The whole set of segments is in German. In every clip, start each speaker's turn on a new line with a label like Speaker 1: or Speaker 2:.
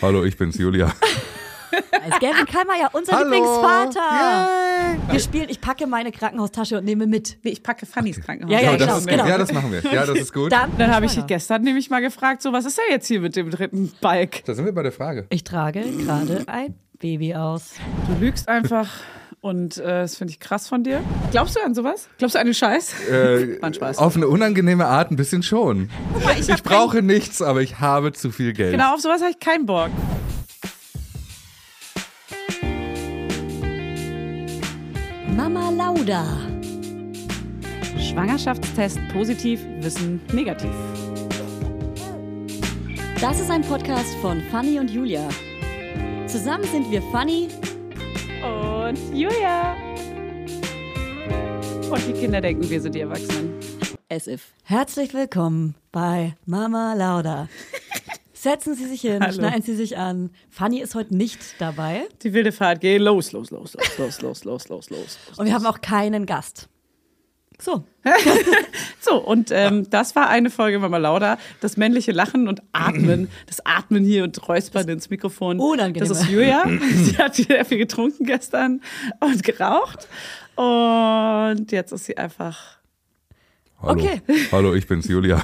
Speaker 1: Hallo, ich bin's, Julia.
Speaker 2: Als Gavin Keimer ja unser
Speaker 1: Hallo.
Speaker 2: Lieblingsvater.
Speaker 1: Yay.
Speaker 2: Gespielt, ich packe meine Krankenhaustasche und nehme mit.
Speaker 3: Nee, ich packe Fannys Krankenhaus.
Speaker 2: Ja, ja,
Speaker 1: Ja,
Speaker 2: genau,
Speaker 1: das ist gut.
Speaker 2: genau.
Speaker 1: ja, das machen wir. Ja, das ist gut.
Speaker 2: Dann,
Speaker 3: Dann habe ich gestern nämlich mal gefragt, so was ist denn jetzt hier mit dem dritten Bike?
Speaker 1: Da sind wir bei der Frage.
Speaker 2: Ich trage gerade ein Baby aus.
Speaker 3: Du lügst einfach und äh, das finde ich krass von dir. Glaubst du an sowas? Glaubst du an den Scheiß?
Speaker 1: Äh,
Speaker 3: Mann, Spaß.
Speaker 1: auf eine unangenehme Art ein bisschen schon. ich brauche nichts, aber ich habe zu viel Geld.
Speaker 3: Genau, auf sowas habe ich keinen Bock.
Speaker 2: Mama Lauda.
Speaker 3: Schwangerschaftstest positiv, Wissen negativ.
Speaker 2: Das ist ein Podcast von Fanny und Julia. Zusammen sind wir Fanny.
Speaker 3: Und Julia. Und die Kinder denken, wir sind die Erwachsenen.
Speaker 2: As if. Herzlich willkommen bei Mama Lauda. Setzen Sie sich hin,
Speaker 3: Hallo.
Speaker 2: schneiden Sie sich an. Fanny ist heute nicht dabei
Speaker 3: Die wilde Fahrt geht los, los, los, los, los, los, los, los, los.
Speaker 2: und wir haben auch keinen Gast. So,
Speaker 3: So, und ähm, das war eine Folge Mama Lauda. Das männliche Lachen und Atmen. Das Atmen hier und Räuspern ins Mikrofon.
Speaker 2: Unangenehme.
Speaker 3: Das ist Julia. Sie hat sehr viel getrunken gestern und geraucht. Und jetzt ist sie einfach.
Speaker 1: Hallo.
Speaker 2: Okay.
Speaker 1: Hallo, ich bin's, Julia.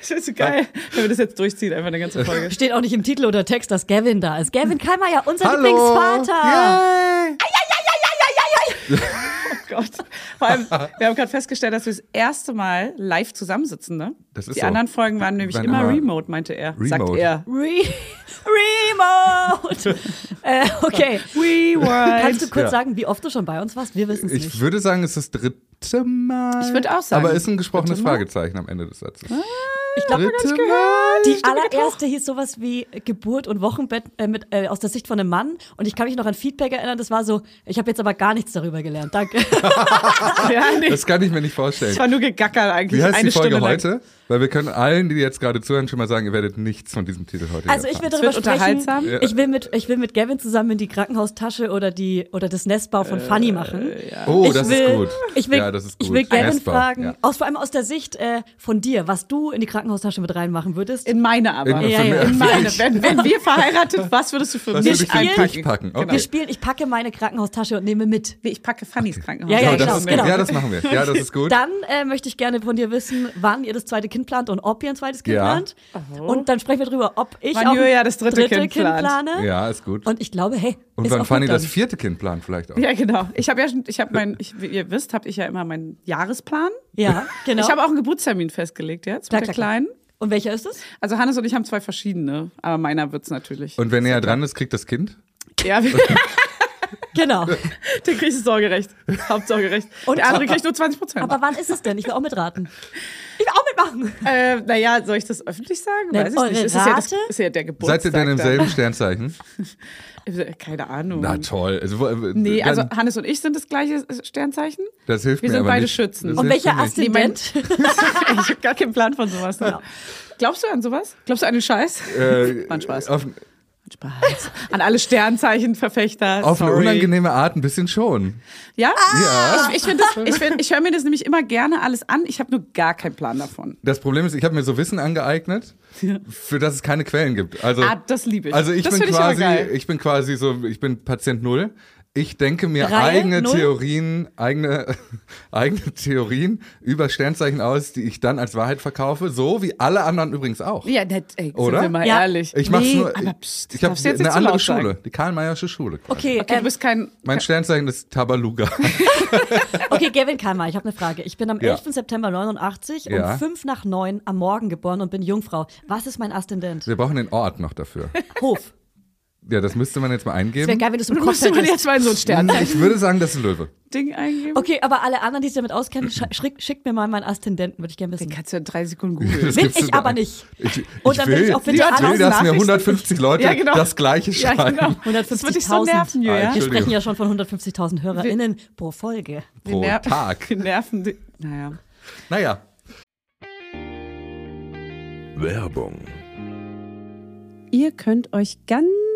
Speaker 3: Das ist so geil, wenn wir das jetzt durchziehen, einfach eine ganze Folge.
Speaker 2: steht auch nicht im Titel oder Text, dass Gavin da ist. Gavin Keimer ja unser Lieblingsvater.
Speaker 1: Yay.
Speaker 3: Oh Gott. Vor allem, wir haben gerade festgestellt, dass wir das erste Mal live zusammensitzen, ne?
Speaker 1: Das ist
Speaker 3: Die
Speaker 1: so.
Speaker 3: anderen Folgen waren nämlich
Speaker 1: Waren
Speaker 3: immer,
Speaker 1: immer
Speaker 3: remote, meinte er. Sagt
Speaker 1: remote.
Speaker 3: er.
Speaker 2: Re Remote. äh, okay. Kannst du
Speaker 3: Rewind.
Speaker 2: kurz
Speaker 1: Ja.
Speaker 2: sagen, wie oft du schon bei uns warst? Wir wissen es
Speaker 1: Ich
Speaker 2: nicht.
Speaker 1: würde sagen, es ist das dritte Mal.
Speaker 3: Ich würde auch sagen,
Speaker 1: Aber es ist ein gesprochenes
Speaker 3: dritte Mal.
Speaker 1: Fragezeichen am Ende des Satzes.
Speaker 2: Ich glaube,
Speaker 1: Dritte Mal.
Speaker 2: die allererste hieß sowas wie Geburt und Wochenbett äh, mit, äh, aus der Sicht von einem Mann. Und ich kann mich noch an Feedback erinnern, das war so, ich habe jetzt aber gar nichts darüber gelernt. Danke.
Speaker 3: Ja, nee.
Speaker 1: Das kann ich mir nicht vorstellen.
Speaker 3: Es war nur gegackert eigentlich.
Speaker 1: Wie heißt
Speaker 3: eine
Speaker 1: die Folge
Speaker 3: Stunde lang.
Speaker 1: heute? Weil wir können allen, die jetzt gerade zuhören, schon mal sagen, ihr werdet nichts von diesem Titel heute
Speaker 2: Also
Speaker 1: hier
Speaker 2: ich will
Speaker 1: erfahren.
Speaker 2: darüber
Speaker 3: wird
Speaker 2: sprechen.
Speaker 3: unterhaltsam.
Speaker 1: Ja.
Speaker 2: Ich will, mit, ich will mit Gavin zusammen in die Krankenhaustasche oder, die, oder das Nestbau von Fanny machen.
Speaker 1: Oh,
Speaker 2: ich
Speaker 1: das
Speaker 2: will,
Speaker 1: ist gut.
Speaker 2: Ich will,
Speaker 1: ja, das ist gut.
Speaker 2: Ich will Gavin
Speaker 1: Nestbau,
Speaker 2: fragen,
Speaker 1: Ja.
Speaker 2: aus, vor allem aus der Sicht äh, von dir, was du in die Krankenhaustasche mit reinmachen würdest.
Speaker 3: In meine aber.
Speaker 1: In-
Speaker 2: Ja, ja.
Speaker 3: In meine. Wenn, wenn wir verheiratet, was würdest du für
Speaker 1: Was
Speaker 3: mich
Speaker 1: würde ich für
Speaker 2: einen
Speaker 3: einpacken?
Speaker 1: Tisch packen?
Speaker 3: Genau.
Speaker 1: Okay.
Speaker 2: Wir spielen, ich packe meine Krankenhaustasche und nehme mit.
Speaker 3: Nee, Ich packe Fannys Krankenhaus.
Speaker 2: Ja, ja,
Speaker 1: Genau, das
Speaker 2: genau,
Speaker 1: ist gut.
Speaker 2: genau.
Speaker 1: ja, das machen wir. Ja, das ist gut.
Speaker 2: Dann äh, möchte ich gerne von dir wissen, wann ihr das zweite Kind plant und ob ihr ein zweites Kind
Speaker 1: Ja.
Speaker 2: plant. Und dann sprechen wir drüber, ob ich
Speaker 3: Wann
Speaker 2: auch
Speaker 3: Julia das dritte Kind plant.
Speaker 2: plane.
Speaker 1: ja, ist gut.
Speaker 2: Und ich glaube, hey,
Speaker 1: Und
Speaker 2: ist
Speaker 1: wann
Speaker 2: auch
Speaker 1: Fanny
Speaker 2: gut dann.
Speaker 1: das vierte Kind plant vielleicht auch.
Speaker 3: Ja, genau. Ich habe ja schon, ich habe mein, ich, wie ihr wisst, habe ich ja immer meinen Jahresplan.
Speaker 2: Ja, genau.
Speaker 3: Ich habe auch einen Geburtstermin festgelegt jetzt
Speaker 2: Klar,
Speaker 3: mit der
Speaker 2: klar, klar.
Speaker 3: Kleinen.
Speaker 2: Und welcher ist es?
Speaker 3: Also Hannes und ich haben zwei verschiedene, aber meiner wird's natürlich.
Speaker 1: Und wenn er dran ist, kriegt das Kind?
Speaker 3: ja, wir-
Speaker 2: Genau.
Speaker 3: der kriegt das Sorgerecht, Hauptsorgerecht. Und der andere kriegt nur 20 Prozent.
Speaker 2: Aber wann ist es denn? Ich will auch mitraten. Ich will auch mitmachen.
Speaker 3: Äh, naja, soll ich das öffentlich sagen?
Speaker 2: Nein,
Speaker 3: Weiß ich
Speaker 2: eure
Speaker 3: nicht. Ist, das ja, das,
Speaker 2: Rate?
Speaker 3: ist ja der Geburtstag.
Speaker 1: Seid ihr denn im
Speaker 3: da.
Speaker 1: selben Sternzeichen?
Speaker 2: Mhm.
Speaker 3: Keine Ahnung.
Speaker 1: Na toll. Also, wo- äh,
Speaker 3: Nee,
Speaker 1: dann-
Speaker 3: also Hannes und ich sind das gleiche Sternzeichen.
Speaker 1: das hilft
Speaker 3: wir
Speaker 1: mir
Speaker 3: sind
Speaker 1: aber
Speaker 3: beide
Speaker 1: nicht.
Speaker 3: Schützen.
Speaker 1: Das
Speaker 3: Und
Speaker 1: hilft
Speaker 2: welcher
Speaker 1: mir nicht.
Speaker 3: Nee, mein-
Speaker 2: Aszendent?
Speaker 3: ich habe gar keinen Plan von sowas. Ne? Glaubst du an sowas? Glaubst du an den Scheiß?
Speaker 1: Äh,
Speaker 3: Mann, Spaß.
Speaker 1: Auf,
Speaker 3: Spaß. An alle Sternzeichenverfechter.
Speaker 1: auf eine
Speaker 3: sorry.
Speaker 1: unangenehme Art ein bisschen schon.
Speaker 3: Ja?
Speaker 1: Ja.
Speaker 3: Ich, ich, find das- ich, find- ich höre mir das nämlich immer gerne alles an. Ich habe nur gar keinen Plan davon.
Speaker 1: Das Problem ist, ich habe mir so Wissen angeeignet, für das es keine Quellen gibt. Also,
Speaker 3: Ah, das liebe ich.
Speaker 1: Also ich
Speaker 3: das
Speaker 1: bin
Speaker 3: find
Speaker 1: quasi,
Speaker 3: ich, aber geil.
Speaker 1: ich bin quasi so, ich bin Patient Null. Ich denke mir
Speaker 2: Drei?
Speaker 1: eigene
Speaker 2: Null?
Speaker 1: Theorien, eigene, eigene Theorien über Sternzeichen aus, die ich dann als Wahrheit verkaufe, so wie alle anderen übrigens auch.
Speaker 3: Ja, nett, ey,
Speaker 1: Oder?
Speaker 3: Sind wir mal
Speaker 2: Ja.
Speaker 3: ehrlich.
Speaker 1: Ich mach's
Speaker 3: nee,
Speaker 1: nur.
Speaker 3: Aber pst,
Speaker 1: ich habe
Speaker 3: darfst du jetzt
Speaker 1: eine
Speaker 3: nicht zu
Speaker 1: andere
Speaker 3: laut
Speaker 1: Schule,
Speaker 3: Sagen.
Speaker 1: die Karl-Meyer-sche Schule.
Speaker 2: Okay,
Speaker 3: Okay, du
Speaker 2: ähm,
Speaker 3: bist kein.
Speaker 1: Mein Sternzeichen ist Tabaluga.
Speaker 2: okay, Gavin Keimer, ich habe eine Frage. Ich bin am
Speaker 1: Ja.
Speaker 2: 11. September 89
Speaker 1: Ja.
Speaker 2: um 5 nach 9 am Morgen geboren und bin Jungfrau. Was ist mein Aszendent?
Speaker 1: Wir brauchen den Ort noch dafür.
Speaker 2: Hof.
Speaker 1: Ja, das müsste man jetzt mal
Speaker 2: Es wäre
Speaker 1: eingeben.
Speaker 2: geil, wenn du es im
Speaker 3: Du
Speaker 2: Kopf
Speaker 3: musst immer
Speaker 2: hättest.
Speaker 3: jetzt mal in so ein Sternzeichen-Ding
Speaker 1: Ich würde sagen, das ist ein Löwe.
Speaker 3: eingeben.
Speaker 2: Okay, aber alle anderen, die sich damit auskennen, sch- schick, schickt mir mal meinen Aszendenten, würde ich gerne wissen.
Speaker 3: Kannst du in drei Sekunden googeln.
Speaker 1: Das
Speaker 2: Will
Speaker 1: gibt's
Speaker 2: ich
Speaker 1: überall.
Speaker 2: aber nicht.
Speaker 1: Ich, ich
Speaker 2: Und dann will ich auch bitte
Speaker 1: ich
Speaker 2: alle
Speaker 1: will, dass mir
Speaker 3: Nachrichten-
Speaker 1: 150 Leute
Speaker 3: Ja, genau.
Speaker 1: das Gleiche schreiben.
Speaker 3: Ja, genau. Das wird dich so
Speaker 2: 150.000.
Speaker 3: nerven, Julia.
Speaker 1: Alter.
Speaker 2: Wir sprechen
Speaker 1: Entschuldigung.
Speaker 2: ja schon von 150.000 HörerInnen pro Folge.
Speaker 3: Wir
Speaker 1: Pro
Speaker 3: nerven-
Speaker 1: Tag.
Speaker 3: Wir nerven die- Naja.
Speaker 1: Naja,
Speaker 4: Werbung.
Speaker 3: Ihr könnt euch ganz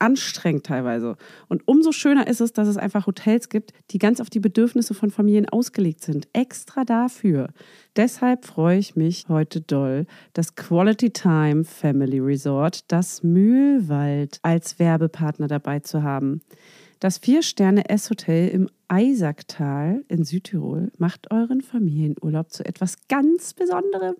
Speaker 3: anstrengend teilweise. Und umso schöner ist es, dass es einfach Hotels gibt, die ganz auf die Bedürfnisse von Familien ausgelegt sind. Extra dafür. Deshalb freue ich mich heute doll, dass Quality Time Family Resort das Mühlwald als Werbepartner dabei zu haben. Das Vier-Sterne-S-Hotel im Eisacktal in Südtirol macht euren Familienurlaub zu etwas ganz Besonderem.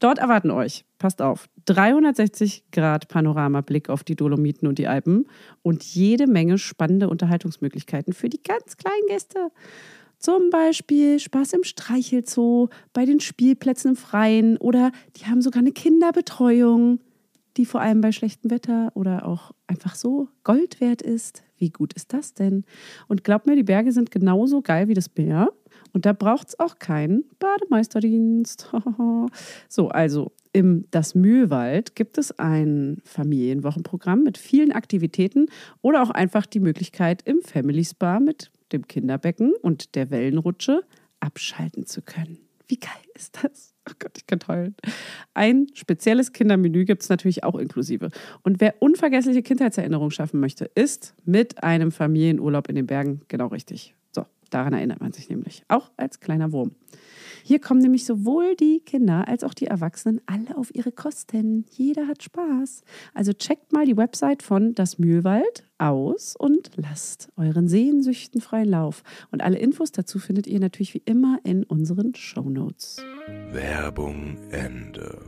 Speaker 3: Dort erwarten euch, passt auf, 360 Grad Panoramablick auf die Dolomiten und die Alpen und jede Menge spannende Unterhaltungsmöglichkeiten für die ganz kleinen Gäste. Zum Beispiel Spaß im Streichelzoo, bei den Spielplätzen im Freien oder die haben sogar eine Kinderbetreuung die vor allem bei schlechtem Wetter oder auch einfach so Gold wert ist. Wie gut ist das denn? Und glaubt mir, die Berge sind genauso geil wie das Meer. Und da braucht es auch keinen Bademeisterdienst. so, also im Das Mühlwald gibt es ein Familienwochenprogramm mit vielen Aktivitäten oder auch einfach die Möglichkeit, im Family Spa mit dem Kinderbecken und der Wellenrutsche abschalten zu können. Wie geil ist das? Oh Gott, ich kann heulen. Ein spezielles Kindermenü gibt es natürlich auch inklusive. Und wer unvergessliche Kindheitserinnerungen schaffen möchte, ist mit einem Familienurlaub in den Bergen genau richtig. So, daran erinnert man sich nämlich. Auch als kleiner Wurm. Hier kommen nämlich sowohl die Kinder als auch die Erwachsenen alle auf ihre Kosten. Jeder hat Spaß. Also checkt mal die Website von Das Mühlwald aus und lasst euren Sehnsüchten freien Lauf. Und alle Infos dazu findet ihr natürlich wie immer in unseren Shownotes.
Speaker 4: Werbung Ende.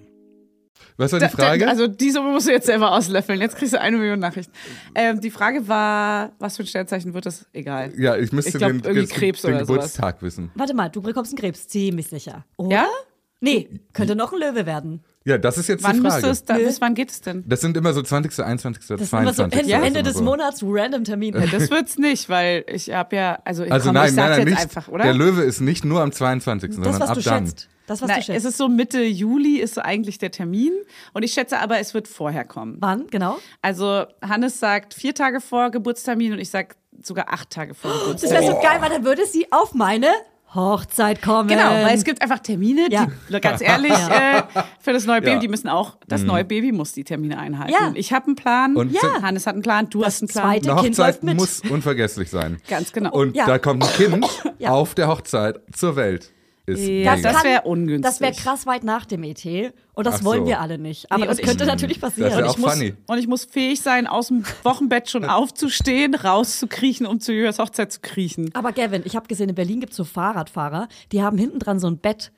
Speaker 1: Was war die Frage?
Speaker 3: Also die Summe musst du jetzt selber auslöffeln. Jetzt kriegst du eine Million Nachrichten. Ähm, die Frage war, was für ein Sternzeichen wird das? Egal.
Speaker 1: ja, ich müsste
Speaker 3: ich glaub,
Speaker 1: den,
Speaker 3: irgendwie
Speaker 1: den,
Speaker 3: Krebs
Speaker 1: den
Speaker 3: oder sowas.
Speaker 1: Geburtstag wissen.
Speaker 2: Warte mal, du bekommst einen Krebs, ziemlich sicher. Oder?
Speaker 3: Ja?
Speaker 2: Nee, könnte noch ein Löwe werden.
Speaker 1: Ja, das ist jetzt
Speaker 3: Wann
Speaker 1: die
Speaker 3: müsste
Speaker 1: Frage.
Speaker 3: es da, bis wann geht es denn?
Speaker 1: das sind immer so 20., 21.,
Speaker 2: Das ist immer so
Speaker 1: 22.
Speaker 2: Ende,
Speaker 1: das ist
Speaker 2: Ende
Speaker 1: immer
Speaker 2: des
Speaker 1: so. Äh,
Speaker 2: Monats, random Termin.
Speaker 3: Ja, das wird's nicht, weil ich habe ja, also, ich
Speaker 1: Also
Speaker 3: komm,
Speaker 1: nein,
Speaker 3: ich sag's
Speaker 1: nein, nein,
Speaker 3: jetzt
Speaker 1: nicht,
Speaker 3: einfach, oder?
Speaker 1: der Löwe ist nicht nur am 22., sondern
Speaker 2: Das, was
Speaker 1: ab
Speaker 2: du
Speaker 1: dann.
Speaker 2: schätzt. Das, was
Speaker 3: Na,
Speaker 2: du schätzt.
Speaker 3: es ist so Mitte Juli ist so eigentlich der Termin und ich schätze aber, es wird vorher kommen.
Speaker 2: Wann, genau?
Speaker 3: Also Hannes sagt vier Tage vor Geburtstermin und ich sag sogar acht Tage vor
Speaker 2: Das wäre
Speaker 3: Geburtstermin.
Speaker 2: so geil, weil dann würde sie auf meine Hochzeit kommen.
Speaker 3: Genau, weil es gibt einfach Termine,
Speaker 2: Ja.
Speaker 3: die, ganz ehrlich, äh, für das neue Baby,
Speaker 1: Ähm. Ja. Mhm.
Speaker 3: die müssen auch, das neue Baby muss die Termine einhalten.
Speaker 2: Ja.
Speaker 3: Ich habe einen Plan,
Speaker 1: Und Ja.
Speaker 3: Hannes hat einen Plan, du hast einen Plan.
Speaker 2: zweite-
Speaker 1: Eine
Speaker 2: Kind läuft
Speaker 1: Hochzeit
Speaker 2: mit.
Speaker 1: muss unvergesslich sein.
Speaker 3: Ganz genau.
Speaker 1: Und
Speaker 2: Ja.
Speaker 1: da kommt ein Kind
Speaker 2: Ja.
Speaker 1: auf der Hochzeit zur Welt. Ist
Speaker 3: Ja,
Speaker 1: mega.
Speaker 3: das wär ungünstig.
Speaker 2: Das wäre krass weit nach dem ET. Und das
Speaker 1: Ach
Speaker 2: wollen
Speaker 1: so.
Speaker 2: wir alle nicht. Aber
Speaker 3: Nee,
Speaker 2: das
Speaker 3: und ich-
Speaker 2: könnte natürlich passieren.
Speaker 1: Das wär
Speaker 3: Und
Speaker 1: auch
Speaker 3: ich, muss,
Speaker 1: funny.
Speaker 3: und ich muss fähig sein, aus dem Wochenbett schon aufzustehen, rauszukriechen, um zu Jürgens Hochzeit zu kriechen.
Speaker 2: Aber Gavin, ich habe gesehen, in Berlin gibt es so Fahrradfahrer, die haben hinten dran so ein Bett.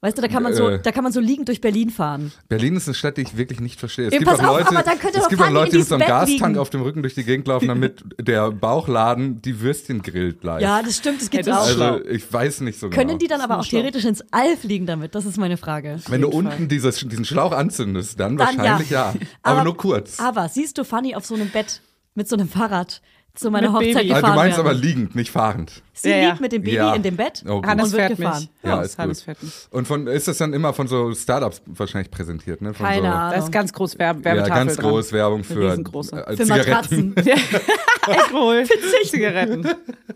Speaker 2: Weißt du, da kann man so,
Speaker 1: Äh.
Speaker 2: da kann man so liegend durch Berlin fahren.
Speaker 1: Berlin ist eine Stadt, die ich wirklich nicht verstehe. Es
Speaker 2: Ey,
Speaker 1: gibt
Speaker 2: pass
Speaker 1: auch
Speaker 2: auf,
Speaker 1: Leute,
Speaker 2: aber dann könnte
Speaker 1: es
Speaker 2: doch
Speaker 1: gibt auch
Speaker 2: Fanny in
Speaker 1: Leute, die mit so einem
Speaker 2: diesem Bett
Speaker 1: Gastank
Speaker 2: liegen.
Speaker 1: auf dem Rücken durch die Gegend laufen, damit der Bauchladen die Würstchen grillt live.
Speaker 2: Ja, das stimmt, das gibt's
Speaker 3: das
Speaker 2: auch.
Speaker 3: ist schlau.
Speaker 1: also ich weiß nicht so
Speaker 2: Können
Speaker 1: genau.
Speaker 2: die dann aber auch
Speaker 3: schlau.
Speaker 2: theoretisch ins All fliegen damit? Das ist meine Frage.
Speaker 1: Wenn du
Speaker 3: jeden Fall.
Speaker 1: unten dieses, diesen Schlauch anzündest, dann,
Speaker 2: Dann
Speaker 1: wahrscheinlich ja. Aber, nur kurz.
Speaker 2: Aber siehst du Fanny auf so einem Bett mit so einem Fahrrad zu meiner
Speaker 3: Mit
Speaker 2: Hochzeit
Speaker 3: Baby.
Speaker 1: Ah,
Speaker 2: gefahren
Speaker 1: du meinst
Speaker 2: werden?
Speaker 1: aber liegend, nicht fahrend.
Speaker 2: Sie
Speaker 3: Ja, ja.
Speaker 2: liegt mit dem Baby
Speaker 1: Ja.
Speaker 2: in dem Bett
Speaker 1: Oh, gut.
Speaker 2: und
Speaker 3: Hannes
Speaker 2: wird
Speaker 3: fährt
Speaker 2: gefahren.
Speaker 3: mich.
Speaker 1: Ja, ist
Speaker 3: Hannes
Speaker 1: gut.
Speaker 3: fährt mich.
Speaker 1: Und von, ist das dann immer von so Startups wahrscheinlich präsentiert, ne? Von
Speaker 2: Keine
Speaker 1: so,
Speaker 2: Ahnung.
Speaker 3: Da ist ganz groß Werbe
Speaker 1: Ja,
Speaker 3: Werbetafel
Speaker 1: ganz
Speaker 3: dran.
Speaker 1: groß Werbung
Speaker 3: Eine
Speaker 1: für,
Speaker 3: riesengroße.
Speaker 1: äh,
Speaker 2: Für
Speaker 1: Zigaretten.
Speaker 2: Matratzen.
Speaker 3: Alkohol, Zigaretten.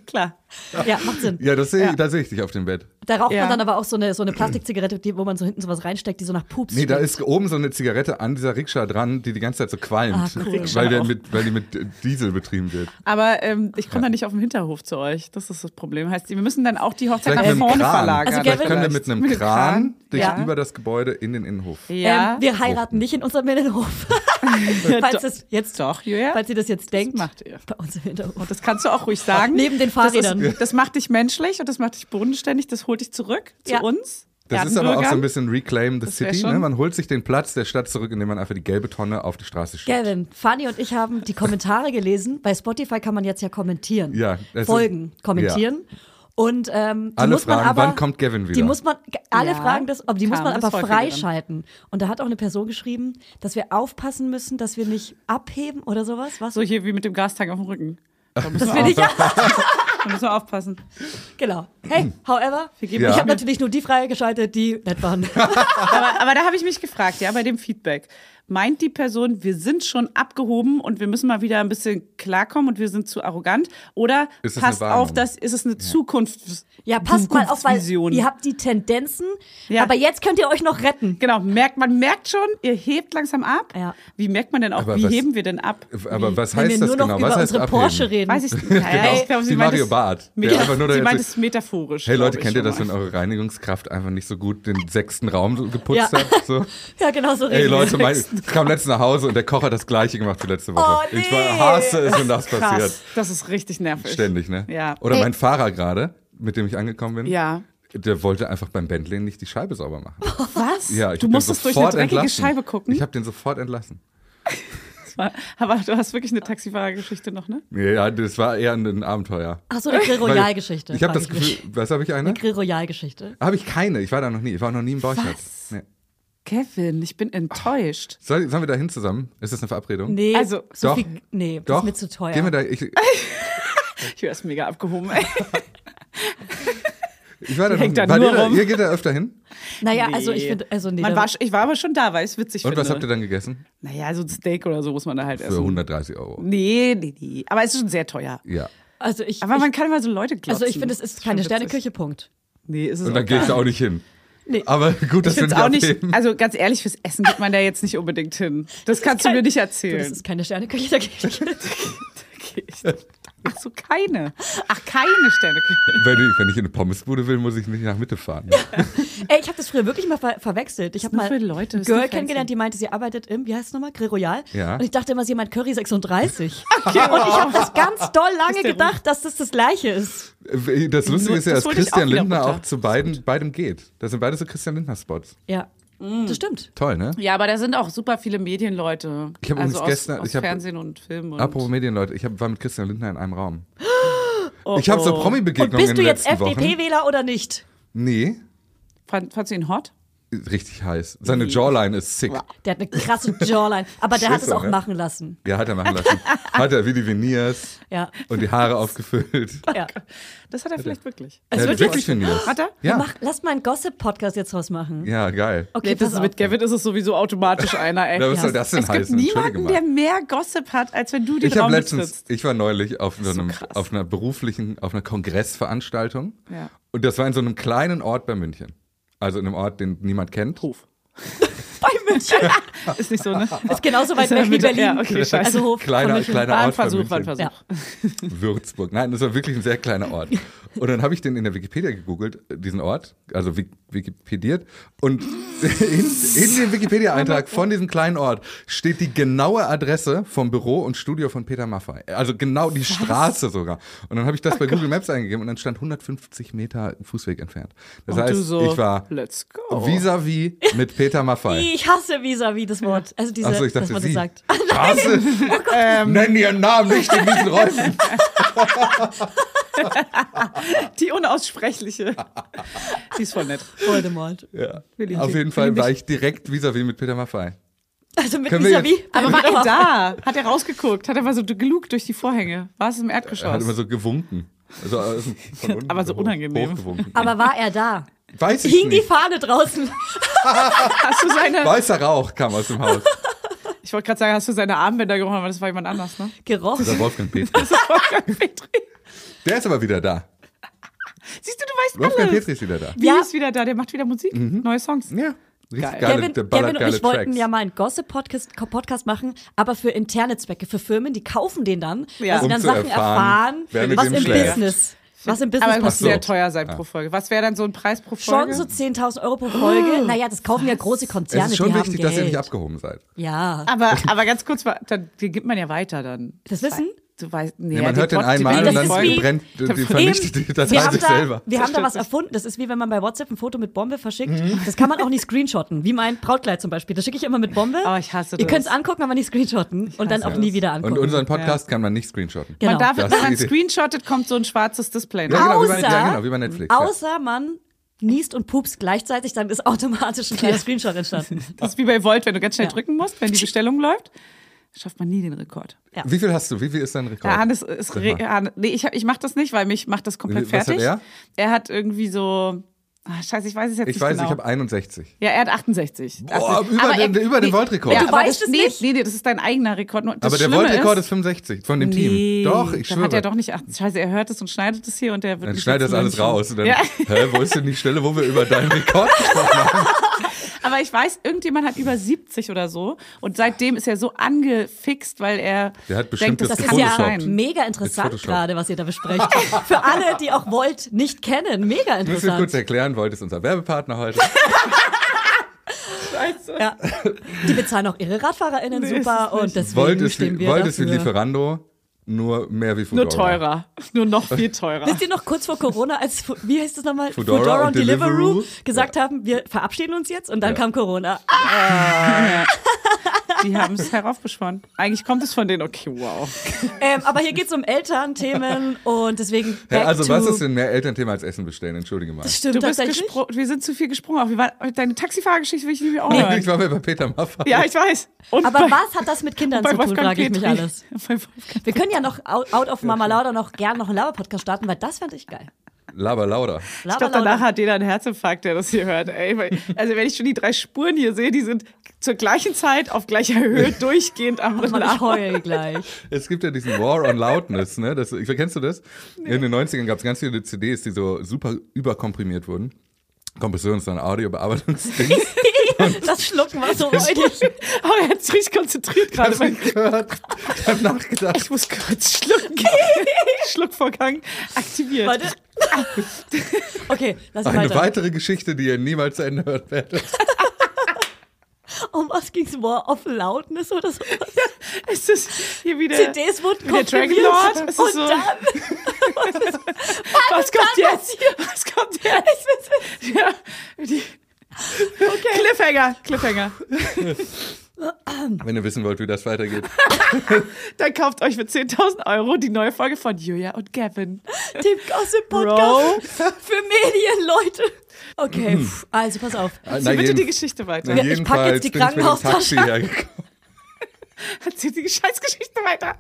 Speaker 3: Klar.
Speaker 2: Ja, macht Sinn.
Speaker 1: Ja, das sehe
Speaker 3: Ja.
Speaker 1: da sehe ich dich auf dem Bett.
Speaker 2: Da raucht
Speaker 3: Ja.
Speaker 2: man dann aber auch so eine, so eine Plastikzigarette, die, wo man so hinten sowas reinsteckt, die so nach Pups
Speaker 1: Nee, da
Speaker 2: stinkt.
Speaker 1: ist oben so eine Zigarette an dieser Rikscha dran, die die ganze Zeit so qualmt,
Speaker 2: Ah, cool. Rikscha
Speaker 1: weil, der
Speaker 3: auch.
Speaker 1: mit, weil die mit äh, Diesel betrieben wird.
Speaker 3: Aber ähm, ich komme da nicht auf den Hinterhof zu euch. Das ist das Problem. Heißt, wir müssen dann auch die Hochzeit
Speaker 1: Vielleicht
Speaker 3: nach
Speaker 1: mit einem
Speaker 3: vorne
Speaker 1: Kran.
Speaker 3: verlagern.
Speaker 2: Also
Speaker 1: Vielleicht
Speaker 2: Gavin-
Speaker 1: können wir mit einem
Speaker 3: Mit einem Kran,
Speaker 1: Kran dich
Speaker 2: ja.
Speaker 1: über das Gebäude in den Innenhof.
Speaker 3: ja.
Speaker 2: Ähm, wir heiraten nicht in unserem Innenhof. falls, das jetzt,
Speaker 3: doch, Julia.
Speaker 2: falls ihr das jetzt denkt.
Speaker 3: macht ihr.
Speaker 2: Bei uns im Hinterhof.
Speaker 3: Und das kannst du auch ruhig sagen.
Speaker 2: Neben den Fahrrädern.
Speaker 3: Das, ist, das macht dich menschlich und das macht dich bodenständig. Das holt dich zurück zu
Speaker 2: Ja.
Speaker 3: uns.
Speaker 1: Das ist aber auch so ein
Speaker 3: Erdenbürgern.
Speaker 1: bisschen Reclaim the
Speaker 3: wär
Speaker 1: City.
Speaker 3: schon-
Speaker 1: Ne? Man holt sich den Platz der Stadt zurück, indem man einfach die gelbe Tonne auf die Straße schiebt.
Speaker 2: Gavin, Fanny und ich haben die Kommentare gelesen. Bei Spotify kann man jetzt ja kommentieren.
Speaker 1: Ja, das ist-
Speaker 2: Folgen kommentieren. Und ähm, die
Speaker 1: Alle
Speaker 2: muss man
Speaker 1: fragen,
Speaker 2: aber,
Speaker 1: wann kommt Gevin wieder?
Speaker 2: Die muss man, alle
Speaker 3: Ja,
Speaker 2: fragen das, aber die muss
Speaker 3: kam
Speaker 2: man
Speaker 3: das
Speaker 2: aber
Speaker 3: häufiger dann.
Speaker 2: freischalten. Und da hat auch eine Person geschrieben, dass wir aufpassen müssen, dass wir nicht abheben oder sowas. Was?
Speaker 3: So hier wie mit dem Gastank auf dem Rücken. Da müssen,
Speaker 2: Bin
Speaker 3: wir,
Speaker 2: ich,
Speaker 3: auf, da müssen wir aufpassen.
Speaker 2: genau. Hey, however,
Speaker 3: Wir geben
Speaker 1: Hm. Ja.
Speaker 2: ich
Speaker 3: nicht
Speaker 2: habe
Speaker 3: mit.
Speaker 2: natürlich nur die freigeschaltet, die nett waren.
Speaker 3: aber, aber da habe ich mich gefragt, ja, bei dem Feedback. Meint die Person, wir sind schon abgehoben und wir müssen mal wieder ein bisschen klarkommen und wir sind zu arrogant? Oder
Speaker 1: Ist es eine
Speaker 3: passt
Speaker 1: Warnung?
Speaker 3: auf, dass ist es eine Zukunft?
Speaker 2: Ja, passt mal auf, weil
Speaker 3: Zukunftsvision?
Speaker 2: ihr habt die Tendenzen,
Speaker 3: Ja.
Speaker 2: aber jetzt könnt ihr euch noch retten.
Speaker 3: Genau, merkt, man merkt schon, ihr hebt langsam ab.
Speaker 2: Ja.
Speaker 3: Wie merkt man denn auch,
Speaker 1: Aber
Speaker 3: wie
Speaker 1: was-
Speaker 3: heben wir denn ab?
Speaker 1: Aber was
Speaker 2: Wenn wir
Speaker 1: heißt das
Speaker 2: nur noch
Speaker 1: genau?
Speaker 2: über
Speaker 1: Was heißt
Speaker 2: unsere
Speaker 1: abheben?
Speaker 2: Porsche reden.
Speaker 3: Weiß ich nicht. Naja,
Speaker 1: Genau.
Speaker 3: ich glaube,
Speaker 1: Die
Speaker 3: meint
Speaker 1: Mario
Speaker 3: es-
Speaker 1: Barth.
Speaker 3: Meta-
Speaker 1: Der einfach nur
Speaker 3: sie
Speaker 1: dahin
Speaker 3: meint
Speaker 1: sagt,
Speaker 3: es metaphorisch.
Speaker 1: Hey Leute,
Speaker 3: glaub ich
Speaker 1: kennt ihr
Speaker 3: schon
Speaker 1: das, wenn
Speaker 3: mal.
Speaker 1: eure Reinigungskraft einfach nicht so gut den sechsten Raum so
Speaker 2: Ja.
Speaker 1: geputzt hat? So?
Speaker 2: Ja, genau so
Speaker 1: Ey
Speaker 2: reden wir.
Speaker 1: Leute, mein, ich kam letztens nach Hause und der Koch hat das gleiche gemacht wie letzte Woche.
Speaker 2: Oh, nee.
Speaker 1: Ich war, hasse es, wenn das passiert.
Speaker 3: Krass, das ist richtig nervig.
Speaker 1: Ständig, ne?
Speaker 3: Ja.
Speaker 1: Oder mein Fahrer gerade, mit dem ich angekommen bin,
Speaker 3: Ja.
Speaker 1: der wollte einfach beim Bentley nicht die Scheibe sauber machen.
Speaker 3: Was?
Speaker 1: Ja, ich
Speaker 3: du
Speaker 1: hab den
Speaker 3: musstest durch eine
Speaker 1: sofort
Speaker 3: dreckige
Speaker 1: entlassen.
Speaker 3: Scheibe gucken.
Speaker 1: Ich habe den sofort entlassen.
Speaker 3: Aber du hast wirklich eine Taxifahrergeschichte noch, ne?
Speaker 1: Ja, das war eher ein Abenteuer.
Speaker 2: Ach so, eine Grill
Speaker 1: Weil
Speaker 2: Royal-Geschichte.
Speaker 1: Ich habe
Speaker 2: frag
Speaker 1: das
Speaker 2: mich.
Speaker 1: Gefühl, was habe ich eine?
Speaker 2: Grill Royal-Geschichte.
Speaker 1: Habe ich keine, ich war da noch nie. Ich war noch nie im Bauchnetz.
Speaker 3: Was?
Speaker 1: Nee.
Speaker 3: Kevin, ich bin enttäuscht.
Speaker 1: Soll, sollen wir da hin zusammen? Ist das eine Verabredung?
Speaker 2: Nee,
Speaker 3: Also,
Speaker 2: so
Speaker 1: doch.
Speaker 2: viel, nee, das
Speaker 1: Doch.
Speaker 2: ist mir zu teuer.
Speaker 1: Gehen wir da, ich,
Speaker 3: Ich wäre es mega abgehoben. Ey.
Speaker 1: ich war da noch
Speaker 3: Hängt
Speaker 1: nie.
Speaker 3: da
Speaker 1: Wart
Speaker 3: nur
Speaker 1: ihr, da-
Speaker 3: rum.
Speaker 1: ihr geht da öfter hin?
Speaker 2: naja,
Speaker 3: Nee.
Speaker 2: also ich finde, also nee.
Speaker 3: Man
Speaker 2: da-
Speaker 3: war, sch- ich war aber schon da, weil ich es witzig
Speaker 1: Und
Speaker 3: finde. ne?
Speaker 1: was habt ihr dann gegessen?
Speaker 3: Naja, so ein Steak oder so muss man da halt
Speaker 1: Für
Speaker 3: essen.
Speaker 1: 130 Euro.
Speaker 3: Nee, nee, nee. Aber es ist schon sehr teuer.
Speaker 1: Ja.
Speaker 2: also ich,
Speaker 3: Aber
Speaker 2: ich,
Speaker 3: man kann immer so Leute glotzen.
Speaker 2: also ich finde, es ist
Speaker 3: Schon
Speaker 2: keine
Speaker 3: witzig.
Speaker 2: Sterneküche, Punkt.
Speaker 3: Nee, ist es
Speaker 1: Und dann
Speaker 3: auch
Speaker 1: gehe ich da
Speaker 3: gar
Speaker 1: auch nicht hin.
Speaker 2: Nee.
Speaker 1: Aber gut, dass
Speaker 3: Ich
Speaker 1: wir
Speaker 3: finde
Speaker 1: nicht
Speaker 3: auch nicht,
Speaker 1: abheben.
Speaker 3: also ganz ehrlich, fürs Essen geht man da jetzt nicht unbedingt hin. Das, kannst du
Speaker 2: kein-
Speaker 3: mir nicht
Speaker 2: Du, das
Speaker 3: erzählen.
Speaker 2: ist keine Sterneküche, da gehe ich nicht mit.
Speaker 3: Ach so, keine. Ach, keine Sterneküche.
Speaker 1: Wenn ich, wenn ich in eine Pommesbude will, muss ich nicht nach Mitte fahren.
Speaker 2: Ey, ich habe das früher wirklich mal ver verwechselt. Ich habe
Speaker 3: nur
Speaker 2: mal
Speaker 3: für Leute, ist nur
Speaker 2: Girl
Speaker 3: fancy.
Speaker 2: kennengelernt, die meinte, sie arbeitet im, wie heißt es nochmal, Grill Royal.
Speaker 1: Ja.
Speaker 2: Und ich dachte immer, sie meint Curry 36. Und ich habe das ganz doll lange
Speaker 3: Ist der
Speaker 2: gedacht, dass das das gleiche ist.
Speaker 1: Äh, Das Lustige ist ja,
Speaker 3: Das
Speaker 1: dass
Speaker 3: holt dich
Speaker 1: Christian
Speaker 3: auch wieder
Speaker 1: Lindner
Speaker 3: runter.
Speaker 1: auch zu beiden, beidem geht. Das sind beide so Christian Lindner-Spots.
Speaker 2: Ja,
Speaker 3: Mm.
Speaker 2: das stimmt.
Speaker 1: Toll, ne?
Speaker 3: Ja, aber da sind auch super viele Medienleute.
Speaker 1: Ich hab
Speaker 3: also
Speaker 1: übrigens
Speaker 3: aus,
Speaker 1: gestern-
Speaker 3: aus
Speaker 1: ich hab-
Speaker 3: Fernsehen und Film. Und
Speaker 1: Apropos Medien, Leute, ich hab, war mit Christian Lindner in einem Raum.
Speaker 3: Oh,
Speaker 1: Ich habe so
Speaker 3: oh.
Speaker 2: Und
Speaker 1: Promi-Begegnungen
Speaker 2: bist
Speaker 1: in
Speaker 2: du
Speaker 1: den
Speaker 2: jetzt
Speaker 1: letzten Wochen.
Speaker 2: FDP-Wähler oder nicht?
Speaker 1: Nee,
Speaker 3: Fand, fandst du ihn hot?
Speaker 1: richtig heiß. Seine Jawline ist sick.
Speaker 2: Der hat eine krasse Jawline. Aber der hat es
Speaker 1: Schisse,
Speaker 2: auch
Speaker 1: ne?
Speaker 2: machen lassen.
Speaker 1: Ja, hat er machen lassen. Hat er wie die Veneers
Speaker 2: Ja.
Speaker 1: und die Haare aufgefüllt.
Speaker 2: ja.
Speaker 3: Das hat er vielleicht wirklich.
Speaker 1: Er hat
Speaker 3: wird
Speaker 1: wirklich
Speaker 3: jetzt-
Speaker 1: Veneers.
Speaker 3: Hat er?
Speaker 1: Ja.
Speaker 2: Mach, lass mal einen Gossip-Podcast jetzt draus machen.
Speaker 1: Ja, geil.
Speaker 2: Okay,
Speaker 3: Nee, das
Speaker 2: pass
Speaker 3: ist
Speaker 2: auf.
Speaker 3: mit Gavin ist es sowieso automatisch einer, ey.
Speaker 1: Na, was soll das denn
Speaker 3: es gibt
Speaker 1: heißen?
Speaker 3: niemanden,
Speaker 1: Entschuldige
Speaker 3: der
Speaker 1: mal.
Speaker 3: mehr Gossip hat, als wenn du den
Speaker 1: Ich
Speaker 3: Raum
Speaker 1: habe letztens,
Speaker 3: betrittst.
Speaker 1: ich war neulich auf, so
Speaker 3: ist so
Speaker 1: einem,
Speaker 3: krass.
Speaker 1: auf einer beruflichen, auf einer Kongressveranstaltung.
Speaker 3: Ja.
Speaker 1: Und das war in so einem kleinen Ort bei München. Also in einem Ort, den niemand kennt.
Speaker 3: Hof.
Speaker 2: Bei München.
Speaker 3: Ist nicht so, ne?
Speaker 2: ist genauso weit
Speaker 3: Ist ja
Speaker 2: weg wie
Speaker 3: mit-
Speaker 2: Berlin.
Speaker 3: ja, okay, scheiße.
Speaker 2: Also Hof von
Speaker 1: Kleiner,
Speaker 2: München.
Speaker 1: kleiner
Speaker 3: War ein
Speaker 1: Ort bei
Speaker 3: Versuch,
Speaker 1: München.
Speaker 3: war ein Versuch.
Speaker 2: Ja.
Speaker 1: Würzburg. Nein, das war wirklich ein sehr kleiner Ort. Und dann habe ich den in der Wikipedia gegoogelt, äh, diesen Ort, also Wik- Wikipediert. Und in, in dem Wikipedia-Eintrag von diesem kleinen Ort steht die genaue Adresse vom Büro und Studio von Peter Maffay. Also genau die Straße sogar. Und dann habe ich
Speaker 3: Oh
Speaker 1: das bei Google Maps eingegeben und dann stand 150 Meter Fußweg entfernt. Das
Speaker 3: Und
Speaker 1: heißt,
Speaker 3: du so, oh.
Speaker 1: ich war
Speaker 3: let's go.
Speaker 1: vis-à-vis mit Peter Maffay.
Speaker 2: Ich hasse vis-à-vis das Wort. Also diese,
Speaker 1: Achso, ich
Speaker 2: dass
Speaker 1: dachte,
Speaker 2: man
Speaker 1: sie.
Speaker 2: das sagt.
Speaker 1: Straße.
Speaker 3: Oh
Speaker 1: Nenn ihren Namen nicht in diesen Räumen.
Speaker 3: Die unaussprechliche. Die ist voll nett.
Speaker 2: Voldemort.
Speaker 1: Ja.
Speaker 3: Willi,
Speaker 1: Auf
Speaker 3: Sie-
Speaker 1: jeden Fall war ich direkt vis-à-vis mit Peter Maffay.
Speaker 2: Also mit
Speaker 1: Können wir
Speaker 2: vis-à-vis.
Speaker 3: Aber war er da? Hat er rausgeguckt? Hat er mal so gelugt durch die Vorhänge? War es im Erdgeschoss?
Speaker 1: Er hat immer so gewunken. Also aus dem- von unten
Speaker 3: Aber so
Speaker 1: hoch-
Speaker 3: unangenehm.
Speaker 1: Hochgewunken.
Speaker 2: Aber war er da?
Speaker 1: Weiß ich
Speaker 2: Hing die
Speaker 1: nicht.
Speaker 2: Fahne draußen.
Speaker 3: Hast du seine,
Speaker 1: Weißer Rauch kam aus dem Haus.
Speaker 3: ich wollte gerade sagen, hast du seine Armbänder gerochen, aber das war jemand anders, ne?
Speaker 1: Der
Speaker 2: Gerochen.
Speaker 1: Wolfgang Petri.
Speaker 3: Das ist Wolfgang Petri.
Speaker 1: Der ist aber wieder da.
Speaker 3: Siehst du, du weißt
Speaker 1: Wolfgang
Speaker 3: alles.
Speaker 1: Petri ist wieder da.
Speaker 3: Wie
Speaker 2: Ja.
Speaker 3: ist wieder da? Der macht wieder Musik,
Speaker 1: Mhm.
Speaker 3: neue Songs.
Speaker 1: Ja. Richtig
Speaker 3: Geil.
Speaker 1: geile,
Speaker 2: Kevin,
Speaker 1: der ballert
Speaker 2: Kevin und
Speaker 1: geile
Speaker 2: ich wollten
Speaker 1: Tracks.
Speaker 2: ja mal einen Gossip-Podcast Podcast machen, aber für interne Zwecke, für Firmen, die kaufen den dann,
Speaker 3: Ja.
Speaker 2: weil sie
Speaker 1: Um
Speaker 2: dann
Speaker 1: zu
Speaker 2: Sachen
Speaker 1: erfahren,
Speaker 2: erfahren,
Speaker 1: wer mit
Speaker 2: was
Speaker 1: wem
Speaker 2: im
Speaker 1: schläft.
Speaker 2: Business, was im
Speaker 3: Aber
Speaker 2: Business
Speaker 3: es muss
Speaker 1: so.
Speaker 2: passiert.
Speaker 3: sehr teuer sein pro Folge. Was wäre dann so ein Preis pro Folge?
Speaker 2: Schon so 10.000 Euro pro Folge. Naja, das kaufen ja große Konzerne,
Speaker 1: es ist schon
Speaker 2: die
Speaker 1: wichtig,
Speaker 2: haben Geld.
Speaker 1: dass ihr nicht abgehoben seid.
Speaker 2: Ja,
Speaker 3: aber, aber ganz kurz, mal, dann, die gibt man ja weiter dann.
Speaker 2: das wissen?
Speaker 5: du weißt, nee,
Speaker 1: Nee, man hört den einmal
Speaker 2: Nee,
Speaker 1: und
Speaker 2: das
Speaker 1: dann
Speaker 2: ist wie-
Speaker 1: brennt,
Speaker 5: hab
Speaker 1: die
Speaker 5: schon-
Speaker 1: vernichtet die Datei
Speaker 2: wir haben,
Speaker 1: sich
Speaker 2: da,
Speaker 1: selber.
Speaker 2: wir haben da was erfunden. Das ist wie wenn man bei WhatsApp ein Foto mit Bombe verschickt.
Speaker 1: Mhm.
Speaker 2: Das kann man auch nicht screenshotten. Wie mein Brautkleid zum Beispiel. Das schicke ich immer mit Bombe.
Speaker 5: Oh, ich hasse
Speaker 2: Ihr
Speaker 5: das.
Speaker 2: könnt es angucken, aber nicht screenshotten. und dann auch
Speaker 5: hasse
Speaker 2: nie
Speaker 5: das.
Speaker 2: wieder angucken.
Speaker 1: Und unseren Podcast kann man nicht screenshotten.
Speaker 2: Genau.
Speaker 5: Man darf,
Speaker 1: Das
Speaker 5: wenn man
Speaker 1: ist die-
Speaker 5: screenshottet, kommt so ein schwarzes
Speaker 1: Ja,
Speaker 5: Display.
Speaker 1: genau, wie bei,
Speaker 2: Außer-
Speaker 1: ja, genau, wie bei Netflix. ja.
Speaker 2: Außer man niest und pupst gleichzeitig, dann ist automatisch ein kleiner Screenshot entstanden.
Speaker 5: Das ist wie bei Volt, wenn du ganz schnell
Speaker 2: Ja.
Speaker 5: drücken musst, wenn die Bestellung läuft, schafft man nie den Rekord.
Speaker 2: Ja.
Speaker 1: Wie viel hast du? Wie viel ist dein Rekord?
Speaker 5: Ja, Hannes ist
Speaker 1: Sag
Speaker 5: re
Speaker 1: mal.
Speaker 5: Hannes, nee, ich, hab- ich mache das nicht, weil mich macht das komplett
Speaker 1: Was hat
Speaker 5: fertig.
Speaker 1: er?
Speaker 5: er hat irgendwie so ah, Scheiße, ich weiß es jetzt
Speaker 1: Ich
Speaker 5: nicht
Speaker 1: weiß,
Speaker 5: genau.
Speaker 1: ich habe 61.
Speaker 5: ja, er hat 68.
Speaker 1: Boah, über
Speaker 5: Aber
Speaker 1: den- über den Volt-Rekord.
Speaker 2: Du
Speaker 5: aber
Speaker 2: weißt es
Speaker 5: das, nee,
Speaker 2: nicht?
Speaker 5: Nee, nee, das ist dein eigener Rekord. Nur, das
Speaker 1: Aber der
Speaker 5: Schlimme
Speaker 1: Wortrekord
Speaker 5: ist
Speaker 1: ist 65 von dem
Speaker 5: Nee,
Speaker 1: Team. Doch, ich
Speaker 5: dann
Speaker 1: schwöre.
Speaker 5: hat er doch nicht 80. Scheiße, er hört es und schneidet es hier und der wird
Speaker 1: dann
Speaker 5: mich
Speaker 1: schneidet
Speaker 5: jetzt
Speaker 1: das alles
Speaker 5: lynchen.
Speaker 1: raus. Und dann,
Speaker 5: Ja.
Speaker 1: hä, wo ist denn die Stelle, wo wir über deinen Rekord gesprochen haben?
Speaker 5: Aber ich weiß, irgendjemand hat über 70 oder so und seitdem ist er so angefixt, weil er
Speaker 1: Der hat bestimmt
Speaker 5: denkt, das,
Speaker 1: das
Speaker 5: kann
Speaker 2: ist
Speaker 5: nicht
Speaker 2: ja
Speaker 1: Photoshop.
Speaker 5: sein.
Speaker 2: mega interessant
Speaker 1: Photoshop.
Speaker 2: gerade, was ihr da besprecht. Für alle, die auch Volt nicht kennen, mega
Speaker 1: Müssen wir kurz
Speaker 2: interessant.
Speaker 1: erklären, Volt ist unser Werbepartner heute.
Speaker 2: Ja. Die bezahlen auch ihre RadfahrerInnen
Speaker 5: Nee, ist
Speaker 2: super
Speaker 5: es nicht.
Speaker 2: und deswegen
Speaker 1: Volt ist
Speaker 2: stehen
Speaker 1: wie,
Speaker 2: wir
Speaker 1: Volt ist wie
Speaker 2: dafür.
Speaker 1: Lieferando, nur mehr wie Foodora.
Speaker 5: Nur teurer. Nur noch viel teurer.
Speaker 2: Wisst ihr noch kurz vor Corona, als, Fu- wie heißt das nochmal?
Speaker 1: Foodora und Deliveroo.
Speaker 2: gesagt haben, wir verabschieden uns jetzt und dann
Speaker 1: Ja.
Speaker 2: kam Corona.
Speaker 5: Die haben es heraufbeschworen. Eigentlich kommt es von denen. Okay, wow.
Speaker 2: Ähm, aber hier geht's um Elternthemen und deswegen. Back
Speaker 1: Ja, also
Speaker 2: to
Speaker 1: was ist denn mehr Elternthema als Essen bestellen? Entschuldige mal.
Speaker 2: Stimmt
Speaker 5: Du bist
Speaker 2: tatsächlich.
Speaker 5: gesprungen. Wir sind zu viel gesprungen. Auch wir waren, deine Taxifahrgeschichte will ich nicht mehr auch
Speaker 1: Ich
Speaker 5: hören.
Speaker 1: war mal bei Peter Maffay.
Speaker 5: Ja, ich weiß. Und
Speaker 2: Aber was hat das mit Kindern zu tun,
Speaker 5: Wolfgang
Speaker 2: frage ich mich
Speaker 5: Petri.
Speaker 2: alles.
Speaker 5: Bei Wolfgang.
Speaker 2: Wir können ja noch out, out of Mama Lauda noch gern noch einen Laber-Podcast starten, weil das fände ich geil.
Speaker 1: Laber lauter.
Speaker 2: Laber
Speaker 5: Ich glaube, danach hat jeder einen Herzinfarkt, der das hier hört. Ey, weil, also wenn ich schon die drei Spuren hier sehe, die sind zur gleichen Zeit auf gleicher Höhe durchgehend am
Speaker 2: Mann, ich
Speaker 5: Laufen.
Speaker 2: heul gleich.
Speaker 1: Es gibt ja diesen War on Loudness, ne? Das, ich- kennst du das? In den 90ern gab es ganz viele CDs, die so super überkomprimiert wurden. Kompression ist ein Audiobearbeitungsding.
Speaker 2: Das Schlucken war so räudig.
Speaker 5: Aber er hat sich richtig konzentriert
Speaker 1: Ich
Speaker 5: gerade.
Speaker 1: hab's
Speaker 5: weil-
Speaker 1: nicht gehört. Ich hab nachgedacht.
Speaker 5: Ich muss kurz schlucken. Schluckvorgang aktiviert.
Speaker 2: Warte. Okay, lass
Speaker 1: Eine
Speaker 2: weiter.
Speaker 1: weitere Geschichte, die ihr niemals zu Ende hören werdet.
Speaker 2: Um was ging's? War of Loudness oder so?
Speaker 5: Es ist hier wieder.
Speaker 2: CDs wurden
Speaker 5: Wie Äh, der Dragon
Speaker 2: komprimiert
Speaker 5: Lord? Es ist
Speaker 2: Und
Speaker 5: so-
Speaker 2: dann,
Speaker 5: Was kommt
Speaker 2: dann
Speaker 5: jetzt? Was kommt jetzt? Ja, die, okay. Cliffhanger, Cliffhanger.
Speaker 1: Wenn ihr wissen wollt, wie das weitergeht.
Speaker 5: Dann kauft euch für 10.000 Euro die neue Folge von Julia und Gavin.
Speaker 2: Tim Gossip Podcast für Medienleute. Okay,
Speaker 5: Mhm.
Speaker 2: pff, also pass auf.
Speaker 1: Na,
Speaker 5: Zieh bitte
Speaker 1: jeden-
Speaker 5: die Geschichte weiter.
Speaker 1: na,
Speaker 2: jetzt die
Speaker 1: jedenfalls bin ich mit dem Taxi
Speaker 2: Krankenhaustasche an.
Speaker 1: hergekommen.
Speaker 5: Zieh die Scheißgeschichte weiter.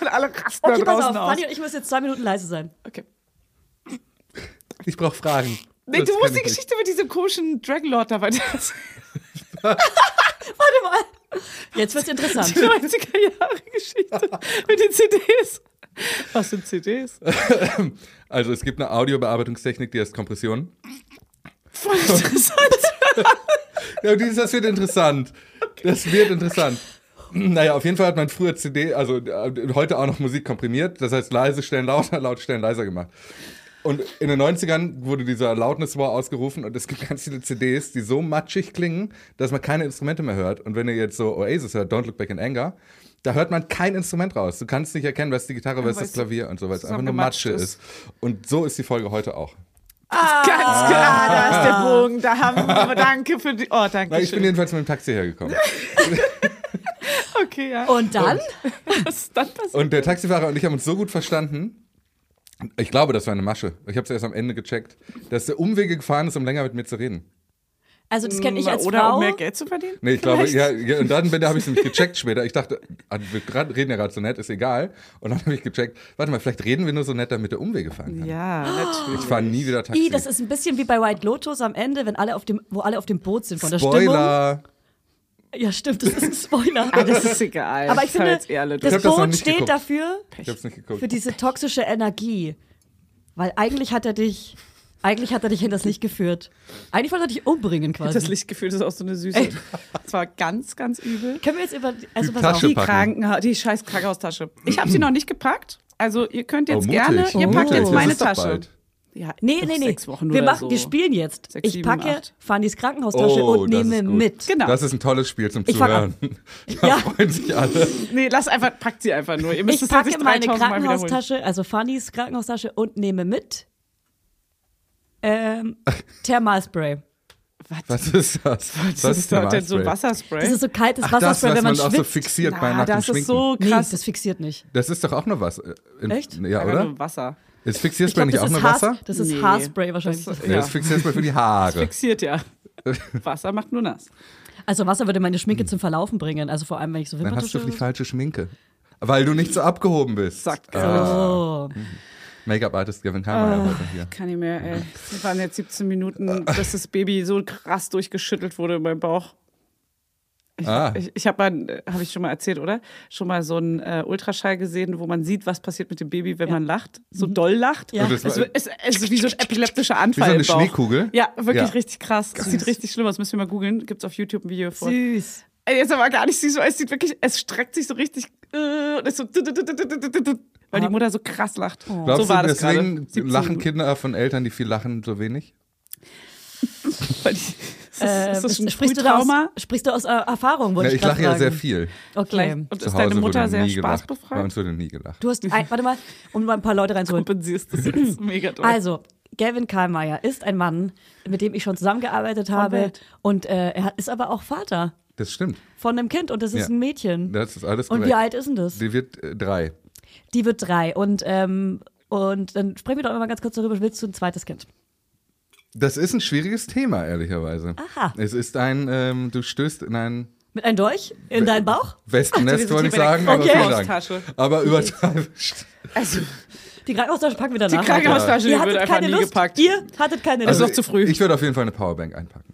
Speaker 5: Und alle rasten
Speaker 2: Okay,
Speaker 5: da
Speaker 2: pass auf,
Speaker 5: draußen aus.
Speaker 2: Fanny und ich muss jetzt zwei Minuten leise sein.
Speaker 5: Okay.
Speaker 1: Ich brauche Fragen.
Speaker 5: Nee,
Speaker 1: Das
Speaker 5: du musst
Speaker 1: kann
Speaker 5: die
Speaker 1: ich nicht.
Speaker 5: Geschichte mit diesem komischen Dragon Lord da weiter.
Speaker 2: Warte mal. Jetzt wird's interessant.
Speaker 5: Die 90er Jahre Geschichte mit den CDs. Was sind CDs?
Speaker 1: Also es gibt eine Audiobearbeitungstechnik, die heißt Kompression.
Speaker 5: Voll interessant.
Speaker 1: Ja, und dieses, das wird interessant. Das wird interessant. Naja, auf jeden Fall hat man früher CD, also äh, heute auch noch Musik komprimiert. Das heißt, leise Stellen lauter, laute Stellen leiser gemacht. Und in den 90ern wurde dieser Loudness War ausgerufen und es gibt ganz viele CDs, die so matschig klingen, dass man keine Instrumente mehr hört. Und wenn ihr jetzt so Oasis hört, Don't Look Back in Anger, da hört man kein Instrument raus. Du kannst nicht erkennen, was die Gitarre, was
Speaker 5: weil
Speaker 1: das
Speaker 5: es
Speaker 1: Klavier und so, weil es einfach nur
Speaker 5: zusammengematscht
Speaker 1: Matsche ist.
Speaker 5: ist.
Speaker 1: Und so ist die Folge heute auch.
Speaker 2: Ah.
Speaker 5: Ganz klar, da ist der Bogen. Da haben wir. aber Danke für die. Oh, danke.
Speaker 1: Na, ich bin
Speaker 5: schön.
Speaker 1: jedenfalls mit dem Taxi hergekommen.
Speaker 5: okay, ja.
Speaker 2: Und dann?
Speaker 5: was ist dann passiert?
Speaker 1: Und der Taxifahrer und ich haben uns so gut verstanden. Ich glaube, das war eine Masche. Ich habe es erst am Ende gecheckt, dass der Umwege gefahren ist, um länger mit mir zu reden.
Speaker 2: Also das kenne ich als
Speaker 5: Oder
Speaker 2: Frau.
Speaker 5: um mehr Geld zu verdienen?
Speaker 1: Nee, ich glaube,
Speaker 5: Vielleicht.
Speaker 1: ja, ja, und dann habe ich es nämlich gecheckt später. Ich dachte, ah, wir grad- reden ja gerade so nett, ist egal. Und dann habe ich gecheckt, warte mal, vielleicht reden wir nur so nett, damit der Umwege fahren kann.
Speaker 5: Ja,
Speaker 2: Ah.
Speaker 5: natürlich.
Speaker 1: Ich fahre nie wieder Taxi.
Speaker 2: I, das ist ein bisschen wie bei White Lotus am Ende, wenn alle auf dem, wo alle auf dem Boot sind von der Stimmung.
Speaker 1: Spoiler!
Speaker 2: Ja, stimmt, Ah, das ist ein Spoiler.
Speaker 5: Das ist egal.
Speaker 2: Aber ich finde,
Speaker 3: eh
Speaker 5: Falls ihr alle
Speaker 1: Ich
Speaker 2: das
Speaker 1: hab das noch
Speaker 2: Boot
Speaker 1: nicht
Speaker 2: steht
Speaker 1: geguckt.
Speaker 2: dafür,
Speaker 1: Ich habe es nicht geguckt.
Speaker 2: für diese toxische Energie. Weil eigentlich hat er dich, eigentlich hat er dich hinters Licht geführt. Eigentlich wollte er dich umbringen quasi.
Speaker 5: Das Lichtgefühl ist auch so eine Süße. Das war ganz, ganz übel.
Speaker 2: Können wir jetzt über, also
Speaker 1: Die
Speaker 2: pass
Speaker 1: Tasche.
Speaker 2: auf.
Speaker 5: Die,
Speaker 1: packen.
Speaker 5: Krankenha die scheiß Krankenhaustasche. Ich habe sie noch nicht gepackt. Also ihr könnt
Speaker 1: Oh,
Speaker 5: jetzt
Speaker 1: mutig.
Speaker 5: gerne, ihr
Speaker 2: Oh. Mutig,
Speaker 5: packt jetzt
Speaker 1: das
Speaker 5: meine
Speaker 1: ist doch
Speaker 5: Tasche.
Speaker 1: bald.
Speaker 3: ja,
Speaker 2: Nee,
Speaker 3: doch
Speaker 2: nee, nee.
Speaker 3: sechs Wochen
Speaker 2: wir
Speaker 3: oder
Speaker 2: machen,
Speaker 3: so.
Speaker 2: wir spielen jetzt.
Speaker 3: Sechs,
Speaker 2: ich
Speaker 3: sieben,
Speaker 2: packe
Speaker 3: acht.
Speaker 2: Fandys Krankenhaustasche
Speaker 1: Oh,
Speaker 2: und
Speaker 1: das ist
Speaker 2: nehme
Speaker 1: gut.
Speaker 2: mit.
Speaker 3: Genau.
Speaker 1: Das ist ein tolles Spiel zum
Speaker 2: Ich fang an.
Speaker 1: Zuhören. Da
Speaker 2: Ja.
Speaker 1: freuen sich alle.
Speaker 3: Nee, lass einfach, packt sie einfach nur. Ihr müsst
Speaker 2: Ich
Speaker 3: es jetzt
Speaker 2: packe
Speaker 3: nicht
Speaker 2: meine
Speaker 3: 3000 Mal wiederholen.
Speaker 2: Krankenhaustasche, also Fannys Krankenhaustasche und nehme mit ähm, Thermalspray.
Speaker 1: Was ist das?
Speaker 3: Was ist das denn so ein
Speaker 1: Thermalspray?
Speaker 3: Wasserspray?
Speaker 2: Das ist so kaltes
Speaker 1: Ach, das,
Speaker 2: Wasserspray,
Speaker 1: was
Speaker 2: wenn man
Speaker 1: man auch so
Speaker 2: schwitzt.
Speaker 1: fixiert bei
Speaker 3: Na,
Speaker 1: Nacht
Speaker 3: das
Speaker 1: und
Speaker 3: ist
Speaker 1: Schminken.
Speaker 3: so
Speaker 2: nee,
Speaker 3: krass.
Speaker 2: das fixiert nicht.
Speaker 1: Das ist doch auch nur Wasser. In-
Speaker 2: Echt?
Speaker 1: Ja,
Speaker 3: Einfach
Speaker 1: oder?
Speaker 3: nur Wasser.
Speaker 1: Ist
Speaker 2: Ich glaub,
Speaker 1: Fixierspray nicht
Speaker 2: das
Speaker 1: auch
Speaker 2: ist
Speaker 1: nur
Speaker 2: Haar-
Speaker 1: Wasser?
Speaker 2: Das ist
Speaker 3: Nee.
Speaker 2: Haarspray wahrscheinlich.
Speaker 3: Das-
Speaker 1: Nee,
Speaker 3: Ja.
Speaker 1: Das ist Fixierspray für die Haare.
Speaker 3: Fixiert ja. Wasser macht nur nass.
Speaker 2: also Wasser würde meine Schminke zum Verlaufen bringen. Also vor allem, wenn ich so
Speaker 1: Hm. Dann hast du
Speaker 2: Wimperntusche...
Speaker 1: die falsche Schminke. Weil du nicht so abgehoben bist. Ah.
Speaker 3: Sack.
Speaker 2: Oh.
Speaker 3: Hm.
Speaker 1: Make-up-Artist Gavin Kammerer
Speaker 2: Ah.
Speaker 1: heute hier.
Speaker 3: Kann ich mehr, ey. Es waren jetzt 17 Minuten, dass das Baby so krass durchgeschüttelt wurde in meinem Bauch. Ich,
Speaker 1: Ah.
Speaker 3: ich, ich habe mal, habe ich schon mal erzählt, oder? Schon mal so einen äh, Ultraschall gesehen, wo man sieht, was passiert mit dem Baby, wenn man lacht. So doll lacht.
Speaker 2: Ja. Und
Speaker 1: das
Speaker 3: Es,
Speaker 1: war-
Speaker 3: es, es ist wie so ein epileptischer
Speaker 1: Wie so
Speaker 3: Anfall
Speaker 1: eine
Speaker 3: im Bauch.
Speaker 1: Schneekugel?
Speaker 3: Ja, wirklich
Speaker 1: Ja.
Speaker 3: richtig krass. Das sieht richtig schlimm aus. Müssen wir mal googeln. Gibt es auf YouTube ein Video von.
Speaker 2: Süß.
Speaker 3: Ey, Jetzt aber gar nicht süß, weil es sieht wirklich, es streckt sich so richtig äh, und ist so, weil die Mutter so krass lacht.
Speaker 1: Glaubst
Speaker 3: so war
Speaker 1: du,
Speaker 3: das gerade.
Speaker 1: deswegen
Speaker 3: 17
Speaker 1: lachen
Speaker 3: Minuten.
Speaker 1: Kinder von Eltern, die viel lachen, so wenig?
Speaker 3: Weil die, ist
Speaker 2: Äh,
Speaker 3: das, ist das ein
Speaker 2: sprichst, du da aus,
Speaker 3: Frühtrauma?
Speaker 2: sprichst du aus äh, Erfahrung,
Speaker 1: Na,
Speaker 2: wollte ich
Speaker 1: ich lache ja
Speaker 2: gerade
Speaker 1: sehr
Speaker 2: sagen.
Speaker 1: viel.
Speaker 2: Okay.
Speaker 3: Und
Speaker 1: Zu
Speaker 3: ist
Speaker 1: Hause
Speaker 3: deine Mutter
Speaker 1: wurde
Speaker 3: sehr
Speaker 1: nie gelacht. Bei
Speaker 3: spaßbefreit?
Speaker 1: uns wurde nie gelacht.
Speaker 2: Du hast, ein, warte mal, um mal ein paar Leute reinzuholen.
Speaker 3: Kompensierst das jetzt mega doll.
Speaker 2: Also, Gavin Karlmeier ist ein Mann, mit dem ich schon zusammengearbeitet habe.
Speaker 3: Welt.
Speaker 2: Und äh, er hat- ist aber auch Vater
Speaker 1: Das stimmt.
Speaker 2: von einem Kind und das ist
Speaker 1: Ja.
Speaker 2: ein Mädchen.
Speaker 1: Das ist alles
Speaker 2: und
Speaker 1: korrekt.
Speaker 2: wie alt ist denn das?
Speaker 1: Die wird äh, drei.
Speaker 2: Die wird drei. Und, ähm, und dann sprechen wir doch mal ganz kurz darüber, willst du ein zweites Kind?
Speaker 1: Das ist ein schwieriges Thema, ehrlicherweise.
Speaker 2: Aha.
Speaker 1: Es ist ein, ähm, du stößt in ein
Speaker 2: Mit einem Dolch in deinen Bauch?
Speaker 1: Wespennest,
Speaker 3: Aktualisiert
Speaker 1: wollte ich
Speaker 3: wie bei der Mhm.
Speaker 1: sagen, aber
Speaker 2: Okay.
Speaker 1: vielen Dank.
Speaker 3: Fausttasche.
Speaker 1: Aber übertreibt.
Speaker 3: also
Speaker 2: Die Krankenhaustasche packen wir danach.
Speaker 3: die Krankenhausflasche
Speaker 2: Ihr
Speaker 3: die wird
Speaker 2: hattet
Speaker 3: einfach
Speaker 2: keine
Speaker 3: nie
Speaker 2: Lust.
Speaker 3: gepackt.
Speaker 2: Ihr hattet keine Lust.
Speaker 3: Also- noch zu früh.
Speaker 1: Ich würde auf jeden Fall eine Powerbank einpacken.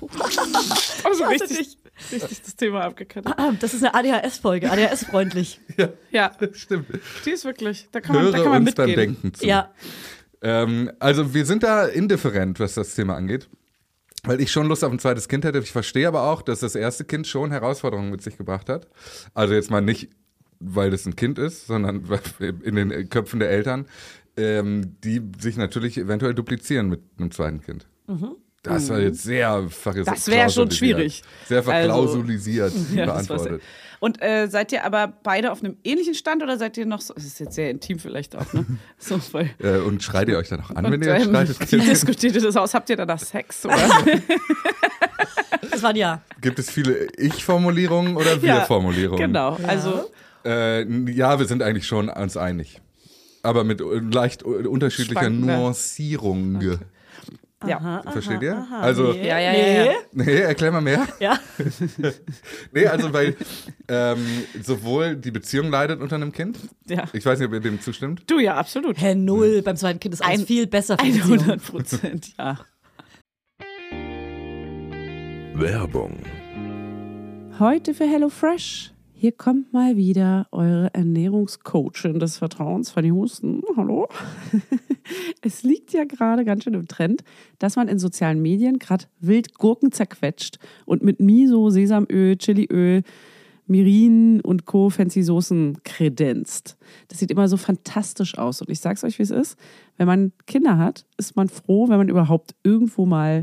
Speaker 3: Aber so
Speaker 2: Schade
Speaker 3: also richtig, richtig das Thema abgekattet.
Speaker 2: Ah, das ist eine ADHS-Folge, ADHS-freundlich.
Speaker 3: Ja,
Speaker 1: Stimmt.
Speaker 3: die ist wirklich, da kann man, da
Speaker 1: Höre
Speaker 3: kann man
Speaker 1: uns beim
Speaker 3: mitgehen.
Speaker 1: Denken zu.
Speaker 2: ja.
Speaker 1: Ähm, also wir sind da indifferent, was das Thema angeht. Weil ich schon Lust auf ein zweites Kind hätte. Ich verstehe aber auch, dass das erste Kind schon Herausforderungen mit sich gebracht hat. Also jetzt mal nicht, weil das ein Kind ist, sondern in den Köpfen der Eltern, ähm, die sich natürlich eventuell duplizieren mit einem zweiten Kind. Das war jetzt sehr verges-
Speaker 3: Mhm. Das wär schon
Speaker 1: klausulisiert.
Speaker 3: schwierig.
Speaker 1: Sehr
Speaker 3: Also-
Speaker 1: verklausulisiert
Speaker 3: das war's.
Speaker 1: beantwortet.
Speaker 3: Und äh, seid ihr aber beide auf einem ähnlichen Stand oder seid ihr noch so, das ist jetzt sehr intim vielleicht auch, ne? So, weil,
Speaker 1: Äh, und schreit ihr euch dann auch an, wenn
Speaker 3: und,
Speaker 1: ihr
Speaker 3: ähm,
Speaker 1: streitet?
Speaker 3: wie diskutiert ihr das aus? Habt ihr danach Sex? Oder?
Speaker 2: Das war ein Ja.
Speaker 1: Gibt es viele Ich-Formulierungen oder
Speaker 3: Ja,
Speaker 1: Wir-Formulierungen?
Speaker 3: Genau, also
Speaker 1: Äh, ja, wir sind eigentlich schon uns einig. Aber mit äh, leicht u- unterschiedlicher
Speaker 3: Schwankender.
Speaker 1: Nuancierung.
Speaker 3: ja.
Speaker 1: Versteht ihr? also,
Speaker 2: nee.
Speaker 3: Ja, ja, ja, ja.
Speaker 1: nee, erklär mal mehr.
Speaker 2: Ja.
Speaker 1: Nee, also, weil ähm, sowohl die Beziehung leidet unter einem Kind.
Speaker 3: Ja.
Speaker 1: Ich weiß nicht, ob ihr dem zustimmt.
Speaker 3: Du ja, absolut.
Speaker 2: Hä, null. Beim zweiten Kind ist alles
Speaker 3: Ein-
Speaker 2: viel besser. für die Beziehung.
Speaker 3: 100 Prozent, ja.
Speaker 4: Werbung,
Speaker 3: Heute für HelloFresh. Hier kommt mal wieder eure Ernährungscoachin des Vertrauens, Fanny Husten. Hallo. Es liegt ja gerade ganz schön im Trend, dass man in sozialen Medien gerade wild Gurken zerquetscht und mit Miso, Sesamöl, Chiliöl, Mirin und Co. fancy Soßen kredenzt. Das sieht immer so fantastisch aus. Und ich sag's euch, wie es ist. Wenn man Kinder hat, ist man froh, wenn man überhaupt irgendwo mal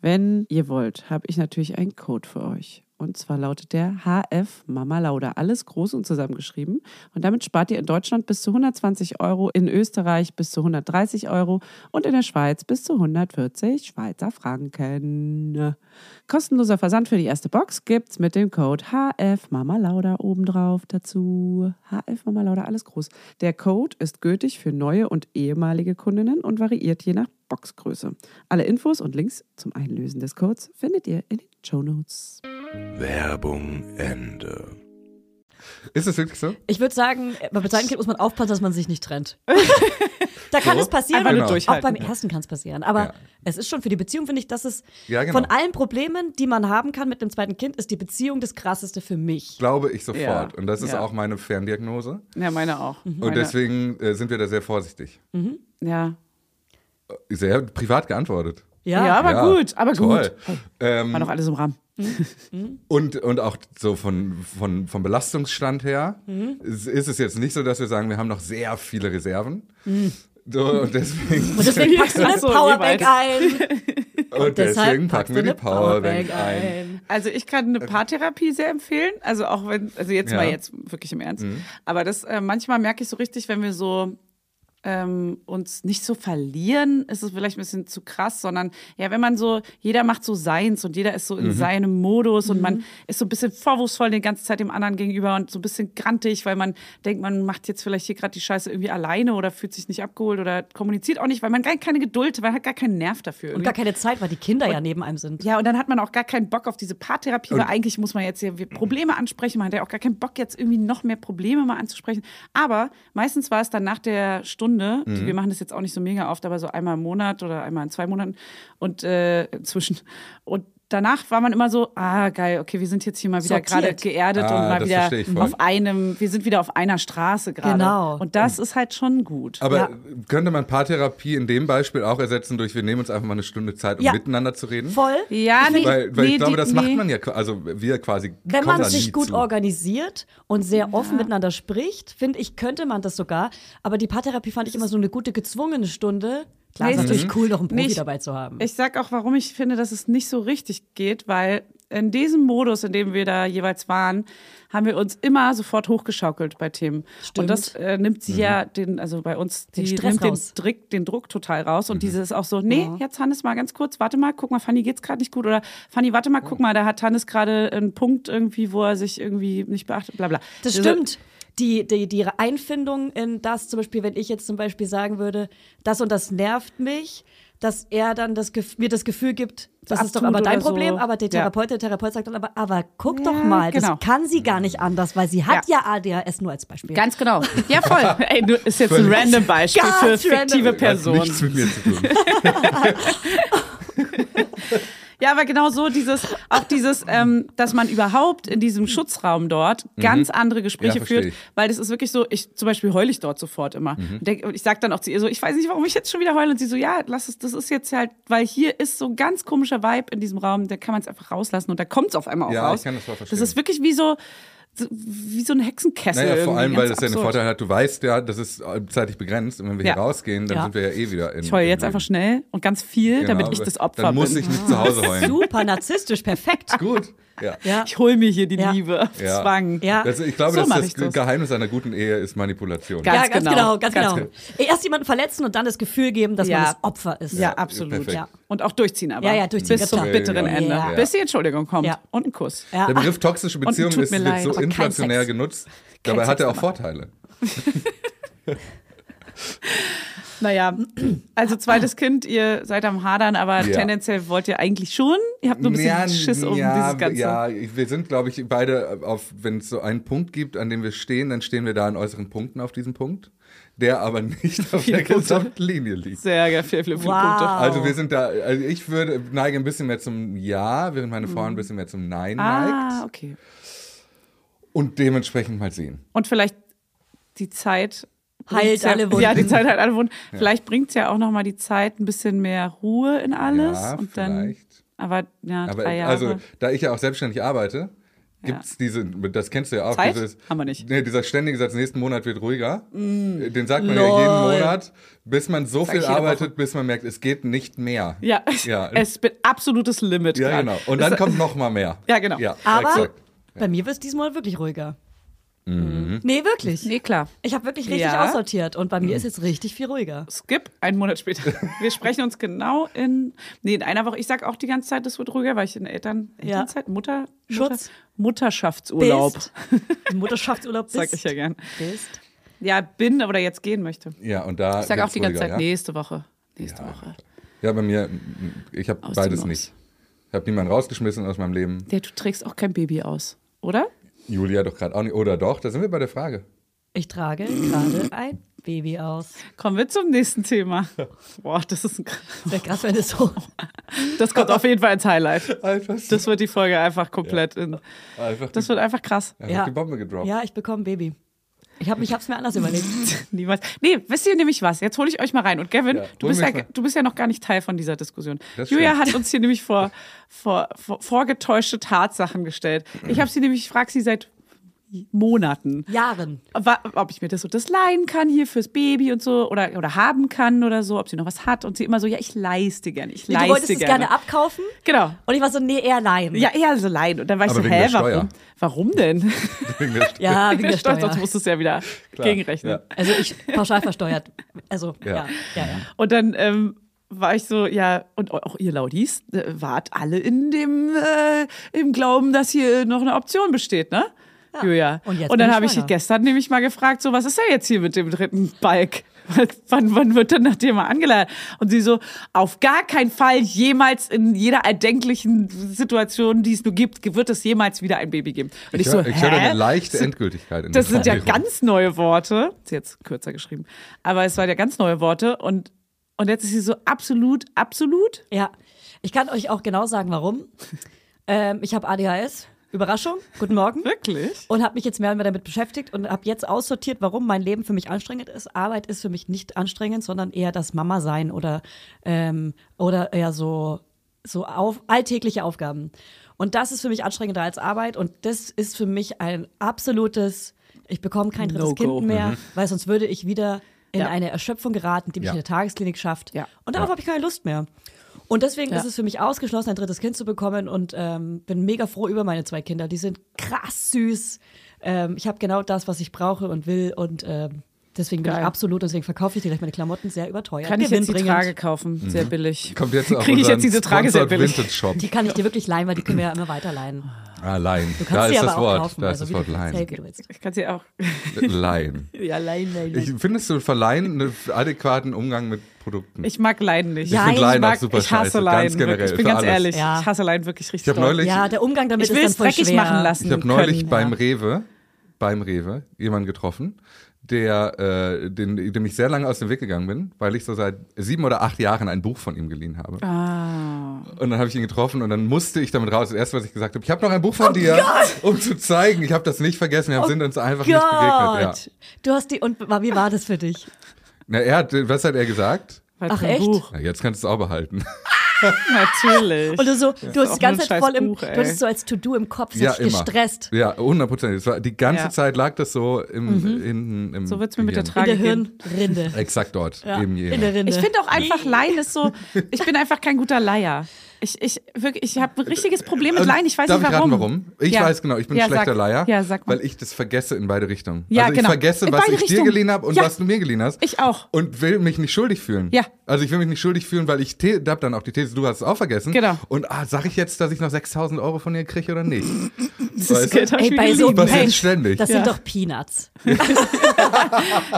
Speaker 3: wenn ihr wollt, habe ich natürlich einen Code für euch. Und zwar lautet der HF Mama Lauda. Alles groß und zusammengeschrieben. Und damit spart ihr in Deutschland bis zu 120 Euro, in Österreich bis zu 130 Euro und in der Schweiz bis zu 140 Schweizer Franken. Kostenloser Versand für die erste Box gibt's mit dem Code HF Mama Lauda obendrauf dazu. HF Mama Lauda, alles groß. Der Code ist gültig für neue und ehemalige Kundinnen und variiert je nach Boxgröße. Alle Infos und Links zum Einlösen des Codes findet ihr in den Show Notes.
Speaker 4: Werbung Ende.
Speaker 1: Ist das wirklich so?
Speaker 2: Ich würde sagen, äh, bei Bezahlungskrieg muss man aufpassen, dass man sich nicht trennt. da kann
Speaker 1: So.
Speaker 2: es passieren.
Speaker 1: Einfach nur
Speaker 2: und auch
Speaker 3: durchhalten.
Speaker 2: beim ersten kann es passieren. Aber
Speaker 1: Ja.
Speaker 2: es ist schon für die Beziehung, finde ich, dass es
Speaker 1: Ja, genau.
Speaker 2: von allen Problemen, die man haben kann mit dem zweiten Kind, ist die Beziehung das krasseste für mich.
Speaker 1: Glaube ich sofort.
Speaker 3: Ja.
Speaker 1: Und das ist
Speaker 3: Ja.
Speaker 1: auch meine Ferndiagnose.
Speaker 3: Ja, meine auch.
Speaker 1: Und deswegen äh, sind wir da sehr vorsichtig.
Speaker 3: Ja.
Speaker 1: Sehr privat geantwortet.
Speaker 3: Ja, aber
Speaker 1: Ja,
Speaker 3: gut, aber
Speaker 1: toll.
Speaker 3: gut. Hey,
Speaker 1: Ähm,
Speaker 3: War noch alles im Rahmen.
Speaker 1: und, und auch so von, von, vom Belastungsstand her ist ist es jetzt nicht so, dass wir sagen, wir haben noch sehr viele Reserven. So, und deswegen,
Speaker 2: Und deswegen packst du
Speaker 3: Ach
Speaker 2: eine
Speaker 3: so,
Speaker 2: Powerbank
Speaker 3: jeweils.
Speaker 2: ein.
Speaker 1: und deswegen packen wir die Powerbank ein.
Speaker 3: Also ich kann eine Paartherapie sehr empfehlen. Also auch wenn, also jetzt
Speaker 1: Ja.
Speaker 3: mal jetzt wirklich im Ernst. Aber das äh, manchmal merke ich so richtig, wenn wir so ähm, uns nicht so verlieren, ist es vielleicht ein bisschen zu krass, sondern ja, wenn man so, jeder macht so seins und jeder ist so in seinem Modus und man ist so ein bisschen vorwurfsvoll die ganze Zeit dem anderen gegenüber und so ein bisschen grantig, weil man denkt, man macht jetzt vielleicht hier gerade die Scheiße irgendwie alleine oder fühlt sich nicht abgeholt oder kommuniziert auch nicht, weil man gar keine Geduld, weil man hat gar keinen Nerv dafür.
Speaker 2: Und
Speaker 3: irgendwie.
Speaker 2: gar keine Zeit, weil die Kinder ja neben einem sind.
Speaker 3: Ja, und dann hat man auch gar keinen Bock auf diese Paartherapie, weil eigentlich muss man jetzt hier
Speaker 1: Mhm.
Speaker 3: Probleme ansprechen. Man hat ja auch gar keinen Bock, jetzt irgendwie noch mehr Probleme mal anzusprechen. Aber meistens war es dann nach der Stunde,
Speaker 1: Mhm.
Speaker 3: die, wir machen das jetzt auch nicht so mega oft, aber so einmal im Monat oder einmal in zwei Monaten und äh, inzwischen. Und danach war man immer so, ah, geil, okay, wir sind jetzt hier mal wieder
Speaker 2: Sortiert.
Speaker 3: gerade geerdet
Speaker 1: Ah,
Speaker 3: und mal
Speaker 1: das
Speaker 3: wieder
Speaker 1: verstehe ich voll.
Speaker 3: auf einem, wir sind wieder auf einer Straße gerade.
Speaker 2: Genau.
Speaker 3: Und das ist halt schon gut.
Speaker 1: Aber
Speaker 3: ja.
Speaker 1: könnte man Paartherapie in dem Beispiel auch ersetzen durch, wir nehmen uns einfach mal eine Stunde Zeit, um
Speaker 2: Ja.
Speaker 1: miteinander zu reden?
Speaker 2: Voll.
Speaker 3: Ja, nee,
Speaker 1: Weil, weil
Speaker 3: nee,
Speaker 1: ich glaube,
Speaker 3: die-
Speaker 1: das
Speaker 3: nee.
Speaker 1: macht man ja, qua- also wir quasi.
Speaker 2: Wenn
Speaker 1: kommen
Speaker 2: man
Speaker 1: da nie
Speaker 2: sich gut
Speaker 1: zu.
Speaker 2: organisiert und sehr offen miteinander spricht, finde ich, könnte man das sogar. Aber die Paartherapie fand ich immer so eine gute gezwungene Stunde. Klar, ist
Speaker 1: mhm.
Speaker 3: Nee,
Speaker 2: natürlich cool, noch einen Profi
Speaker 3: Nicht-
Speaker 2: dabei zu haben.
Speaker 3: Ich sag auch, warum ich finde, dass es nicht so richtig geht, weil in diesem Modus, in dem wir da jeweils waren, haben wir uns immer sofort hochgeschaukelt bei Themen. Und
Speaker 2: Stimmt. Mhm.
Speaker 3: das äh, nimmt sie ja den, also bei uns, die
Speaker 2: Den Stress
Speaker 3: nimmt den,
Speaker 2: raus. Mhm.
Speaker 3: Drick, den Druck total raus. Und dieses auch so, nee, jetzt Hannes mal ganz kurz, warte mal, guck mal, Fanny geht's gerade nicht gut. Oder Fanny, warte mal, guck mal, da hat Hannes gerade einen Punkt irgendwie, wo er sich irgendwie nicht beachtet, bla bla.
Speaker 2: Das
Speaker 1: Also
Speaker 3: Diese-
Speaker 2: stimmt. Also Die, die, die Einfindung in das, zum Beispiel, wenn ich jetzt zum Beispiel sagen würde, das und das nervt mich, dass er dann das, Gef- mir das Gefühl gibt, das ist doch
Speaker 3: Abtut
Speaker 2: aber dein
Speaker 3: oder so.
Speaker 2: Problem, aber der
Speaker 3: Ja.
Speaker 2: Therapeut, der Therapeut sagt dann aber, aber guck
Speaker 3: Ja,
Speaker 2: doch mal,
Speaker 3: genau.
Speaker 2: das kann sie gar nicht anders, weil sie hat ja, ADHS nur als Beispiel.
Speaker 3: Ganz genau. Ja, voll. Ey, du, ist jetzt ein
Speaker 1: Völlig-
Speaker 3: random Beispiel
Speaker 2: Ganz
Speaker 3: für
Speaker 2: random.
Speaker 3: fiktive
Speaker 1: Hat
Speaker 3: Personen.
Speaker 1: Nichts mit mir zu tun.
Speaker 3: Ja, aber genau so dieses, auch dieses, ähm, dass man überhaupt in diesem Schutzraum dort ganz andere Gespräche
Speaker 1: Mhm. Ja, verstehe
Speaker 3: führt,
Speaker 1: ich. Mhm.
Speaker 3: weil das ist wirklich so, ich zum Beispiel heule ich dort sofort immer. Und, denk, und ich sag dann auch zu ihr so, ich weiß nicht, warum ich jetzt schon wieder heule. Und sie so, ja, lass es, das ist jetzt halt, weil hier ist so ein ganz komischer Vibe in diesem Raum, da kann man es einfach rauslassen und da kommt es auf einmal auch
Speaker 1: Ja, ich
Speaker 3: raus.
Speaker 1: kann das voll
Speaker 3: das
Speaker 1: verstehen.
Speaker 3: ist wirklich wie so, so- wie so ein Hexenkessel.
Speaker 1: Naja, vor
Speaker 3: irgendwie,
Speaker 1: allem, weil
Speaker 3: ganz
Speaker 1: das ja den
Speaker 3: absurd.
Speaker 1: Vorteil hat, du weißt ja, das ist zeitlich begrenzt und wenn wir
Speaker 3: Ja.
Speaker 1: hier rausgehen, dann
Speaker 2: Ja.
Speaker 1: sind wir ja eh wieder in.
Speaker 3: Ich heule
Speaker 1: im
Speaker 3: jetzt
Speaker 1: Leben.
Speaker 3: einfach schnell und ganz viel,
Speaker 1: Genau,
Speaker 3: damit ich
Speaker 1: aber
Speaker 3: das Opfer
Speaker 1: Dann muss
Speaker 3: bin.
Speaker 1: ich nicht zu Hause heulen.
Speaker 2: Super narzisstisch, perfekt.
Speaker 1: Gut. Ja.
Speaker 2: Ja.
Speaker 3: Ich hole mir hier die
Speaker 2: Ja.
Speaker 3: Liebe auf
Speaker 1: Ja.
Speaker 3: Zwang.
Speaker 2: Ja.
Speaker 1: Also ich glaube,
Speaker 3: So
Speaker 1: das
Speaker 3: mach
Speaker 1: ist
Speaker 3: ich
Speaker 1: das,
Speaker 3: das.
Speaker 1: Geheimnis einer guten Ehe ist Manipulation.
Speaker 3: Geil.
Speaker 2: ja, ganz genau, ganz,
Speaker 3: Ganz
Speaker 2: genau. Erst jemanden verletzen und dann das Gefühl geben, dass
Speaker 3: Ja.
Speaker 2: man das Opfer ist.
Speaker 3: Ja, absolut.
Speaker 1: perfekt.
Speaker 2: Ja.
Speaker 3: Und auch durchziehen aber.
Speaker 2: Ja, ja, durchziehen,
Speaker 3: Bis
Speaker 2: ganz
Speaker 3: zum
Speaker 2: klar.
Speaker 3: bitteren
Speaker 2: Ja.
Speaker 3: Ende.
Speaker 2: Ja.
Speaker 3: Bis die Entschuldigung kommt.
Speaker 2: Ja.
Speaker 3: Und ein Kuss.
Speaker 2: Ja.
Speaker 1: Der Begriff toxische Beziehung
Speaker 3: tut
Speaker 1: ist
Speaker 3: mir
Speaker 1: wird
Speaker 3: leid,
Speaker 1: so
Speaker 3: aber
Speaker 2: kein
Speaker 1: inflationär
Speaker 2: Sex.
Speaker 1: genutzt. Dabei
Speaker 3: Sex
Speaker 1: hat er auch
Speaker 3: immer.
Speaker 1: Vorteile.
Speaker 3: Naja, also zweites Kind, ihr seid am Hadern, aber
Speaker 1: Ja.
Speaker 3: tendenziell wollt ihr eigentlich schon. Ihr habt nur ein bisschen
Speaker 1: Ja,
Speaker 3: Schiss um
Speaker 1: ja,
Speaker 3: dieses Ganze.
Speaker 1: Ja, wir sind, glaube ich, beide auf, wenn es so einen Punkt gibt, an dem wir stehen, dann stehen wir da an äußeren Punkten auf diesem Punkt, der aber nicht auf
Speaker 3: Viele
Speaker 1: der
Speaker 3: Punkte.
Speaker 1: gesamten Linie liegt.
Speaker 3: Sehr, sehr viele, viele Punkte.
Speaker 2: Wow.
Speaker 1: Also wir sind da, also ich würde neige ein bisschen mehr zum Ja, während meine Frau ein bisschen mehr zum Nein
Speaker 3: Ah,
Speaker 1: neigt.
Speaker 3: okay.
Speaker 1: Und dementsprechend mal sehen.
Speaker 3: Und vielleicht die Zeit
Speaker 2: Heilt
Speaker 3: ja,
Speaker 2: Halt alle Wunden.
Speaker 3: Ja, die Zeit heilt alle Wunden. Vielleicht bringt es ja auch nochmal die Zeit ein bisschen mehr Ruhe in alles.
Speaker 1: Ja,
Speaker 3: und
Speaker 1: vielleicht.
Speaker 3: dann. Aber ja,
Speaker 1: Aber
Speaker 3: drei Jahre.
Speaker 1: also, da ich ja auch selbstständig arbeite, gibt's diese, das kennst du ja auch,
Speaker 3: Zeit?
Speaker 1: dieses,
Speaker 3: Haben wir nicht. Mm.
Speaker 1: Nee, dieser ständige Satz, nächsten Monat wird ruhiger, den sagt man
Speaker 2: Lol.
Speaker 1: ja jeden Monat, bis man so
Speaker 3: Sag
Speaker 1: viel
Speaker 3: ich jede
Speaker 1: arbeitet, bis man merkt, es geht nicht mehr.
Speaker 3: ja,
Speaker 1: ja,
Speaker 3: es bin absolutes Limit.
Speaker 1: ja
Speaker 3: grad.
Speaker 1: genau. Und dann kommt noch mal mehr.
Speaker 3: Ja, genau.
Speaker 1: Ja,
Speaker 2: Aber
Speaker 1: exakt. Mhm.
Speaker 2: bei mir wird es diesmal wirklich ruhiger. Nee, wirklich.
Speaker 3: Nee, klar.
Speaker 2: Ich habe wirklich richtig
Speaker 3: Ja.
Speaker 2: aussortiert und bei mir ist jetzt richtig viel ruhiger.
Speaker 3: Skip, einen Monat später. Wir sprechen uns genau in, nee, in einer Woche. Ich sage auch die ganze Zeit, das wird ruhiger, weil ich in Eltern,
Speaker 2: Ja.
Speaker 3: Elternzeit, Mutter,
Speaker 2: Schutz.
Speaker 3: Mutter, Mutterschaftsurlaub,
Speaker 2: Bist. Mutterschaftsurlaub bist.
Speaker 3: sag ich ja gern.
Speaker 2: Bist.
Speaker 3: Ja, bin oder jetzt gehen möchte.
Speaker 1: Ja, und da
Speaker 3: Ich sage auch
Speaker 1: wird's
Speaker 3: die ganze
Speaker 1: ruhiger,
Speaker 3: Zeit,
Speaker 1: ja?
Speaker 3: nächste Woche, nächste Woche.
Speaker 1: Ja, bei mir, mm, ich habe
Speaker 3: Aus dem
Speaker 1: beides
Speaker 3: Haus.
Speaker 1: nicht. Ich habe niemanden rausgeschmissen aus meinem Leben.
Speaker 3: Der, du trägst auch kein Baby aus, oder?
Speaker 1: Julia doch gerade auch nicht. Oder doch, da sind wir bei der Frage.
Speaker 2: Ich trage gerade ein Baby aus.
Speaker 3: Kommen wir zum nächsten Thema. Boah, das ist ein, kr-
Speaker 2: Wäre krass, wenn es so.
Speaker 3: das kommt auf jeden Fall ins Highlight.
Speaker 1: Einfach,
Speaker 3: Das wird die Folge einfach komplett in,
Speaker 1: einfach
Speaker 3: das
Speaker 1: die,
Speaker 3: wird einfach krass.
Speaker 1: einfach die Bombe gedroppt.
Speaker 2: Ja, ich bekomme ein Baby. Ich habe ich hab's mir anders überlegt.
Speaker 3: Niemals. Nee, wisst ihr nämlich was? Jetzt hole ich euch mal rein. Und Gavin,
Speaker 1: Ja,
Speaker 3: du,
Speaker 1: hol
Speaker 3: bist ja,
Speaker 1: mich mal.
Speaker 3: du bist ja noch gar nicht Teil von dieser Diskussion.
Speaker 1: Das
Speaker 3: Julia
Speaker 1: stimmt.
Speaker 3: hat uns hier nämlich vor, vor, vor vorgetäuschte Tatsachen gestellt. Ich habe sie nämlich, ich frage sie seit Monaten,
Speaker 2: Jahren.
Speaker 3: wa- ob ich mir das und das leihen kann hier fürs Baby und so oder, oder haben kann oder so, ob sie noch was hat. Und sie immer so, ja, ich leiste gerne, ich
Speaker 2: Nee,
Speaker 3: leiste
Speaker 2: du wolltest es gerne abkaufen
Speaker 3: Genau.
Speaker 2: und ich war so, nee, eher nein.
Speaker 3: Ja, eher so leihen. Und dann war ich
Speaker 1: Aber
Speaker 3: so,
Speaker 1: wegen
Speaker 3: hä,
Speaker 1: der
Speaker 3: warum?
Speaker 1: Steuer.
Speaker 3: Warum denn?
Speaker 1: Wegen der St-
Speaker 2: ja Ah, wegen der Steuer.
Speaker 3: Sonst musst du es ja wieder
Speaker 1: Klar,
Speaker 3: gegenrechnen.
Speaker 1: ja.
Speaker 2: Also ich pauschal versteuert. Also ja,
Speaker 1: Ja.
Speaker 2: ja, ja.
Speaker 3: Und dann ähm, war ich so, ja, und auch ihr Laudis äh, wart alle in dem, äh, im Glauben, dass hier noch eine Option besteht, ne?
Speaker 2: Ja.
Speaker 3: Julia.
Speaker 2: Und jetzt
Speaker 3: und dann
Speaker 2: bin ich
Speaker 3: habe ich
Speaker 2: schwanger.
Speaker 3: gestern nämlich mal gefragt, so, was ist denn jetzt hier mit dem dritten Balk? Wann, wann wird denn nach dir mal angeladen? Und sie so, auf gar keinen Fall jemals in jeder erdenklichen Situation, die es nur gibt, wird es jemals wieder ein Baby geben. Und
Speaker 1: Ich,
Speaker 3: so,
Speaker 1: hör- ich höre da
Speaker 3: hä?
Speaker 1: eine leichte Endgültigkeit in
Speaker 3: Das
Speaker 1: der
Speaker 3: sind ja
Speaker 1: Formulierung.
Speaker 3: ganz neue Worte. Ist jetzt kürzer geschrieben. Aber es waren ja ganz neue Worte. Und, und jetzt ist sie so absolut, absolut.
Speaker 2: Ja, ich kann euch auch genau sagen, warum. ähm, ich habe ADHS. Überraschung. Guten Morgen.
Speaker 3: Wirklich?
Speaker 2: Und habe mich jetzt mehr und mehr damit beschäftigt und habe jetzt aussortiert, warum mein Leben für mich anstrengend ist. Arbeit ist für mich nicht anstrengend, sondern eher das Mama sein oder ähm, oder eher so so auf, alltägliche Aufgaben. Und das ist für mich anstrengender als Arbeit und das ist für mich ein absolutes. Ich bekomme kein drittes
Speaker 3: No-Go.
Speaker 2: Kind
Speaker 3: Mhm.
Speaker 2: mehr, weil sonst würde ich wieder in
Speaker 3: Ja.
Speaker 2: eine Erschöpfung geraten, die mich
Speaker 1: Ja.
Speaker 2: in der Tagesklinik schafft.
Speaker 3: Ja.
Speaker 2: Und darauf habe ich keine Lust mehr. Und deswegen
Speaker 3: Ja.
Speaker 2: ist es für mich ausgeschlossen, ein drittes Kind zu bekommen und ähm, bin mega froh über meine zwei Kinder. Die sind krass süß. Ähm, ich habe genau das, was ich brauche und will und ähm, deswegen bin
Speaker 3: Geil.
Speaker 2: ich absolut, deswegen verkaufe ich dir gleich meine Klamotten sehr überteuert.
Speaker 3: Kann ich jetzt die
Speaker 2: gewinnbringend.
Speaker 3: Trage kaufen? Sehr billig.
Speaker 1: Mhm. Kommt jetzt auf
Speaker 3: Kriege ich
Speaker 1: unseren
Speaker 3: jetzt diese Trage sehr
Speaker 1: Sponsored
Speaker 3: billig?
Speaker 1: Vintage Shop.
Speaker 2: Die kann ich dir wirklich leihen, weil die können wir ja immer weiterleihen.
Speaker 1: Ah, Laien.
Speaker 2: Du kannst
Speaker 1: Da
Speaker 2: sie
Speaker 1: ist
Speaker 2: aber
Speaker 1: das
Speaker 2: auch
Speaker 1: Wort.
Speaker 2: kaufen.
Speaker 1: Da ist das
Speaker 2: also
Speaker 1: Wort
Speaker 2: wie du, hey, wie
Speaker 1: Laien.
Speaker 2: du willst.
Speaker 3: Ich kann sie auch.
Speaker 1: Laien.
Speaker 2: Ja, leihen, leihen,
Speaker 1: Ich,
Speaker 2: leihen.
Speaker 1: findest du Verleihen einen adäquaten Umgang mit Produkten?
Speaker 3: Ich mag Leiden nicht.
Speaker 2: Ja, Ich find
Speaker 3: ich,
Speaker 1: Leiden auch
Speaker 3: mag,
Speaker 1: super
Speaker 3: ich hasse
Speaker 1: scheiße, ganz
Speaker 3: Leiden.
Speaker 1: generell,
Speaker 3: wirklich. ich bin
Speaker 1: für
Speaker 3: ganz
Speaker 1: alles.
Speaker 3: ehrlich.
Speaker 2: Ja.
Speaker 3: Ich hasse Leiden wirklich richtig.
Speaker 1: Ich hab
Speaker 3: doll.
Speaker 1: neulich-
Speaker 2: Ja, der Umgang damit
Speaker 3: ich will
Speaker 2: ist dann
Speaker 3: es
Speaker 2: voll
Speaker 3: dreckig
Speaker 2: schwer.
Speaker 3: machen lassen.
Speaker 1: Ich habe neulich
Speaker 3: können.
Speaker 1: beim Rewe, beim Rewe, jemanden getroffen, der, äh, den, dem ich sehr lange aus dem Weg gegangen bin, weil ich so seit sieben oder acht Jahren ein Buch von ihm geliehen habe.
Speaker 3: Ah.
Speaker 1: Und dann habe ich ihn getroffen und dann musste ich damit raus. Das erste, was ich gesagt habe, ich habe noch ein Buch
Speaker 3: Oh
Speaker 1: von dir, um zu zeigen, ich habe das nicht vergessen, wir sind uns einfach nicht begegnet. Ja.
Speaker 2: Du hast die, und wie war das für dich?
Speaker 1: Na, er hat, was hat er gesagt?
Speaker 3: Was
Speaker 2: Ach,
Speaker 3: für ein
Speaker 2: echt?
Speaker 3: Buch.
Speaker 1: Na, jetzt kannst du es auch behalten.
Speaker 3: Natürlich.
Speaker 2: Und du so, du hast
Speaker 3: auch
Speaker 2: die ganze Zeit
Speaker 3: ein scheiß
Speaker 2: voll im,
Speaker 3: Buch,
Speaker 2: du
Speaker 3: ey.
Speaker 2: hattest so als To-Do im Kopf, so
Speaker 1: ja, immer.
Speaker 2: gestresst.
Speaker 1: Ja, hundertprozentig. Das war- Die ganze
Speaker 3: Ja. Mhm.
Speaker 1: Zeit lag das so im, in, im
Speaker 3: So wird's mir mit der
Speaker 1: Gehirn.
Speaker 3: Trage
Speaker 2: in der
Speaker 3: gehen.
Speaker 2: Hirnrinde.
Speaker 1: Exakt dort.
Speaker 2: Ja,
Speaker 1: eben
Speaker 2: in
Speaker 1: jener.
Speaker 2: der Rinde.
Speaker 3: Ich finde auch einfach Laien ist so, ich bin einfach kein guter Leier. Ich, ich, wirklich, ich habe ein richtiges Problem mit
Speaker 1: Also,
Speaker 3: Laien. Ich weiß
Speaker 1: darf
Speaker 3: nicht
Speaker 1: ich raten,
Speaker 3: warum.
Speaker 1: warum? Ich
Speaker 3: Ja.
Speaker 1: weiß genau, ich bin ein
Speaker 3: Ja,
Speaker 1: schlechter
Speaker 3: sag.
Speaker 1: Leier,
Speaker 3: Ja, sag mal.
Speaker 1: weil ich das vergesse in beide Richtungen.
Speaker 3: Ja,
Speaker 1: also ich
Speaker 3: genau.
Speaker 1: vergesse,
Speaker 3: In
Speaker 1: was
Speaker 3: beide
Speaker 1: ich dir
Speaker 3: Richtungen.
Speaker 1: geliehen habe und
Speaker 3: Ja.
Speaker 1: was du mir geliehen hast.
Speaker 3: Ich auch.
Speaker 1: Und will mich nicht schuldig fühlen.
Speaker 3: Ja.
Speaker 1: Also ich will mich nicht schuldig fühlen, weil ich the- hab dann auch die These, du hast es auch vergessen.
Speaker 3: Genau.
Speaker 1: Und ah, sag ich jetzt, dass ich noch 6000 Euro von dir kriege oder nicht?
Speaker 3: Das
Speaker 1: Weißt du?
Speaker 3: Geld hab ich
Speaker 2: Ey,
Speaker 3: mir
Speaker 2: bei
Speaker 3: geliehen.
Speaker 2: so
Speaker 1: passiert
Speaker 2: Mensch,
Speaker 1: ständig.
Speaker 2: Das
Speaker 3: Ja.
Speaker 2: sind doch Peanuts.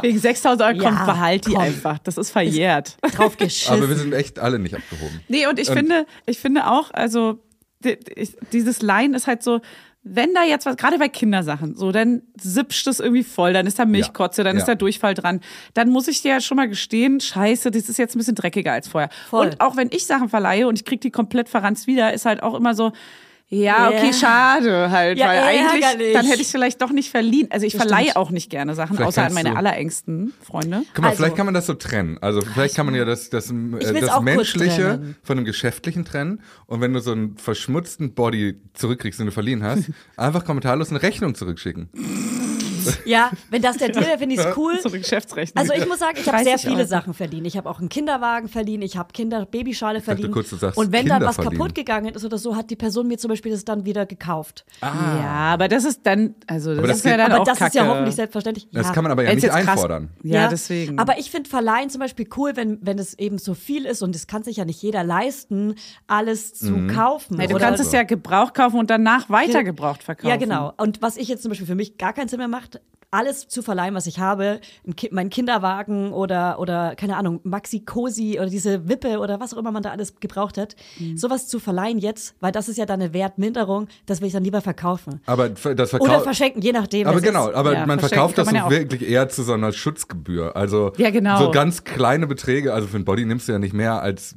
Speaker 3: Wegen 6000 Euro, komm,
Speaker 2: Ja,
Speaker 3: behalt die
Speaker 2: komm.
Speaker 3: einfach. Das ist verjährt.
Speaker 2: Drauf
Speaker 1: Aber wir
Speaker 2: geschissen.
Speaker 1: sind echt alle nicht abgehoben.
Speaker 3: Nee, und ich
Speaker 1: Und-
Speaker 3: finde, ich finde auch, also di- ich, dieses Line ist halt so, wenn da jetzt was, gerade bei Kindersachen, so, dann sippst es irgendwie voll, dann ist da Milchkotze, dann
Speaker 1: Ja.
Speaker 3: ist da Durchfall dran. Dann muss ich dir ja schon mal gestehen, scheiße, das ist jetzt ein bisschen dreckiger als vorher.
Speaker 2: Voll.
Speaker 3: Und auch wenn ich Sachen verleihe und ich krieg die komplett verranzt wieder, ist halt auch immer so, ja, okay,
Speaker 2: Ja.
Speaker 3: schade halt,
Speaker 2: Ja,
Speaker 3: weil eigentlich,
Speaker 2: ärgerlich.
Speaker 3: dann hätte ich vielleicht doch nicht verliehen. Also ich
Speaker 2: Das
Speaker 3: verleihe
Speaker 2: stimmt.
Speaker 3: auch nicht gerne Sachen,
Speaker 1: Vielleicht
Speaker 3: außer an
Speaker 1: kannst
Speaker 3: meine
Speaker 1: du-
Speaker 3: allerängsten Freunde.
Speaker 1: Guck mal,
Speaker 2: Also-
Speaker 1: vielleicht kann man das so trennen. Also vielleicht kann man ja das, das, äh,
Speaker 2: will's auch
Speaker 1: das
Speaker 2: kurz
Speaker 1: Menschliche
Speaker 2: trennen.
Speaker 1: von dem Geschäftlichen trennen. Und wenn du so einen verschmutzten Body zurückkriegst, den du verliehen hast, einfach kommentarlos eine Rechnung zurückschicken.
Speaker 2: Ja, wenn das der Deal wäre, finde ich es cool.
Speaker 3: So eine Geschäftsrechnung.
Speaker 2: Also ich muss sagen, ich habe
Speaker 3: 30
Speaker 2: sehr viele
Speaker 3: Euro.
Speaker 2: Sachen verdient. Ich habe auch einen Kinderwagen verdient, ich habe Kinderbabyschale
Speaker 1: dachte
Speaker 2: verdient.
Speaker 1: kurz, du sagst
Speaker 2: und wenn dann
Speaker 1: Kinder
Speaker 2: was
Speaker 1: verdienen.
Speaker 2: kaputt gegangen ist oder so, hat die Person mir zum Beispiel das dann wieder gekauft. Ah.
Speaker 3: Ja, aber das ist dann, also das,
Speaker 1: Aber das
Speaker 3: ist ja
Speaker 1: geht-
Speaker 3: dann
Speaker 2: aber
Speaker 3: auch
Speaker 2: das
Speaker 3: Kacke.
Speaker 2: ist ja hoffentlich selbstverständlich.
Speaker 1: Das
Speaker 2: ja.
Speaker 1: kann man aber ja
Speaker 3: Wenn's
Speaker 1: nicht
Speaker 3: jetzt krass-
Speaker 1: einfordern.
Speaker 3: Ja, deswegen.
Speaker 2: Aber ich finde Verleihen zum Beispiel cool, wenn, wenn es eben so viel ist und das kann sich ja nicht jeder leisten, alles zu kaufen.
Speaker 3: Nein, du
Speaker 2: oder
Speaker 3: kannst es Mhm. ja gebraucht kaufen und danach weiter gebraucht verkaufen.
Speaker 2: Ja, genau. Und was ich jetzt zum Beispiel für mich gar keinen Sinn mehr macht, alles zu verleihen, was ich habe, ein Ki mein Kinderwagen oder, oder, keine Ahnung, Maxi Cosi oder diese Wippe oder was auch immer man da alles gebraucht hat,
Speaker 3: Mhm.
Speaker 2: sowas zu verleihen jetzt, weil das ist ja dann eine Wertminderung, das will ich dann lieber verkaufen.
Speaker 1: Aber das
Speaker 2: Oder
Speaker 1: Verkauf.
Speaker 2: verschenken, je nachdem.
Speaker 1: Aber
Speaker 2: das
Speaker 1: genau,
Speaker 2: Ist,
Speaker 1: aber
Speaker 3: Ja,
Speaker 1: man
Speaker 3: verschenken
Speaker 1: verkauft
Speaker 3: kann
Speaker 1: das
Speaker 3: man ja
Speaker 1: so
Speaker 3: auch.
Speaker 1: wirklich eher zu so einer Schutzgebühr. Also
Speaker 3: Ja, genau.
Speaker 1: so ganz kleine Beträge. Also für ein Body nimmst du ja nicht mehr als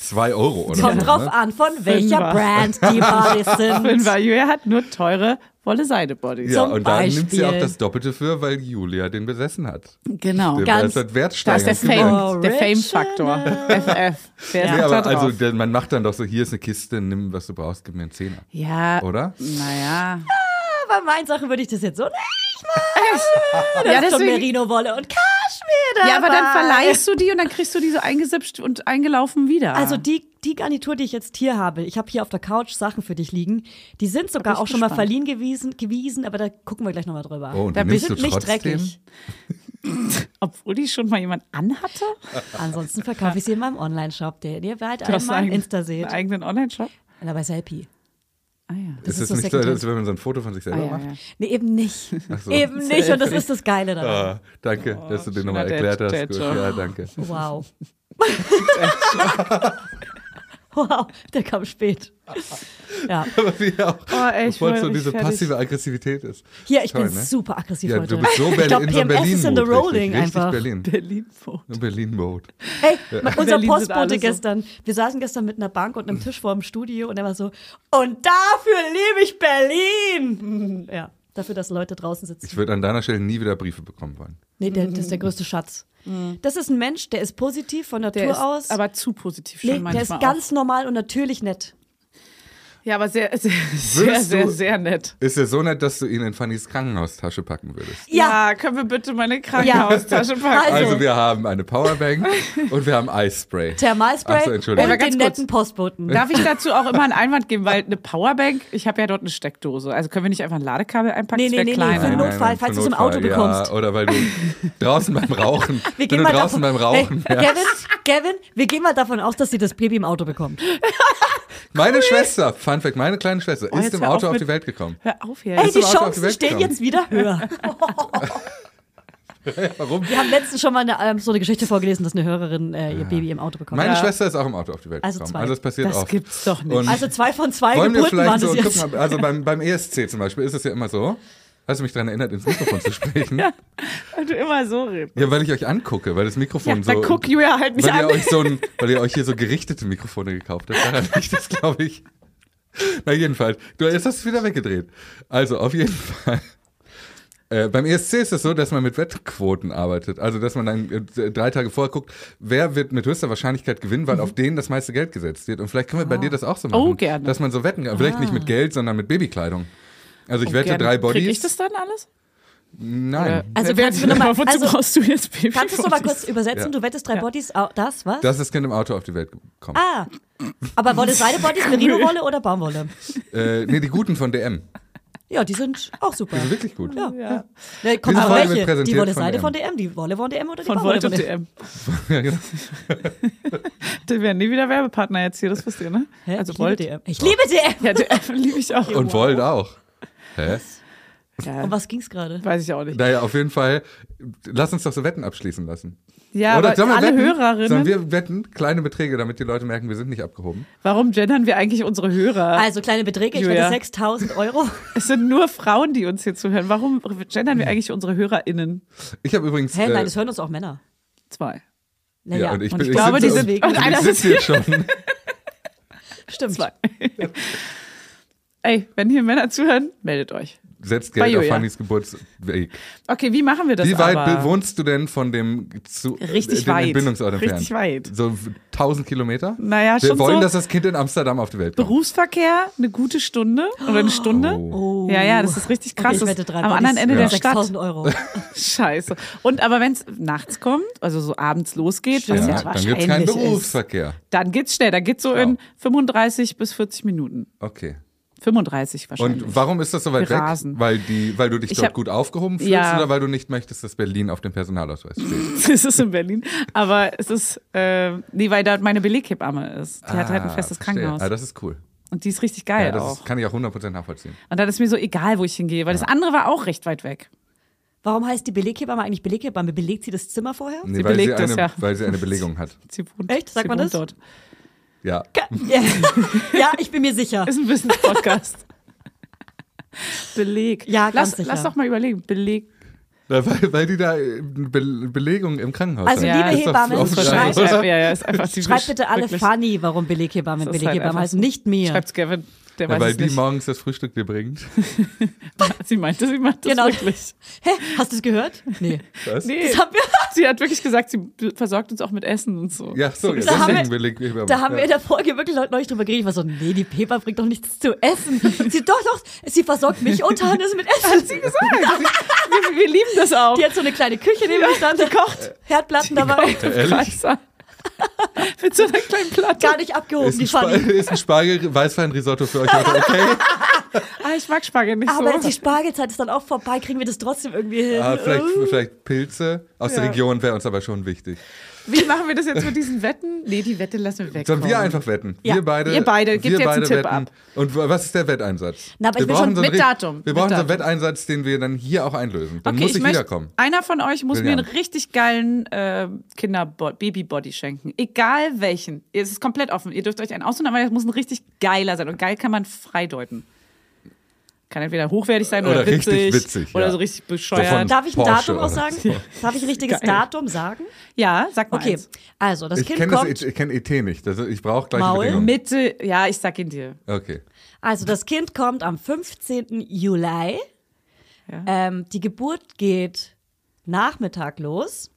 Speaker 1: 2 Euro oder so.
Speaker 2: kommt drauf
Speaker 1: ne?
Speaker 2: an, von welcher
Speaker 3: Fünfer.
Speaker 2: Brand die Bodies
Speaker 3: Finn
Speaker 2: sind.
Speaker 3: Value hat nur teure Wolle-Seide-Bodies.
Speaker 1: Ja,
Speaker 2: zum
Speaker 1: und da nimmt sie auch
Speaker 2: Beispiel.
Speaker 1: das Doppelte für, weil Julia den besessen hat.
Speaker 3: Genau.
Speaker 1: Der
Speaker 2: Ganz-
Speaker 1: das Wert
Speaker 3: Da ist
Speaker 1: steigern.
Speaker 3: der
Speaker 2: Genau.
Speaker 3: Fame, der Fame-Faktor. FF. Der
Speaker 1: Ja,
Speaker 3: ist da
Speaker 1: aber
Speaker 3: drauf.
Speaker 1: also der, man macht dann doch so, hier ist eine Kiste, nimm was du brauchst, gib mir einen Zehner.
Speaker 3: ja,
Speaker 1: Oder?
Speaker 3: naja.
Speaker 2: Bei meinen Sachen würde ich das jetzt so nicht machen. Das
Speaker 3: Ja,
Speaker 2: ist schon
Speaker 3: deswegen-
Speaker 2: Merino-Wolle und Kaschmir dabei.
Speaker 3: Ja, aber dann verleihst du die und dann kriegst du die so eingesippt und eingelaufen wieder.
Speaker 2: Also die, die Garnitur, die ich jetzt hier habe, ich habe hier auf der Couch Sachen für dich liegen. Die sind sogar
Speaker 3: ich
Speaker 2: auch schon mal
Speaker 3: gespannt.
Speaker 2: verliehen gewesen, gewesen, aber da gucken wir gleich nochmal drüber.
Speaker 1: Oh, und
Speaker 3: Da
Speaker 1: die nimmst
Speaker 2: sind
Speaker 1: du
Speaker 2: nicht
Speaker 1: trotzdem?
Speaker 2: dreckig.
Speaker 3: Obwohl die schon mal jemand anhatte?
Speaker 2: Ansonsten verkaufe ich sie in meinem Online-Shop, den ihr bald
Speaker 3: Du hast
Speaker 2: einmal
Speaker 3: einen-
Speaker 2: im Insta seht.
Speaker 3: Einen eigenen Online-Shop?
Speaker 2: Na, bei Selfie.
Speaker 3: Ah ja.
Speaker 1: Ist
Speaker 2: ist
Speaker 1: es
Speaker 2: so
Speaker 1: nicht so,
Speaker 2: Secondhand.
Speaker 1: als wenn man so ein Foto von sich
Speaker 3: Ah,
Speaker 1: selber
Speaker 3: ja,
Speaker 1: macht?
Speaker 3: ja.
Speaker 2: Nee, eben nicht.
Speaker 1: so.
Speaker 2: Eben nicht und das ist das Geile daran.
Speaker 1: Ah, danke, dass du den nochmal
Speaker 3: Oh, schöner
Speaker 1: erklärt
Speaker 3: Dad-
Speaker 1: hast.
Speaker 3: Dad
Speaker 1: Gut,
Speaker 3: Joke.
Speaker 1: ja, danke.
Speaker 2: Wow. wow, der kam spät. Ja.
Speaker 1: Aber wie auch,
Speaker 3: Oh, ey, ich
Speaker 1: obwohl es so
Speaker 3: bin
Speaker 1: diese
Speaker 3: fertig.
Speaker 1: passive Aggressivität ist.
Speaker 2: Hier, ich
Speaker 1: Toll,
Speaker 2: bin
Speaker 1: ne?
Speaker 2: super aggressiv
Speaker 1: Ja,
Speaker 2: heute.
Speaker 1: du bist so
Speaker 2: ich
Speaker 1: Berlin,
Speaker 2: glaube,
Speaker 1: in so einem
Speaker 2: PMS ist in the
Speaker 1: Berlin-Mode.
Speaker 2: rolling
Speaker 1: Richtig, richtig
Speaker 2: einfach.
Speaker 1: Berlin.
Speaker 3: Berlin-Vote.
Speaker 1: In Berlin-Mode.
Speaker 2: Ey, unser
Speaker 3: Berlin sind alle
Speaker 2: Postbote
Speaker 3: so.
Speaker 2: gestern. Wir saßen gestern mit einer Bank und einem Tisch vor dem Studio und er war so, und dafür liebe ich Berlin. Ja, dafür, dass Leute draußen sitzen.
Speaker 1: Ich würde an deiner Stelle nie wieder Briefe bekommen wollen.
Speaker 2: Nee, der, das ist der größte Schatz. Das ist ein Mensch, der ist positiv von Natur
Speaker 3: Mhm. Der ist
Speaker 2: aus.
Speaker 3: aber zu positiv schon
Speaker 2: nee,
Speaker 3: manchmal.
Speaker 2: der ist ganz normal und natürlich nett.
Speaker 3: auch. Ja, aber sehr, sehr, sehr,
Speaker 1: Würdest
Speaker 3: sehr,
Speaker 1: du-
Speaker 3: sehr nett.
Speaker 1: Ist ja so nett, dass du ihn in Fannys Krankenhaustasche packen würdest.
Speaker 2: Ja.
Speaker 3: Ja, können wir bitte meine Krankenhaustasche packen?
Speaker 2: Also-
Speaker 1: Also, wir haben eine Powerbank und wir haben Eisspray. Ach so,
Speaker 2: Thermalspray
Speaker 1: Entschuldigung.
Speaker 2: und
Speaker 3: Aber ganz
Speaker 2: den
Speaker 3: kurz.
Speaker 2: netten Postboten.
Speaker 3: Darf ich dazu auch immer einen Einwand geben, weil eine Powerbank, ich habe ja dort eine Steckdose. Also können wir nicht einfach ein Ladekabel einpacken?
Speaker 2: Nee,
Speaker 3: Das
Speaker 2: nee,
Speaker 3: wär
Speaker 2: nee, nee,
Speaker 3: klein,
Speaker 2: für
Speaker 3: oder?
Speaker 2: Not- Notfall, falls
Speaker 1: für
Speaker 2: du's im
Speaker 1: Notfall,
Speaker 2: Auto
Speaker 1: ja,
Speaker 2: bekommst.
Speaker 1: Oder weil du draußen beim Rauchen.
Speaker 2: wir
Speaker 1: wenn
Speaker 2: gehen
Speaker 1: du
Speaker 2: mal
Speaker 1: draußen
Speaker 2: davon,
Speaker 1: beim Rauchen.
Speaker 2: Hey,
Speaker 1: ja.
Speaker 2: Gavin, Gavin, wir gehen mal davon aus, dass sie das Baby im Auto bekommt.
Speaker 1: Meine Schwester, Fun Fact, meine kleine Schwester,
Speaker 3: Oh,
Speaker 1: ist
Speaker 3: jetzt
Speaker 1: im
Speaker 3: hör auf
Speaker 1: Auto auf
Speaker 3: mit-
Speaker 1: die Welt gekommen.
Speaker 3: Hör auf jetzt.
Speaker 2: Ey,
Speaker 1: Bist
Speaker 2: die
Speaker 1: du überhaupt auf die
Speaker 2: Chancen
Speaker 1: Welt
Speaker 2: stehen
Speaker 1: gekommen?
Speaker 2: jetzt wieder höher.
Speaker 1: Warum?
Speaker 2: Wir haben letztens schon mal eine, ähm, so eine Geschichte vorgelesen, dass eine Hörerin äh, ihr Baby im Auto bekommt.
Speaker 1: Meine
Speaker 2: Ja.
Speaker 1: Schwester ist auch im Auto auf die Welt
Speaker 2: Also
Speaker 1: gekommen.
Speaker 2: zwei.
Speaker 1: Also es passiert
Speaker 3: Das
Speaker 1: auch.
Speaker 3: gibt's doch nicht.
Speaker 1: Und
Speaker 2: Also zwei von zwei
Speaker 1: wollen wir
Speaker 2: Geburten
Speaker 1: vielleicht
Speaker 2: waren
Speaker 1: so,
Speaker 2: das jetzt.
Speaker 1: guck mal, also beim, beim ESC zum Beispiel ist es ja immer so. Hast du mich daran erinnert, ins Mikrofon zu sprechen? ja.
Speaker 3: Weil du immer so redest.
Speaker 1: weil ich euch angucke, weil das Mikrofon
Speaker 3: Ja,
Speaker 1: so.
Speaker 3: dann guck Julia halt mich
Speaker 1: weil ihr
Speaker 3: an.
Speaker 1: euch so ein, weil ihr euch hier so gerichtete Mikrofone gekauft habt. Daran liegt das, glaube ich. Na jedenfalls. Du jetzt hast es wieder weggedreht. Also auf jeden Fall. Äh, beim ESC ist es so, dass man mit Wettquoten arbeitet. Also, dass man dann äh, drei Tage vorher guckt, wer wird mit höchster Wahrscheinlichkeit gewinnen, weil auf den das meiste Geld gesetzt wird. Und vielleicht können wir bei dir das auch so machen.
Speaker 3: Mhm. Oh, gerne. Ah.
Speaker 1: Dass man so wetten kann. Vielleicht nicht mit Geld, sondern mit Babykleidung. Also, ich wette
Speaker 3: Oh, Gerne.
Speaker 1: drei Bodies.
Speaker 3: Krieg ich das dann alles? Äh,
Speaker 1: Nein.
Speaker 2: Also
Speaker 3: Wer-
Speaker 2: kannst du mir nochmal,
Speaker 3: wozu
Speaker 2: also,
Speaker 3: brauchst du jetzt Baby
Speaker 2: kannst du es nochmal kurz
Speaker 3: Bodies?
Speaker 2: übersetzen?
Speaker 1: Ja.
Speaker 2: Du wettest drei Bodies, au- das, was?
Speaker 1: Das ist Kind im Auto auf die Welt gekommen.
Speaker 2: ah, aber Wolle, Seide-Bodies, Merino-Wolle oder Baumwolle?
Speaker 1: Äh, nee, die guten von DM.
Speaker 2: Ja, die sind auch super.
Speaker 1: Die sind wirklich gut.
Speaker 2: Ja.
Speaker 3: Ja.
Speaker 2: Ne, kommt
Speaker 1: Diese Folge wird
Speaker 2: auf welche? Die
Speaker 1: präsentiert
Speaker 2: Wolle
Speaker 1: von
Speaker 2: Seide
Speaker 1: DM.
Speaker 2: von DM, die Wolle von DM oder die
Speaker 3: Von
Speaker 2: Baumwolle
Speaker 3: Volt und DM.
Speaker 1: Ja, genau.
Speaker 3: Da werden nie wieder Werbepartner jetzt hier, das wisst ihr, ne?
Speaker 2: Hä?
Speaker 3: Also
Speaker 2: ich
Speaker 3: Volt.
Speaker 2: liebe DM. Ich liebe DM.
Speaker 3: Ja, DM liebe ich auch.
Speaker 1: Und Volt auch. Hä?
Speaker 3: Ja,
Speaker 2: Um was ging's gerade?
Speaker 3: weiß ich auch nicht.
Speaker 1: Naja, auf jeden Fall, lass uns doch so Wetten abschließen lassen.
Speaker 3: Ja, aber
Speaker 1: sollen wir
Speaker 3: alle
Speaker 1: wetten? Sollen
Speaker 3: Hörerinnen,
Speaker 1: wir wetten? Kleine Beträge, damit die Leute merken, wir sind nicht abgehoben.
Speaker 3: warum gendern wir eigentlich unsere Hörer?
Speaker 2: Also kleine Beträge, ich
Speaker 3: Julia.
Speaker 2: wette 6000 Euro.
Speaker 3: es sind nur Frauen, die uns hier zuhören. Warum gendern wir eigentlich unsere HörerInnen?
Speaker 1: Ich habe übrigens.
Speaker 2: Hä,
Speaker 1: äh,
Speaker 2: nein, das hören uns auch Männer.
Speaker 3: Zwei.
Speaker 1: ja,
Speaker 2: Naja,
Speaker 1: und ich,
Speaker 3: und
Speaker 1: bin,
Speaker 3: ich glaube,
Speaker 1: sitze
Speaker 3: die
Speaker 1: und-
Speaker 3: sind-
Speaker 1: und
Speaker 3: einer
Speaker 1: ich
Speaker 3: sitzt
Speaker 1: sitze hier schon.
Speaker 2: stimmt.
Speaker 3: Zwei. Ey, wenn hier Männer zuhören, meldet euch.
Speaker 1: Setzt
Speaker 3: Bei
Speaker 1: Geld auf
Speaker 3: Julia.
Speaker 1: Fannys Geburtsweg.
Speaker 3: Okay, wie machen wir das
Speaker 1: Wie weit
Speaker 3: aber?
Speaker 1: be- wohnst du denn von dem zu
Speaker 3: Richtig
Speaker 1: dem
Speaker 3: weit.
Speaker 1: Bindungsort entfernt?
Speaker 3: Richtig weit.
Speaker 1: So 1000 Kilometer?
Speaker 3: Naja,
Speaker 1: Wir
Speaker 3: schon
Speaker 1: wollen,
Speaker 3: so.
Speaker 1: dass das Kind in Amsterdam auf die Welt kommt.
Speaker 3: Berufsverkehr, eine gute Stunde oder eine Stunde.
Speaker 1: Oh.
Speaker 3: Ja, ja, das ist richtig
Speaker 2: Okay,
Speaker 3: krass.
Speaker 2: ich
Speaker 3: Das-
Speaker 2: wette drei
Speaker 3: Am
Speaker 2: Bodies,
Speaker 3: anderen Ende
Speaker 2: äh,
Speaker 3: der
Speaker 2: 6000
Speaker 3: Stadt.
Speaker 2: Euro.
Speaker 3: Scheiße. Und aber wenn es nachts kommt, also so abends losgeht, was ja,
Speaker 1: Ja, dann
Speaker 3: wahrscheinlich
Speaker 1: gibt's keinen Genau.
Speaker 3: ist,
Speaker 1: Berufsverkehr.
Speaker 3: dann geht's schnell. Dann geht's so in 35 bis 40 Minuten.
Speaker 1: Okay.
Speaker 3: 35 wahrscheinlich.
Speaker 1: Und warum ist das so weit
Speaker 3: Wir
Speaker 1: weg?
Speaker 3: rasen.
Speaker 1: Weil, die, weil du dich
Speaker 3: Ich
Speaker 1: dort
Speaker 3: hab-
Speaker 1: gut aufgehoben fühlst
Speaker 3: Ja.
Speaker 1: oder weil du nicht möchtest, dass Berlin auf dem Personalausweis steht?
Speaker 3: es ist in Berlin. Aber es ist, äh, nee, weil da meine Beleghebamme ist. Die hat halt
Speaker 1: Ah,
Speaker 3: ein festes
Speaker 1: verstehe.
Speaker 3: Krankenhaus.
Speaker 1: Ah, das ist cool.
Speaker 3: Und die ist richtig
Speaker 1: Ja,
Speaker 3: geil
Speaker 1: das
Speaker 3: auch.
Speaker 1: ist, kann ich auch 100% nachvollziehen.
Speaker 3: Und dann ist mir so egal, wo ich hingehe, weil das andere war auch recht weit weg.
Speaker 2: Warum heißt die Beleghebamme eigentlich Beleghebamme? Belegt sie das Zimmer vorher?
Speaker 1: Nee,
Speaker 3: Sie
Speaker 1: weil, sie
Speaker 3: belegt
Speaker 1: eine,
Speaker 3: das, ja.
Speaker 1: weil sie eine Belegung hat.
Speaker 3: Sie wohnt,
Speaker 2: Echt? Sagt
Speaker 3: sie
Speaker 2: man
Speaker 3: wohnt
Speaker 2: das?
Speaker 3: Dort.
Speaker 1: Ja.
Speaker 2: Ja, ja, ich bin mir sicher.
Speaker 3: Ist ein Business-Podcast. Beleg.
Speaker 2: Ja, ganz
Speaker 3: lass,
Speaker 2: sicher.
Speaker 3: lass doch mal überlegen. Beleg.
Speaker 1: Ja, Weil, weil die da äh, Be Belegung im Krankenhaus
Speaker 2: Also,
Speaker 1: haben.
Speaker 3: liebe
Speaker 1: Ist doch
Speaker 2: Hebammen,
Speaker 3: Das ist wahrscheinlich.
Speaker 1: offensichtlich.
Speaker 2: schreibt-
Speaker 3: Ja, ja, ist einfach typisch.
Speaker 2: Schreibt bitte alle
Speaker 3: Wirklich.
Speaker 2: Fanny, warum Beleghebammen
Speaker 3: Das ist
Speaker 2: Beleghebamme
Speaker 3: halt
Speaker 2: heißen,
Speaker 3: einfach-
Speaker 2: nicht mir.
Speaker 3: Schreibt's Gavin. Der
Speaker 1: Ja,
Speaker 3: weiß
Speaker 1: weil
Speaker 3: es
Speaker 1: die
Speaker 3: nicht.
Speaker 1: morgens das Frühstück dir bringt.
Speaker 3: Sie meinte, sie meinte
Speaker 2: Genau.
Speaker 3: das wirklich.
Speaker 2: Hä, hast du es gehört? Nee.
Speaker 1: Was?
Speaker 3: Nee,
Speaker 2: Das haben wir,
Speaker 3: sie hat wirklich gesagt, sie versorgt uns auch mit Essen und so.
Speaker 1: Ja, so,
Speaker 2: Da haben
Speaker 1: deswegen
Speaker 2: wir-
Speaker 1: belegt Hebammen.
Speaker 2: da haben
Speaker 1: ja.
Speaker 2: wir in der Folge wirklich Leute neulich drüber geredet. Ich war so, nee, die Pepa bringt doch nichts zu essen. Sie, doch, doch, sie versorgt mich und Hannes mit Essen.
Speaker 3: Wir, wir lieben das auch.
Speaker 2: Die hat so eine kleine Küche neben mir stand, die kocht. Herdplatten dabei.
Speaker 1: Ja, ehrlich?
Speaker 3: Kaiser. Mit so einer kleinen Platte.
Speaker 2: Gar nicht abgehoben,
Speaker 1: Ist
Speaker 2: die
Speaker 1: ein, Spa-
Speaker 2: Fanny.
Speaker 1: ist ein Spargel, Weißweinrisotto für euch heute okay?
Speaker 3: Ah, ich mag Spargel nicht
Speaker 2: Aber
Speaker 3: so.
Speaker 2: die Spargelzeit ist dann auch vorbei, kriegen wir das trotzdem irgendwie hin.
Speaker 1: Ah, vielleicht, vielleicht Pilze aus
Speaker 3: Ja.
Speaker 1: der Region wäre uns aber schon wichtig.
Speaker 3: Wie machen wir das jetzt mit diesen Wetten? Nee, die Wette lassen wir weg.
Speaker 1: Sollen wir
Speaker 3: Komm.
Speaker 1: einfach wetten?
Speaker 2: Ja,
Speaker 1: Wir beide.
Speaker 3: ihr beide, gebt
Speaker 1: wir
Speaker 3: jetzt einen
Speaker 1: beide
Speaker 3: Tipp
Speaker 1: wetten.
Speaker 3: ab.
Speaker 1: Und w- was ist der Wetteinsatz?
Speaker 2: Na, aber ich
Speaker 1: wir
Speaker 2: bin
Speaker 1: brauchen
Speaker 2: schon
Speaker 1: so einen
Speaker 3: mit
Speaker 1: richt-
Speaker 3: Datum,
Speaker 1: Wir
Speaker 3: mit
Speaker 1: brauchen so einen
Speaker 3: Datum.
Speaker 1: Wetteinsatz, den wir dann hier auch einlösen. Dann
Speaker 3: Okay,
Speaker 1: muss ich,
Speaker 3: möchte-
Speaker 1: wiederkommen.
Speaker 3: Einer von euch muss mir einen
Speaker 1: Brillant.
Speaker 3: richtig geilen äh, Kinder-Baby-Body schenken. Egal welchen. Es ist komplett offen. Ihr dürft euch einen aussuchen, aber es muss ein richtig geiler sein. Und geil kann man freideuten. Kann entweder hochwertig sein oder,
Speaker 1: Oder richtig
Speaker 3: witzig.
Speaker 1: witzig,
Speaker 3: Oder
Speaker 1: ja.
Speaker 3: so richtig
Speaker 1: So von-
Speaker 3: bescheuert.
Speaker 2: Darf ich ein
Speaker 1: Porsche
Speaker 2: Datum auch
Speaker 1: oder
Speaker 2: sagen? Darf ich ein richtiges
Speaker 3: Geil.
Speaker 2: Datum sagen?
Speaker 3: ja, sag mal
Speaker 2: Okay,
Speaker 3: eins.
Speaker 2: also das
Speaker 1: Ich
Speaker 2: Kind
Speaker 1: kenne
Speaker 2: kommt.
Speaker 1: das, ich kenne ET nicht. Also ich brauche gleich
Speaker 2: Maul.
Speaker 1: eine Bedingung.
Speaker 3: Mitte, ja, ich sag ihn dir.
Speaker 1: Okay.
Speaker 2: Also das Kind kommt am 15. Juli. Ähm, die Geburt geht Nachmittag los.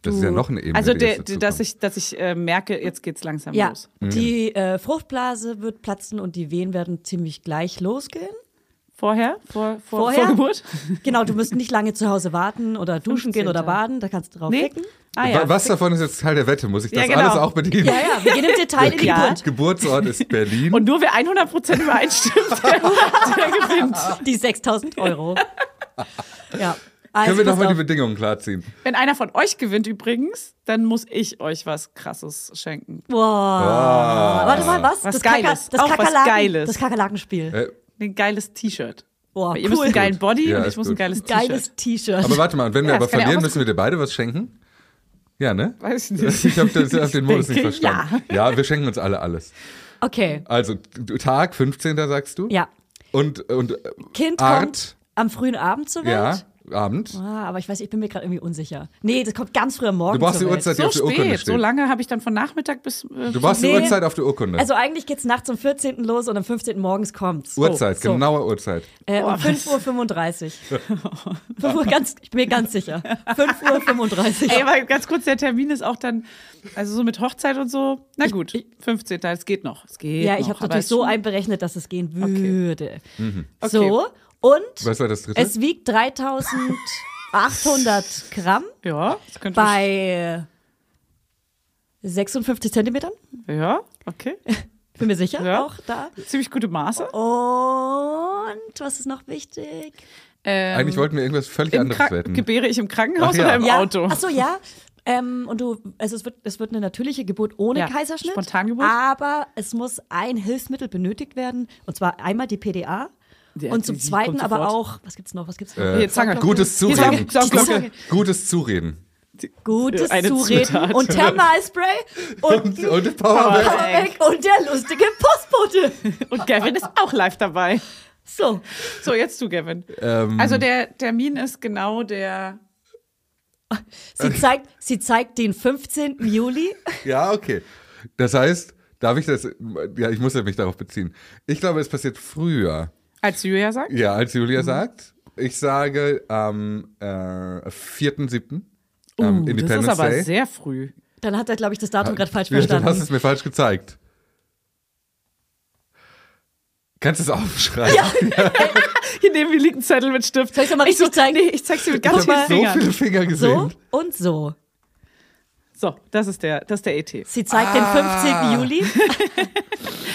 Speaker 1: Das ist ja noch eine Ebene.
Speaker 3: Also,
Speaker 1: die
Speaker 3: der,
Speaker 1: jetzt dazu
Speaker 3: dass
Speaker 1: kommt.
Speaker 3: ich, dass ich äh, merke, jetzt geht's langsam
Speaker 2: Ja,
Speaker 3: los. Mhm.
Speaker 2: die äh, Fruchtblase wird platzen und die Wehen werden ziemlich gleich losgehen.
Speaker 3: Vorher? Vor, vor,
Speaker 2: Vorher?
Speaker 3: vor Geburt?
Speaker 2: Genau, du musst nicht lange zu Hause warten oder duschen gehen oder
Speaker 3: 15..
Speaker 2: baden, da kannst du drauf
Speaker 3: Nee?
Speaker 2: klicken.
Speaker 3: Ah,
Speaker 1: Wa-
Speaker 3: ja.
Speaker 1: Was davon ist jetzt Teil der Wette? Muss ich das
Speaker 3: Ja, genau.
Speaker 1: alles auch bedienen?
Speaker 2: Ja, ja, wir gehen im Detail in die
Speaker 3: Ja.
Speaker 2: Geburt.
Speaker 1: Geburtsort ist Berlin.
Speaker 3: Und nur wer 100% übereinstimmt, der, der gewinnt.
Speaker 2: Die 6000 Euro. Ja. Also,
Speaker 1: Können wir
Speaker 2: pass
Speaker 1: nochmal die
Speaker 2: auf.
Speaker 1: Bedingungen klarziehen?
Speaker 3: Wenn einer von euch gewinnt übrigens, dann muss ich euch was Krasses schenken.
Speaker 2: Boah. Warte mal, was?
Speaker 3: Was
Speaker 2: das Kaka-
Speaker 3: Geiles.
Speaker 2: das
Speaker 3: Auch was
Speaker 2: Kakerlaken,
Speaker 3: Geiles.
Speaker 2: Das Kakerlakenspiel.
Speaker 1: Äh,
Speaker 3: Ein geiles T-Shirt.
Speaker 2: Boah,
Speaker 3: Ihr müsst
Speaker 2: cool.
Speaker 3: einen geilen Body
Speaker 1: Ja,
Speaker 3: und ich
Speaker 1: ist
Speaker 3: muss ein
Speaker 1: gut.
Speaker 3: geiles
Speaker 2: Geiles
Speaker 3: T-Shirt.
Speaker 2: T-Shirt.
Speaker 1: aber warte mal, und wenn wir
Speaker 3: Ja,
Speaker 1: aber
Speaker 3: das kann ja
Speaker 1: verlieren,
Speaker 3: auch was-
Speaker 1: müssen wir dir beide was schenken? Ja, ne?
Speaker 3: Weiß ich nicht.
Speaker 1: Ich habe auf den Modus nicht
Speaker 3: denke,
Speaker 1: verstanden. ja, wir schenken uns alle alles.
Speaker 2: Okay,
Speaker 1: Also t- Tag 15. sagst du?
Speaker 2: ja.
Speaker 1: Und, und äh,
Speaker 2: Kind kommt
Speaker 1: Art,
Speaker 2: am frühen Abend zur Welt.
Speaker 1: ja, Abend.
Speaker 2: Ah, aber ich weiß, ich bin mir gerade irgendwie unsicher. Nee, das kommt ganz früh am Morgen
Speaker 1: Du brauchst die
Speaker 2: zur Welt.
Speaker 1: Uhrzeit, die
Speaker 3: So
Speaker 1: auf der Urkunde
Speaker 3: spät,
Speaker 1: steht.
Speaker 3: so lange habe ich dann von Nachmittag bis. Äh,
Speaker 1: du brauchst
Speaker 2: Nee.
Speaker 1: die Uhrzeit auf der Urkunde.
Speaker 2: Also eigentlich geht's nachts um 14. los und am 15. morgens kommt's.
Speaker 1: Uhrzeit, genau.
Speaker 2: so.
Speaker 1: genaue Uhrzeit.
Speaker 2: Äh, um 5.35 Uhr. 5 Uhr ganz, ich bin mir ganz sicher. 5.35 Uhr.
Speaker 3: Ey, aber ganz kurz, der Termin ist auch dann, also so mit Hochzeit und so. Na gut, 15. Es Mhm. geht noch. Es geht
Speaker 2: Ja,
Speaker 3: noch,
Speaker 2: ich habe
Speaker 3: aber
Speaker 2: natürlich
Speaker 3: es-
Speaker 2: so einberechnet, dass es gehen würde. So, Und
Speaker 1: Was war das dritte?
Speaker 2: es wiegt 3800 Gramm
Speaker 3: Ja, das könnte
Speaker 2: bei 56 Zentimetern.
Speaker 3: Ja, okay.
Speaker 2: Bin mir sicher,
Speaker 3: Ja.
Speaker 2: auch da.
Speaker 3: Ziemlich gute
Speaker 1: Oh,
Speaker 3: Maße.
Speaker 2: Und was ist noch wichtig?
Speaker 3: Ähm,
Speaker 1: Eigentlich wollten wir irgendwas völlig
Speaker 3: im
Speaker 1: anderes
Speaker 3: Krank-
Speaker 1: wetten.
Speaker 3: Gebäre ich im Krankenhaus
Speaker 1: Ach ja.
Speaker 3: oder im
Speaker 2: ja.
Speaker 3: Auto?
Speaker 2: Ach so, ja. Ähm, und du, also es wird, es wird eine natürliche Geburt ohne
Speaker 3: Ja,
Speaker 2: Kaiserschnitt.
Speaker 3: Spontangeburt.
Speaker 2: Aber es muss ein Hilfsmittel benötigt werden. Und zwar einmal die PDA.
Speaker 3: Ja,
Speaker 2: und zum
Speaker 3: die- die
Speaker 2: Zweiten
Speaker 3: kommt
Speaker 2: aber
Speaker 3: sofort.
Speaker 2: auch, was gibt's noch? Was gibt's noch?
Speaker 1: Äh,
Speaker 3: Hier, Zange.
Speaker 1: Gutes
Speaker 3: Hier,
Speaker 1: Zureden.
Speaker 3: Zange- Zange-
Speaker 1: Gutes- Gutes Zureden.
Speaker 2: Gutes
Speaker 3: Eine
Speaker 2: Zureden
Speaker 3: Zutat.
Speaker 2: und Thermalspray und,
Speaker 1: Und, und Powerbank.
Speaker 2: Powerbank und der lustige Postbote.
Speaker 3: Und Gavin ist auch live dabei.
Speaker 2: So,
Speaker 3: So, jetzt du, Gavin.
Speaker 1: Ähm,
Speaker 3: Also der Termin ist genau der.
Speaker 2: sie zeigt, sie zeigt den 15. Juli.
Speaker 1: Ja, okay. Das heißt, darf ich das? Ja, ich muss ja mich darauf beziehen. Ich glaube, es passiert früher.
Speaker 3: Als Julia sagt?
Speaker 1: Ja, als
Speaker 3: Mhm.
Speaker 1: Julia sagt. Ich sage am äh, 4.7. am
Speaker 3: Uh, "Hm, das
Speaker 1: Independence
Speaker 3: ist aber
Speaker 1: Day.
Speaker 3: sehr früh.
Speaker 2: Dann hat er, glaube ich, das Datum gerade falsch
Speaker 1: Ja, Dann hast du
Speaker 2: verstanden.
Speaker 1: es mir falsch gezeigt. Kannst du es aufschreiben? Ja,
Speaker 3: Hier neben mir liegt ein Zettel mit Stift.
Speaker 2: Soll ich's nochmal
Speaker 3: ich so,
Speaker 2: richtig zeigen?
Speaker 3: Nee, ich zeig's dir mit
Speaker 1: ich
Speaker 3: ganz
Speaker 1: habe
Speaker 3: vielen
Speaker 1: so
Speaker 3: Fingern.
Speaker 1: viele Finger
Speaker 2: So
Speaker 1: gesehen.
Speaker 2: und so.
Speaker 3: So, das ist der, das ist der E ET.
Speaker 2: Sie zeigt
Speaker 1: Ah.
Speaker 2: den 15. Juli.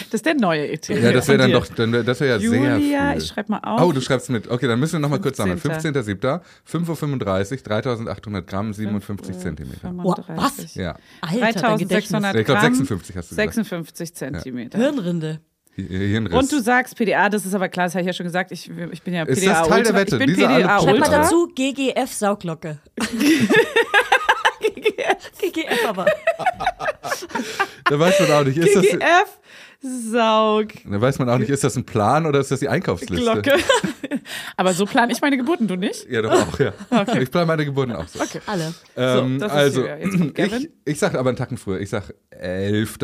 Speaker 3: Das ist der neue E ET.
Speaker 1: Ja, das wäre
Speaker 3: Von
Speaker 1: dann
Speaker 3: dir.
Speaker 1: doch, dann wär, das wäre ja sehr
Speaker 3: Julia,
Speaker 1: früh.
Speaker 3: ich schreib mal auf.
Speaker 1: Oh, du schreibst mit. Okay, dann müssen wir nochmal kurz sammeln.
Speaker 3: 15..
Speaker 1: 15.07., 5.35 Uhr, 3800 Gramm, 57 Zentimeter.
Speaker 2: Boah, was?
Speaker 1: Oh, Ja.
Speaker 2: Alter, dein Gedächtnis.
Speaker 3: 3600
Speaker 1: Ja, ich glaube,
Speaker 3: Gramm,
Speaker 1: 56 hast du gesagt.
Speaker 3: 56 Zentimeter.
Speaker 2: Hirnrinde.
Speaker 1: Hier- Hirnriss.
Speaker 3: Und du sagst PDA, das ist aber klar, das habe ich ja schon gesagt. Ich, ich bin ja
Speaker 1: Ist
Speaker 3: PDA
Speaker 1: das Teil der
Speaker 3: Ultra.
Speaker 1: Wette?
Speaker 3: Ich bin
Speaker 1: Diese
Speaker 3: PDA
Speaker 1: alle
Speaker 2: Schreib mal
Speaker 1: Ultra?
Speaker 3: Ultra.
Speaker 2: dazu GGF Sauglocke. GGF aber.
Speaker 1: da weiß man auch nicht, ist das,
Speaker 3: GGF Saug.
Speaker 1: da weiß man auch nicht, ist das ein Plan oder ist das die Einkaufsliste?
Speaker 3: Glocke. aber so plane ich meine Geburten, du nicht?
Speaker 1: Ja, doch auch, ja. Ich plane meine Geburten auch so.
Speaker 2: Alle.
Speaker 1: Ähm,
Speaker 3: So, das ist
Speaker 1: also,
Speaker 3: Julia. Jetzt kommt
Speaker 1: ich,
Speaker 3: Gavin.
Speaker 1: ich sag aber einen Tacken früher. Ich sag 11.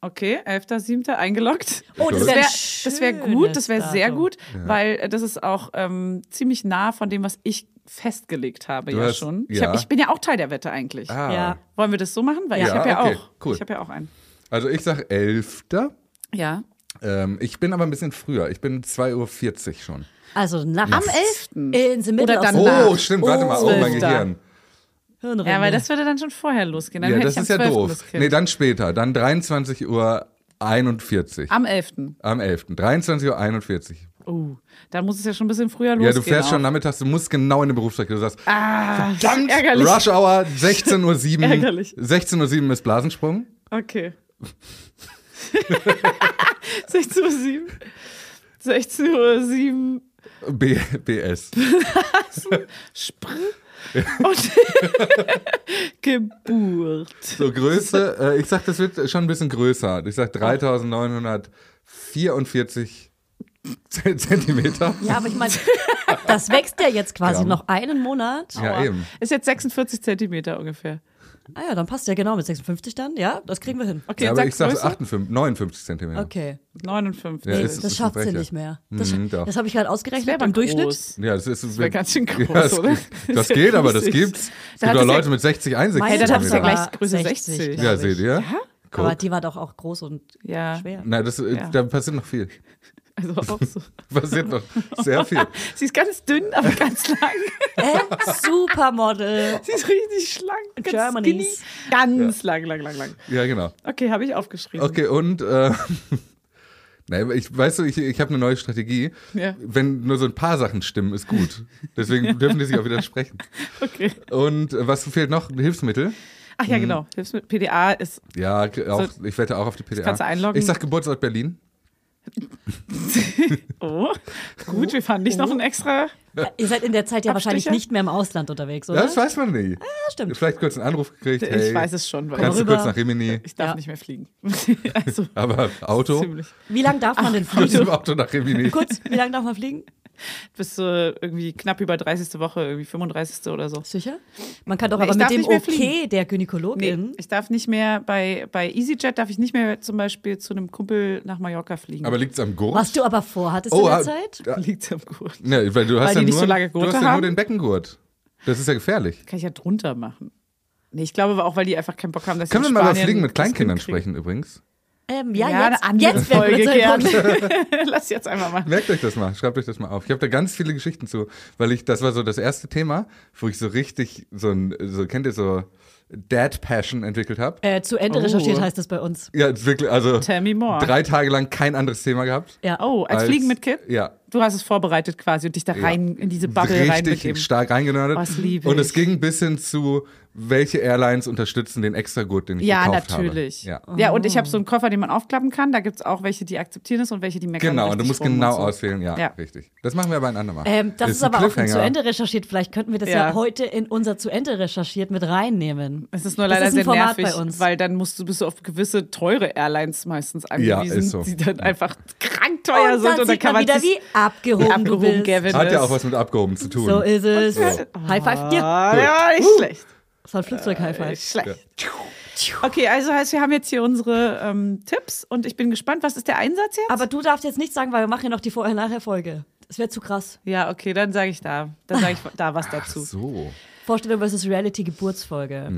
Speaker 3: Okay, 11.7. eingeloggt.
Speaker 2: Oh, das
Speaker 1: Das
Speaker 2: wäre
Speaker 3: wär- das wäre gut, das wäre sehr gut, weil äh, das ist auch ähm, ziemlich nah von dem, was ich festgelegt habe,
Speaker 1: Du
Speaker 3: ja
Speaker 1: hast-
Speaker 3: schon. Ich,
Speaker 1: ja.
Speaker 3: hab, ich bin ja auch Teil der Wette eigentlich.
Speaker 1: Ah.
Speaker 2: Ja.
Speaker 3: Wollen wir das so machen? Weil
Speaker 1: Ja,
Speaker 3: ich habe ja
Speaker 1: okay,
Speaker 3: auch.
Speaker 1: cool.
Speaker 3: Ich habe ja auch einen.
Speaker 1: Also ich sag 11.
Speaker 3: Ja.
Speaker 1: Ähm, ich bin aber ein bisschen früher. Ich bin 2.40 Uhr schon.
Speaker 2: Also nach
Speaker 3: Am 11.
Speaker 2: in the middle
Speaker 3: Oder
Speaker 2: of
Speaker 3: dann-
Speaker 2: the
Speaker 3: Danach.
Speaker 1: Oh, stimmt, warte mal. Oh, mein
Speaker 3: 12..
Speaker 1: Gehirn.
Speaker 2: Hirnrinde.
Speaker 3: Ja, weil das würde dann schon vorher losgehen. Dann
Speaker 1: Ja,
Speaker 3: hätte
Speaker 1: das
Speaker 3: ich am
Speaker 1: ist ja
Speaker 3: 12.
Speaker 1: doof.
Speaker 3: Das kind.
Speaker 1: Nee, dann später. Dann 23.41 Uhr.
Speaker 3: am 11.
Speaker 1: Am 11. 23.41 Uhr.
Speaker 3: Oh, dann muss es ja schon ein bisschen früher
Speaker 1: Ja,
Speaker 3: losgehen. Ah,
Speaker 1: du fährst
Speaker 3: auch.
Speaker 1: schon nachmittags, du musst genau in den Berufsstrecke. Du sagst,
Speaker 3: Ah,
Speaker 1: Verdammt,
Speaker 3: ärgerlich.
Speaker 1: Rush Hour 16.07 Uhr.
Speaker 3: Ärgerlich.
Speaker 1: 16.07 Uhr ist Blasensprung.
Speaker 3: Okay. 16.07 Uhr. 16.07 Uhr.
Speaker 1: B BS.
Speaker 3: Spr und Geburt.
Speaker 1: So Größe, äh, ich sag, das wird schon ein bisschen größer. Ich sag 3944 Ze- Zentimeter.
Speaker 2: ja, aber ich meine, das wächst ja jetzt quasi
Speaker 1: Ja.
Speaker 2: noch einen Monat.
Speaker 1: Ja, eben.
Speaker 3: Ist jetzt 46 Zentimeter ungefähr.
Speaker 2: Ah ja, dann passt ja genau mit 56 dann. Ja, das kriegen wir hin.
Speaker 3: Okay,
Speaker 1: ja, aber ich sag
Speaker 3: sag
Speaker 1: so
Speaker 3: Größe.
Speaker 1: 58, 59 Zentimeter.
Speaker 2: Okay.
Speaker 3: 59.
Speaker 1: Ja,
Speaker 2: Nee,
Speaker 1: ist-
Speaker 2: das
Speaker 1: ein
Speaker 2: schafft sie
Speaker 1: Brecher.
Speaker 2: nicht mehr. Das,
Speaker 1: Mhm, doch.
Speaker 2: das habe ich gerade
Speaker 3: Wär
Speaker 2: ausgerechnet
Speaker 3: aber
Speaker 2: im Durchschnitt.
Speaker 3: groß.
Speaker 1: Ja, das ist das
Speaker 3: wär ganz schön groß,
Speaker 1: das,
Speaker 3: oder?
Speaker 1: Das
Speaker 3: Ist ja
Speaker 1: geht, aber das
Speaker 3: riesig.
Speaker 1: gibt's. Es
Speaker 3: Da
Speaker 1: gibt
Speaker 3: hat
Speaker 1: auch
Speaker 3: es ja-
Speaker 1: Leute mit 60, 61
Speaker 2: Meine
Speaker 3: Hey, dann hab's ja
Speaker 1: Zentimeter.
Speaker 3: gleich Größe 60.
Speaker 2: glaub
Speaker 1: Ja,
Speaker 2: ich.
Speaker 1: seht ihr? Guck.
Speaker 2: Aber die war doch auch groß und
Speaker 3: Ja,
Speaker 2: schwer.
Speaker 1: Nein, das, äh,
Speaker 3: Ja.
Speaker 1: da passiert noch viel.
Speaker 3: also auch so.
Speaker 1: Passiert noch sehr viel.
Speaker 3: Sie ist ganz dünn, aber ganz lang.
Speaker 2: Äh, Supermodel.
Speaker 3: Sie ist richtig schlank. Ganz
Speaker 2: Germany's.
Speaker 3: skinny. Ganz lang, lang, lang, lang.
Speaker 1: Ja, genau.
Speaker 3: Okay, habe ich aufgeschrieben.
Speaker 1: Okay, und äh, nein, ich weißt du, ich, ich habe eine neue Strategie.
Speaker 3: Ja.
Speaker 1: Wenn nur so ein paar Sachen stimmen, ist gut. Deswegen dürfen die sich auch widersprechen.
Speaker 3: okay.
Speaker 1: Und äh, was fehlt noch? Ein Hilfsmittel.
Speaker 3: Ach
Speaker 1: Mhm.
Speaker 3: ja, genau. Hilfsmittel PDA ist.
Speaker 1: Ja, auch, ich wette auch auf die PDA.
Speaker 3: kannst du einloggen.
Speaker 1: Ich sag Geburtsort Berlin.
Speaker 3: Oh, gut, wir fahren nicht noch
Speaker 1: Oh.
Speaker 3: ein extra.
Speaker 2: Ihr seid in der Zeit ja wahrscheinlich
Speaker 3: Abstriche?
Speaker 2: nicht mehr im Ausland unterwegs, oder?
Speaker 1: Das weiß man nie.
Speaker 2: Ja, stimmt.
Speaker 1: Vielleicht kurz einen Anruf gekriegt.
Speaker 3: Ah, Ich
Speaker 1: Hey,
Speaker 3: weiß es schon, weil
Speaker 1: Kannst du
Speaker 2: Rüber.
Speaker 1: kurz nach Rimini?
Speaker 3: ich darf
Speaker 2: Ja.
Speaker 3: nicht mehr fliegen. also,
Speaker 1: Aber Auto?
Speaker 3: ziemlich.
Speaker 2: Wie lange darf man denn
Speaker 1: Mit
Speaker 2: fliegen?
Speaker 1: dem Auto nach Rimini.
Speaker 2: Kurz, wie lange darf man fliegen?
Speaker 3: Bis äh, irgendwie knapp über 30. Woche, irgendwie 35. oder so.
Speaker 2: Sicher? Man kann doch
Speaker 3: Nee,
Speaker 2: aber
Speaker 3: ich
Speaker 2: mit
Speaker 3: darf
Speaker 2: dem
Speaker 3: nicht mehr
Speaker 2: Okay
Speaker 3: fliegen.
Speaker 2: der Gynäkologin.
Speaker 3: Ähm, Ich darf nicht mehr bei, bei EasyJet darf ich nicht mehr zum Beispiel zu einem Kumpel nach Mallorca fliegen.
Speaker 1: Aber liegt's am Gurt?
Speaker 2: Was du aber vorhattest
Speaker 1: Oh,
Speaker 2: in der
Speaker 1: ah,
Speaker 2: Zeit?
Speaker 1: da-
Speaker 3: liegt am Gurt.
Speaker 1: Ne, weil du hast
Speaker 3: Weil
Speaker 1: ja
Speaker 3: die nicht
Speaker 1: nur,
Speaker 3: so lange
Speaker 1: du
Speaker 3: Gurte
Speaker 1: hast ja nur
Speaker 3: haben?
Speaker 1: den Beckengurt. Das ist ja gefährlich.
Speaker 3: Kann ich ja drunter machen. Nee, ich glaube aber auch, weil die einfach keinen Bock haben, dass
Speaker 1: Können wir
Speaker 3: ich in
Speaker 1: mal über
Speaker 3: Spanien
Speaker 1: Fliegen mit
Speaker 3: das Kind
Speaker 1: Kleinkindern
Speaker 3: kriege.
Speaker 1: sprechen übrigens?
Speaker 2: Ähm, ja,
Speaker 3: Ja,
Speaker 2: jetzt,
Speaker 3: eine andere
Speaker 2: jetzt werden wir
Speaker 3: Folge,
Speaker 2: zu einem
Speaker 3: Lass jetzt einmal machen.
Speaker 1: Merkt euch das mal, schreibt euch das mal auf. Ich habe da ganz viele Geschichten zu, weil ich, das war so das erste Thema, wo ich so richtig so ein, so, kennt ihr so Dad Passion entwickelt habe.
Speaker 2: äh, zu Ende
Speaker 3: Oh.
Speaker 2: recherchiert heißt es bei uns.
Speaker 1: Ja, ist wirklich, also
Speaker 3: Tell me more.
Speaker 1: drei Tage lang kein anderes Thema gehabt.
Speaker 2: Ja.
Speaker 3: Oh, als, Fliegen mit Kind?
Speaker 1: Ja.
Speaker 3: Du hast es vorbereitet quasi und dich da rein in diese Bubble reinbegeben.
Speaker 1: Richtig stark reingenördet.
Speaker 3: Oh, das liebe
Speaker 1: Und es
Speaker 3: ich.
Speaker 1: ging bis hin zu, welche Airlines unterstützen den Extragurt, den ich
Speaker 3: Ja,
Speaker 1: gekauft
Speaker 3: natürlich. Oh.
Speaker 1: habe.
Speaker 3: Ja. und ich habe so einen Koffer, den man aufklappen kann. Da gibt es auch welche, die akzeptieren es und welche, die meckern.
Speaker 1: Genau, und du
Speaker 3: richtig
Speaker 1: musst
Speaker 3: rum
Speaker 1: genau
Speaker 3: so.
Speaker 1: auswählen. Ja,
Speaker 3: Ja.
Speaker 1: richtig. Das machen wir aber ein andermal.
Speaker 2: Ähm, das ist,
Speaker 1: ein
Speaker 2: aber auch ein zu
Speaker 1: Cliffhanger.
Speaker 2: Ende recherchiert. Vielleicht könnten wir das ja,
Speaker 3: Ja.
Speaker 2: heute in unser zu Ende recherchiert mit reinnehmen.
Speaker 3: Es ist nur leider
Speaker 2: das ist ein
Speaker 3: sehr
Speaker 2: Format
Speaker 3: nervig,
Speaker 2: bei uns.
Speaker 3: weil dann musst du, bist du auf gewisse teure Airlines meistens angewiesen,
Speaker 1: ist so.
Speaker 3: die dann einfach krank teuer
Speaker 2: und
Speaker 3: sind.
Speaker 2: dann
Speaker 3: und dann
Speaker 2: sieht
Speaker 3: kann
Speaker 2: man
Speaker 3: man
Speaker 2: wieder,
Speaker 3: sich-
Speaker 2: wie abgehoben, du
Speaker 3: abgehoben
Speaker 2: bist.
Speaker 3: Gavin
Speaker 1: Hat ja
Speaker 3: ist.
Speaker 1: auch was mit Abgehoben zu tun.
Speaker 2: So ist es.
Speaker 1: So.
Speaker 2: High five dir.
Speaker 3: Ah, ja, nicht schlecht.
Speaker 2: Das war ein Flugzeug-High five.
Speaker 3: Schlecht. Okay, also heißt, wir haben jetzt hier unsere ähm, Tipps und ich bin gespannt, was ist der Einsatz jetzt?
Speaker 2: Aber du darfst jetzt nicht sagen, weil wir machen ja noch die Vorher-Nachher-Folge. Das wäre zu krass.
Speaker 3: ja, okay, dann sage ich da. Dann sage ich da was dazu.
Speaker 1: So.
Speaker 2: Vorstellung versus Reality-Geburtsfolge.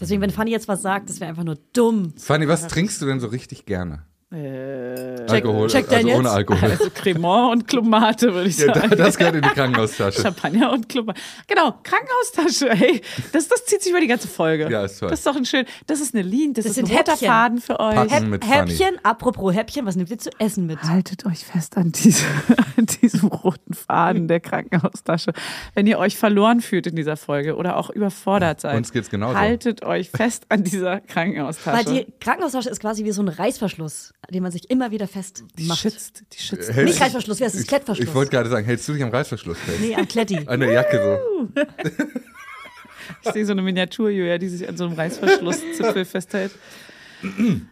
Speaker 2: Deswegen, wenn Fanny jetzt was sagt, das wäre einfach nur dumm.
Speaker 1: Fanny, was trinkst du denn so richtig gerne?
Speaker 3: Äh,
Speaker 1: Alkohol,
Speaker 2: check
Speaker 1: also
Speaker 2: Daniels.
Speaker 1: ohne Alkohol.
Speaker 3: also Cremant und Clumate, würde ich
Speaker 1: Ja,
Speaker 3: sagen.
Speaker 1: da- das gehört in die Krankenhaustasche.
Speaker 3: Champagner und Klumper. Genau, Krankenhaustasche. Ey, das, das zieht sich über die ganze Folge.
Speaker 1: Ja, ist toll.
Speaker 3: Das ist doch ein schön. Das ist eine Lean, das,
Speaker 2: Das
Speaker 3: ist ein
Speaker 2: sind
Speaker 3: roter
Speaker 2: Häppchen.
Speaker 3: Faden für euch.
Speaker 1: Packen.
Speaker 2: Häpp-
Speaker 1: mit Fanny.
Speaker 2: Häppchen, apropos Häppchen, was nehmt ihr zu essen mit?
Speaker 3: Haltet euch fest an, diese, an diesem roten Faden der Krankenhaustasche. Wenn ihr euch verloren fühlt in dieser Folge oder auch überfordert seid,
Speaker 1: Uns geht's genauso.
Speaker 3: haltet euch fest an dieser Krankenhaustasche.
Speaker 2: Weil die Krankenhaustasche ist quasi wie so ein Reißverschluss, den man sich immer wieder
Speaker 3: die
Speaker 2: festmacht.
Speaker 3: schützt,
Speaker 1: Äh,
Speaker 3: die schützt. halt
Speaker 1: Hält-
Speaker 2: Nicht Reißverschluss, wäre es ein
Speaker 1: Ich,
Speaker 2: Klettverschluss.
Speaker 1: ich wollte gerade sagen, hältst du dich am Reißverschluss fest?
Speaker 2: nee, am Kletti.
Speaker 1: An der Jacke so.
Speaker 3: Ich sehe so eine Miniatur, Julia, die sich an so einem Reißverschlusszipfel festhält.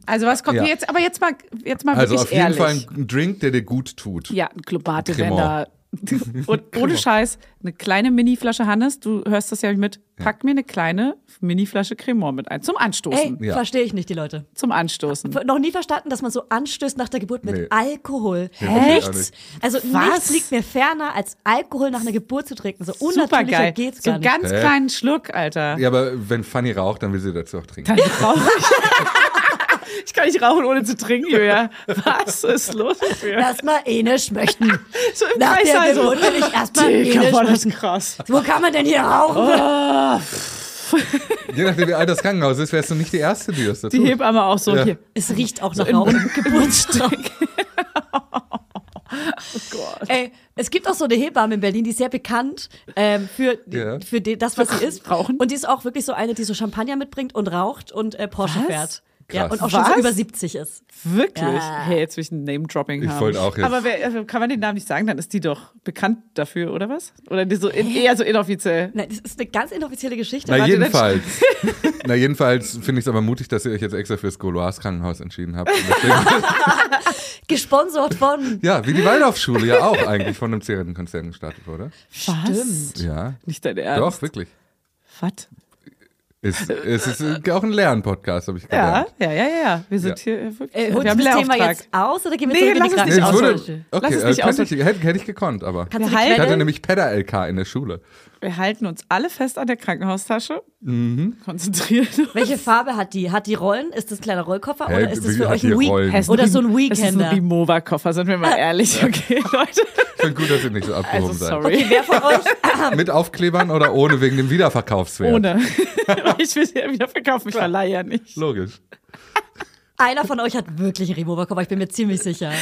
Speaker 3: Also was kommt
Speaker 1: Ja.
Speaker 3: hier jetzt? Aber jetzt mal, jetzt mal
Speaker 1: Also
Speaker 3: wirklich
Speaker 1: auf jeden
Speaker 3: ehrlich.
Speaker 1: Fall ein Drink, der dir gut tut.
Speaker 3: Ja, ein Globate, wenn da.
Speaker 1: Cremant.
Speaker 3: Und ohne Scheiß, eine kleine Mini-Flasche Hannes, du hörst das ja mit, pack mir eine kleine Mini-Flasche Cremant mit ein. Zum
Speaker 2: Ey,
Speaker 3: Anstoßen.
Speaker 1: Ja.
Speaker 2: verstehe ich nicht, die Leute.
Speaker 3: Zum Anstoßen.
Speaker 2: F- Noch nie verstanden, dass man so anstößt nach der Geburt mit
Speaker 1: Nee.
Speaker 2: Alkohol.
Speaker 1: verstehe ich auch
Speaker 2: nichts.
Speaker 1: nicht.
Speaker 2: Also nichts
Speaker 3: Was?
Speaker 2: liegt mir ferner, als Alkohol nach einer Geburt zu trinken. So
Speaker 3: Super
Speaker 2: unnatürlicher
Speaker 3: geil.
Speaker 2: geht's
Speaker 3: so
Speaker 2: gar nicht.
Speaker 3: ganz
Speaker 1: Hä?
Speaker 3: kleinen Schluck, Alter.
Speaker 1: Ja, aber wenn Fanny raucht, dann will sie dazu auch trinken.
Speaker 3: Dann rauche ich. ich kann nicht rauchen, ohne zu trinken, Julia. Was ist los mit mir?
Speaker 2: Lass mal Enisch möchten.
Speaker 3: So im
Speaker 2: Nach
Speaker 3: Kreis
Speaker 2: der
Speaker 3: also.
Speaker 2: Geburt will ich erstmal
Speaker 3: Digga,
Speaker 2: Enisch
Speaker 3: war das
Speaker 2: möchten.
Speaker 3: krass.
Speaker 2: Wo kann man denn hier rauchen?
Speaker 1: Je nachdem, wie alt das Krankenhaus ist, wärst du nicht die Erste, die das dazu
Speaker 3: Die Hebamme auch so
Speaker 1: Ja.
Speaker 3: hier.
Speaker 2: Es riecht auch nach Rauchen. Geburtstag. Ey, es gibt auch so eine Hebamme in Berlin, die ist sehr bekannt ähm, für,
Speaker 1: Ja.
Speaker 2: für die, das, was sie ist.
Speaker 3: Rauchen?
Speaker 2: Und die ist auch wirklich so eine, die so Champagner mitbringt und raucht und äh, Porsche
Speaker 3: Was?
Speaker 2: fährt. Ja,
Speaker 1: Krass.
Speaker 2: und auch schon so
Speaker 3: Was?
Speaker 2: über 70 ist.
Speaker 3: Wirklich?
Speaker 2: Ja.
Speaker 3: Hey, jetzt will ich ein Name-Dropping
Speaker 1: Ich
Speaker 3: haben.
Speaker 1: wollte auch jetzt.
Speaker 3: Aber wer, also kann man den Namen nicht sagen, dann ist die doch bekannt dafür, oder was? Oder die so in, eher so inoffiziell.
Speaker 2: Nein, das ist eine ganz inoffizielle Geschichte.
Speaker 1: Na
Speaker 3: warte,
Speaker 1: jedenfalls. Na jedenfalls finde ich es aber mutig, dass ihr euch jetzt extra fürs Goloas Krankenhaus entschieden habt. Und deswegen-
Speaker 2: Gesponsert von.
Speaker 1: ja, wie die Waldorfschule ja auch eigentlich von einem CRN-Konzern gestartet wurde.
Speaker 3: Was?
Speaker 1: Ja.
Speaker 3: Nicht dein Ernst.
Speaker 1: Doch, wirklich.
Speaker 3: Was?
Speaker 1: Es, es ist auch ein Lernpodcast, habe ich
Speaker 3: Ja,
Speaker 1: gelernt.
Speaker 3: ja, ja, ja. Wir
Speaker 1: Ja.
Speaker 3: sind hier wirklich.
Speaker 2: Äh,
Speaker 3: wir
Speaker 2: holst du
Speaker 3: haben
Speaker 2: das Thema
Speaker 3: Lehrauftrag.
Speaker 2: jetzt aus oder gehen wir
Speaker 3: Nee,
Speaker 2: zurück in die
Speaker 3: lass es nicht
Speaker 1: es
Speaker 3: ausreden.
Speaker 2: Krankenhaustasche?
Speaker 1: wurde, okay,
Speaker 3: es
Speaker 1: äh,
Speaker 3: nicht
Speaker 1: könnte ich, hätte, hätte ich gekonnt, aber
Speaker 2: Kannst du
Speaker 3: Wir
Speaker 2: die
Speaker 1: ich
Speaker 3: halten-
Speaker 1: hatte
Speaker 2: Quelle?
Speaker 1: nämlich Pedder-LK in der Schule.
Speaker 3: Wir halten uns alle fest an der Krankenhaustasche.
Speaker 1: Mhm.
Speaker 3: Konzentriert.
Speaker 2: Welche Farbe hat die? Hat die Rollen? Ist das ein kleiner Rollkoffer
Speaker 1: Hä,
Speaker 2: oder ist das
Speaker 1: wie
Speaker 2: für
Speaker 1: hat
Speaker 2: euch
Speaker 1: die
Speaker 2: ein
Speaker 1: Rollen?
Speaker 2: Weekend? Oder so ein
Speaker 3: Es ist ein
Speaker 2: Weekender?
Speaker 3: Rimowa-Koffer, sind wir
Speaker 2: Ah.
Speaker 3: mal ehrlich, okay, Leute.
Speaker 1: Ich finde gut, dass ihr nicht so abgehoben
Speaker 3: Also
Speaker 1: seid.
Speaker 3: sorry.
Speaker 2: Wer von euch?
Speaker 1: Mit Aufklebern oder ohne wegen dem Wiederverkaufswert?
Speaker 3: Ohne. ich will sie ja wieder verkaufen, ich verleihe ja nicht.
Speaker 1: Logisch.
Speaker 2: Einer von euch hat wirklich einen Remover-Koffer, ich bin mir ziemlich sicher.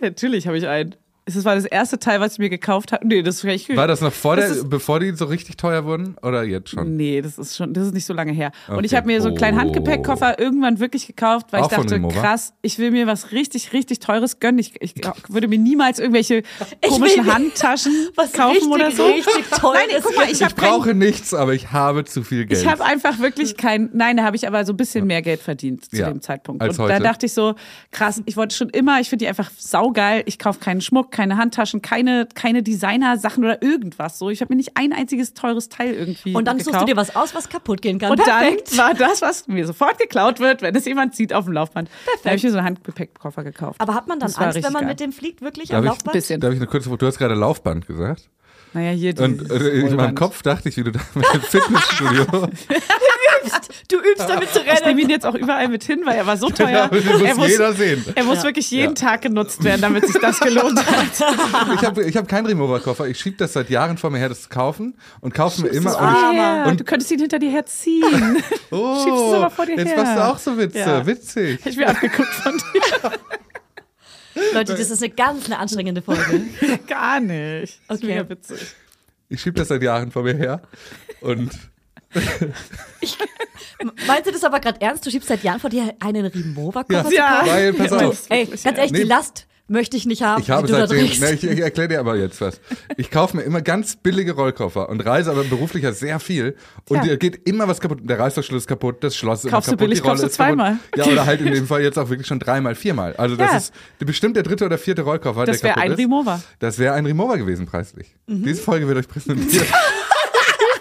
Speaker 3: Natürlich habe ich einen. Das war das erste Teil, was ich mir gekauft habe. Nee, das ist recht
Speaker 1: War das noch vor
Speaker 3: Das
Speaker 1: der,
Speaker 3: ist-
Speaker 1: bevor die so richtig teuer wurden oder jetzt schon?
Speaker 3: Nee, das ist schon, das ist nicht so lange her. Und ich
Speaker 1: Okay.
Speaker 3: habe mir so einen kleinen
Speaker 1: Oh.
Speaker 3: Handgepäckkoffer irgendwann wirklich gekauft, weil
Speaker 1: Auch
Speaker 3: ich
Speaker 1: von
Speaker 3: dachte,
Speaker 1: Rimowa?
Speaker 3: krass, ich will mir was richtig, richtig Teures gönnen. Ich, ich würde mir niemals irgendwelche
Speaker 2: Ich will
Speaker 3: komischen
Speaker 2: mir
Speaker 3: Handtaschen
Speaker 2: Was
Speaker 3: kaufen
Speaker 2: richtig,
Speaker 3: oder so.
Speaker 2: richtig toll
Speaker 3: Nein,
Speaker 2: ist.
Speaker 3: guck mal, ich
Speaker 1: Ich
Speaker 3: habe kein,
Speaker 1: brauche nichts, aber ich habe zu viel Geld.
Speaker 3: ich habe einfach wirklich kein, nein, da habe ich aber so ein bisschen mehr Geld verdient zu
Speaker 1: Ja,
Speaker 3: dem Zeitpunkt.
Speaker 1: als
Speaker 3: und da
Speaker 1: heute.
Speaker 3: dachte ich so, krass, ich wollte schon immer, ich finde die einfach saugeil, ich kaufe keinen Schmuck, keine Handtaschen, keine, keine Designer-Sachen oder irgendwas so. Ich habe mir nicht ein einziges teures Teil irgendwie
Speaker 2: Und dann
Speaker 3: gekauft.
Speaker 2: suchst du dir was aus, was kaputt gehen kann.
Speaker 3: Und
Speaker 2: Perfekt.
Speaker 3: dann war das, was mir sofort geklaut wird, wenn es jemand sieht auf dem Laufband. Da habe ich mir so einen Handgepäckkoffer gekauft.
Speaker 2: Aber hat man dann
Speaker 3: Das war
Speaker 2: Angst, wenn
Speaker 3: richtig
Speaker 2: man
Speaker 3: geil.
Speaker 2: mit dem fliegt, wirklich
Speaker 1: Darf
Speaker 2: am
Speaker 1: ich-
Speaker 2: Laufband?
Speaker 3: Bisschen.
Speaker 1: Darf ich eine kurze Frage? Du hast gerade Laufband gesagt.
Speaker 3: Naja, hier die.
Speaker 1: Und äh, in meinem Kopf dachte ich, wie du da mit dem Fitnessstudio.
Speaker 2: Du übst damit zu
Speaker 3: Ich nehme
Speaker 2: rennen.
Speaker 3: ihn jetzt auch überall mit hin, weil er war so teuer.
Speaker 1: den muss
Speaker 3: er muss,
Speaker 1: jeder sehen.
Speaker 3: Er muss
Speaker 2: Ja.
Speaker 3: wirklich jeden Tag genutzt werden, damit sich das gelohnt hat.
Speaker 1: Ich habe ich hab keinen Remover-Koffer. Ich schiebe das seit Jahren vor mir her, das zu kaufen und kaufe mir immer. Und ich,
Speaker 3: Ja,
Speaker 1: Und-
Speaker 3: du könntest ihn hinter dir herziehen.
Speaker 1: oh,
Speaker 3: schiebst es aber vor dir
Speaker 1: jetzt
Speaker 3: her.
Speaker 1: machst du auch so Witze.
Speaker 3: Ja.
Speaker 1: Witzig.
Speaker 3: Ich bin abgeguckt von dir.
Speaker 2: Leute, das ist eine ganz eine anstrengende Folge.
Speaker 3: Gar nicht. Das ist
Speaker 2: Okay.
Speaker 3: mega witzig.
Speaker 1: Ich schiebe das seit Jahren vor mir her. Und
Speaker 2: Meinst du das aber gerade ernst? Du schiebst seit Jahren vor dir einen Remover-Koffer?
Speaker 1: Ja. Weil, pass
Speaker 2: Du,
Speaker 1: auf.
Speaker 2: Ey, ganz ehrlich,
Speaker 1: Nee.
Speaker 2: die Last möchte ich nicht haben,
Speaker 1: Ich habe
Speaker 2: die du da
Speaker 1: seitdem,
Speaker 2: trägst.
Speaker 1: ne, ich, ich erkläre dir aber jetzt was. Ich kaufe mir immer ganz billige Rollkoffer und reise aber beruflicher sehr viel. Und
Speaker 3: Tja.
Speaker 1: dir geht immer was kaputt. Der Reißverschluss ist kaputt, das Schloss ist immer
Speaker 3: Kaufst du
Speaker 1: kaputt,
Speaker 3: billig,
Speaker 1: die Rolle
Speaker 3: kaufst du
Speaker 1: ist kaputt.
Speaker 3: zweimal.
Speaker 1: Ja, oder halt in dem Fall jetzt auch wirklich schon dreimal, viermal. Also das
Speaker 3: Ja.
Speaker 1: ist bestimmt der dritte oder vierte Rollkoffer,
Speaker 3: Das
Speaker 1: der
Speaker 3: wäre
Speaker 1: kaputt
Speaker 3: ein
Speaker 1: ist.
Speaker 3: Remover. Mhm.
Speaker 1: Das wäre ein Remover gewesen, preislich. Diese Folge wird euch präsentiert.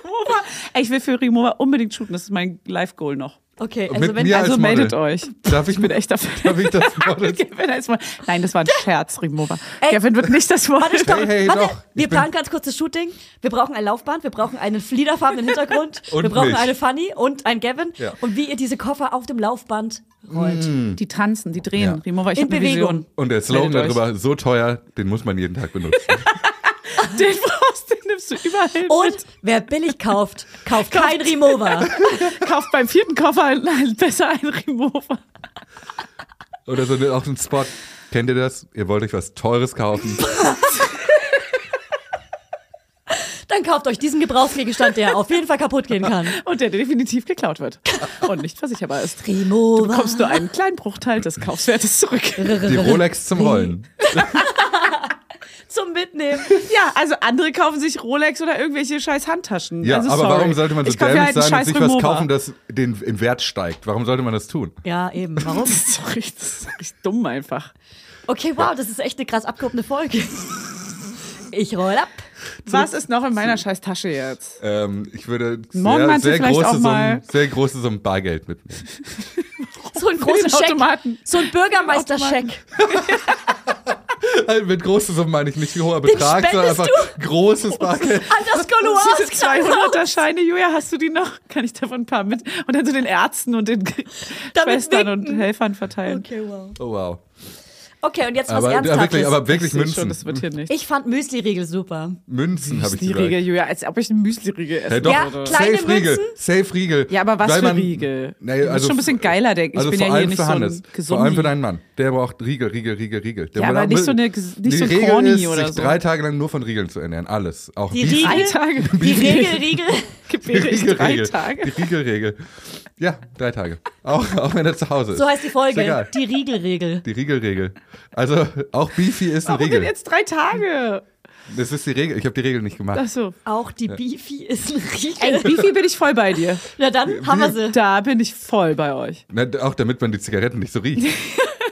Speaker 3: Ey, ich will für Remover unbedingt shooten. Das ist mein Live-Goal noch.
Speaker 2: Okay,
Speaker 1: Und
Speaker 2: also
Speaker 1: mit
Speaker 2: wenn
Speaker 1: mir Ja,
Speaker 3: Also
Speaker 1: als Model.
Speaker 3: meldet euch.
Speaker 1: Darf ich,
Speaker 3: Ich bin echt dafür.
Speaker 1: darf ich das Model?
Speaker 3: Okay, wenn er jetzt mal- Nein, das war ein Scherz, Remover.
Speaker 2: Ey.
Speaker 3: Gavin wird nicht das Wort.
Speaker 2: Warte, stopp.
Speaker 1: Hey, hey,
Speaker 2: Warte,
Speaker 1: doch. Ich
Speaker 2: wir
Speaker 1: bin-
Speaker 2: planen ganz kurz das Shooting. Wir brauchen ein Laufband, wir brauchen einen fliederfarbenen Hintergrund,
Speaker 1: Und
Speaker 2: wir brauchen
Speaker 1: mich.
Speaker 2: eine Fanny und ein Gavin.
Speaker 1: Ja. Mm.
Speaker 2: Und wie ihr diese Koffer auf dem Laufband rollt.
Speaker 3: Die tanzen, die drehen.
Speaker 1: Ja.
Speaker 3: Remover, ich
Speaker 2: In
Speaker 3: habe eine
Speaker 2: Bewegung.
Speaker 3: Vision.
Speaker 1: Und der Slogan
Speaker 3: Meldet euch.
Speaker 1: darüber, so teuer, den muss man jeden Tag benutzen.
Speaker 3: Den brauchst du, den nimmst du überall hin.
Speaker 2: Und wer billig kauft, kauft kein Remover.
Speaker 3: Kauft beim vierten Koffer ein, ein, besser einen Remover.
Speaker 1: Oder so auch so ein Spot. Kennt ihr das? Ihr wollt euch was Teures kaufen.
Speaker 2: Dann kauft euch diesen Gebrauchsgegenstand, der auf jeden Fall kaputt gehen kann.
Speaker 3: Und der definitiv geklaut wird. Und nicht versicherbar ist. Du
Speaker 2: Remover.
Speaker 3: bekommst nur einen kleinen Bruchteil des Kaufswertes zurück.
Speaker 1: Die Rolex zum Rollen.
Speaker 2: Zum Mitnehmen.
Speaker 3: Ja, also andere kaufen sich Rolex oder irgendwelche scheiß Handtaschen.
Speaker 1: Ja,
Speaker 3: also
Speaker 1: aber
Speaker 3: sorry.
Speaker 1: warum sollte man so
Speaker 3: ich kauf mir
Speaker 1: dämlich
Speaker 3: halt
Speaker 1: sein
Speaker 3: einen
Speaker 1: und
Speaker 3: scheiß
Speaker 1: sich was
Speaker 3: Remover.
Speaker 1: kaufen, das den, im Wert steigt? Warum sollte man das tun?
Speaker 2: Ja, eben. Warum?
Speaker 3: Das ist doch richtig, das ist doch richtig dumm einfach.
Speaker 2: Okay, wow, das ist echt eine krass abgehobene Folge. Ich roll ab.
Speaker 3: Was ist noch in meiner scheiß Tasche jetzt?
Speaker 1: Ähm, ich würde
Speaker 3: Morgen
Speaker 1: sehr,
Speaker 3: meinst du
Speaker 1: sehr,
Speaker 3: vielleicht
Speaker 1: große
Speaker 3: auch mal-
Speaker 1: Summen, sehr große Summen Bargeld mitnehmen.
Speaker 2: So einen
Speaker 3: den
Speaker 2: großen
Speaker 3: Automaten.
Speaker 2: Scheck. So einen Bürgermeisterscheck.
Speaker 1: Also mit großen Summen meine ich nicht wie hoher Betrag, sondern
Speaker 2: spendest
Speaker 1: einfach großes Bargeld.
Speaker 2: An das
Speaker 3: Diese
Speaker 2: Koloas
Speaker 3: 200er Scheine, Julia, hast du die noch? Kann ich davon ein paar mit? Und dann zu den Ärzten und den Schwestern
Speaker 2: winken.
Speaker 3: und Helfern verteilen.
Speaker 2: Okay, wow.
Speaker 1: Oh wow.
Speaker 2: Okay, und jetzt was
Speaker 1: Aber, ja,
Speaker 2: Ernsthaftes.
Speaker 1: wirklich, aber wirklich
Speaker 3: Ich seh Schon,
Speaker 1: Münzen.
Speaker 3: das wird hier nicht.
Speaker 2: ich fand Müsli-Riegel super.
Speaker 1: Münzen habe ich
Speaker 3: Müsli-Riegel,
Speaker 1: gesagt.
Speaker 3: Julia, als ob ich einen Müsli-Riegel esse.
Speaker 1: Hey, doch,
Speaker 2: Ja, kleine
Speaker 1: Safe Riegel.
Speaker 2: Münzen.
Speaker 1: Safe Riegel.
Speaker 3: Ja, aber was
Speaker 1: Weil
Speaker 3: für
Speaker 1: man-
Speaker 3: Riegel?
Speaker 1: Naja,
Speaker 3: Du musst
Speaker 1: also,
Speaker 3: schon ein bisschen geiler denken. Ich
Speaker 1: also
Speaker 3: bin
Speaker 1: vor
Speaker 3: ja hier
Speaker 1: allem
Speaker 3: nicht
Speaker 1: für
Speaker 3: so ein
Speaker 1: Hannes. vor
Speaker 3: Gesundi.
Speaker 1: allem für deinen Mann. Der braucht Riegel, Riegel, Riegel, Riegel. Der
Speaker 3: Ja,
Speaker 1: will
Speaker 3: aber
Speaker 1: auch
Speaker 3: nicht
Speaker 1: Mü-
Speaker 3: so eine- nicht
Speaker 1: die
Speaker 3: so ein
Speaker 1: Regel
Speaker 3: Corny
Speaker 1: ist,
Speaker 3: oder
Speaker 1: sich
Speaker 3: so.
Speaker 1: drei Tage lang nur von Riegeln zu ernähren. Alles. Auch
Speaker 2: Die
Speaker 1: Beef-
Speaker 2: Riegel-
Speaker 3: Drei Tage.
Speaker 2: Die Riegel-Riegel.
Speaker 3: Gebäre ich drei
Speaker 1: Riegelregel. Die
Speaker 3: Tage.
Speaker 1: Riegelregel. Ja, drei Tage. Auch, auch wenn er zu Hause ist.
Speaker 2: So heißt die
Speaker 1: Ist egal.
Speaker 2: Folge. Die Riegel-Regel.
Speaker 1: Die Riegelregel. Also auch Beefy ist eine
Speaker 3: Warum denn
Speaker 1: Regel.
Speaker 3: jetzt drei Tage?
Speaker 1: Das ist die Regel. Ich habe die Regel nicht gemacht.
Speaker 3: Achso.
Speaker 2: Auch die Beefy ist ein Riegel.
Speaker 3: Ey, wie viel bin ich voll bei dir?
Speaker 2: Na dann haben wir sie.
Speaker 3: Da bin ich voll bei euch.
Speaker 1: Na, Ne, auch damit man die Zigaretten nicht so riecht.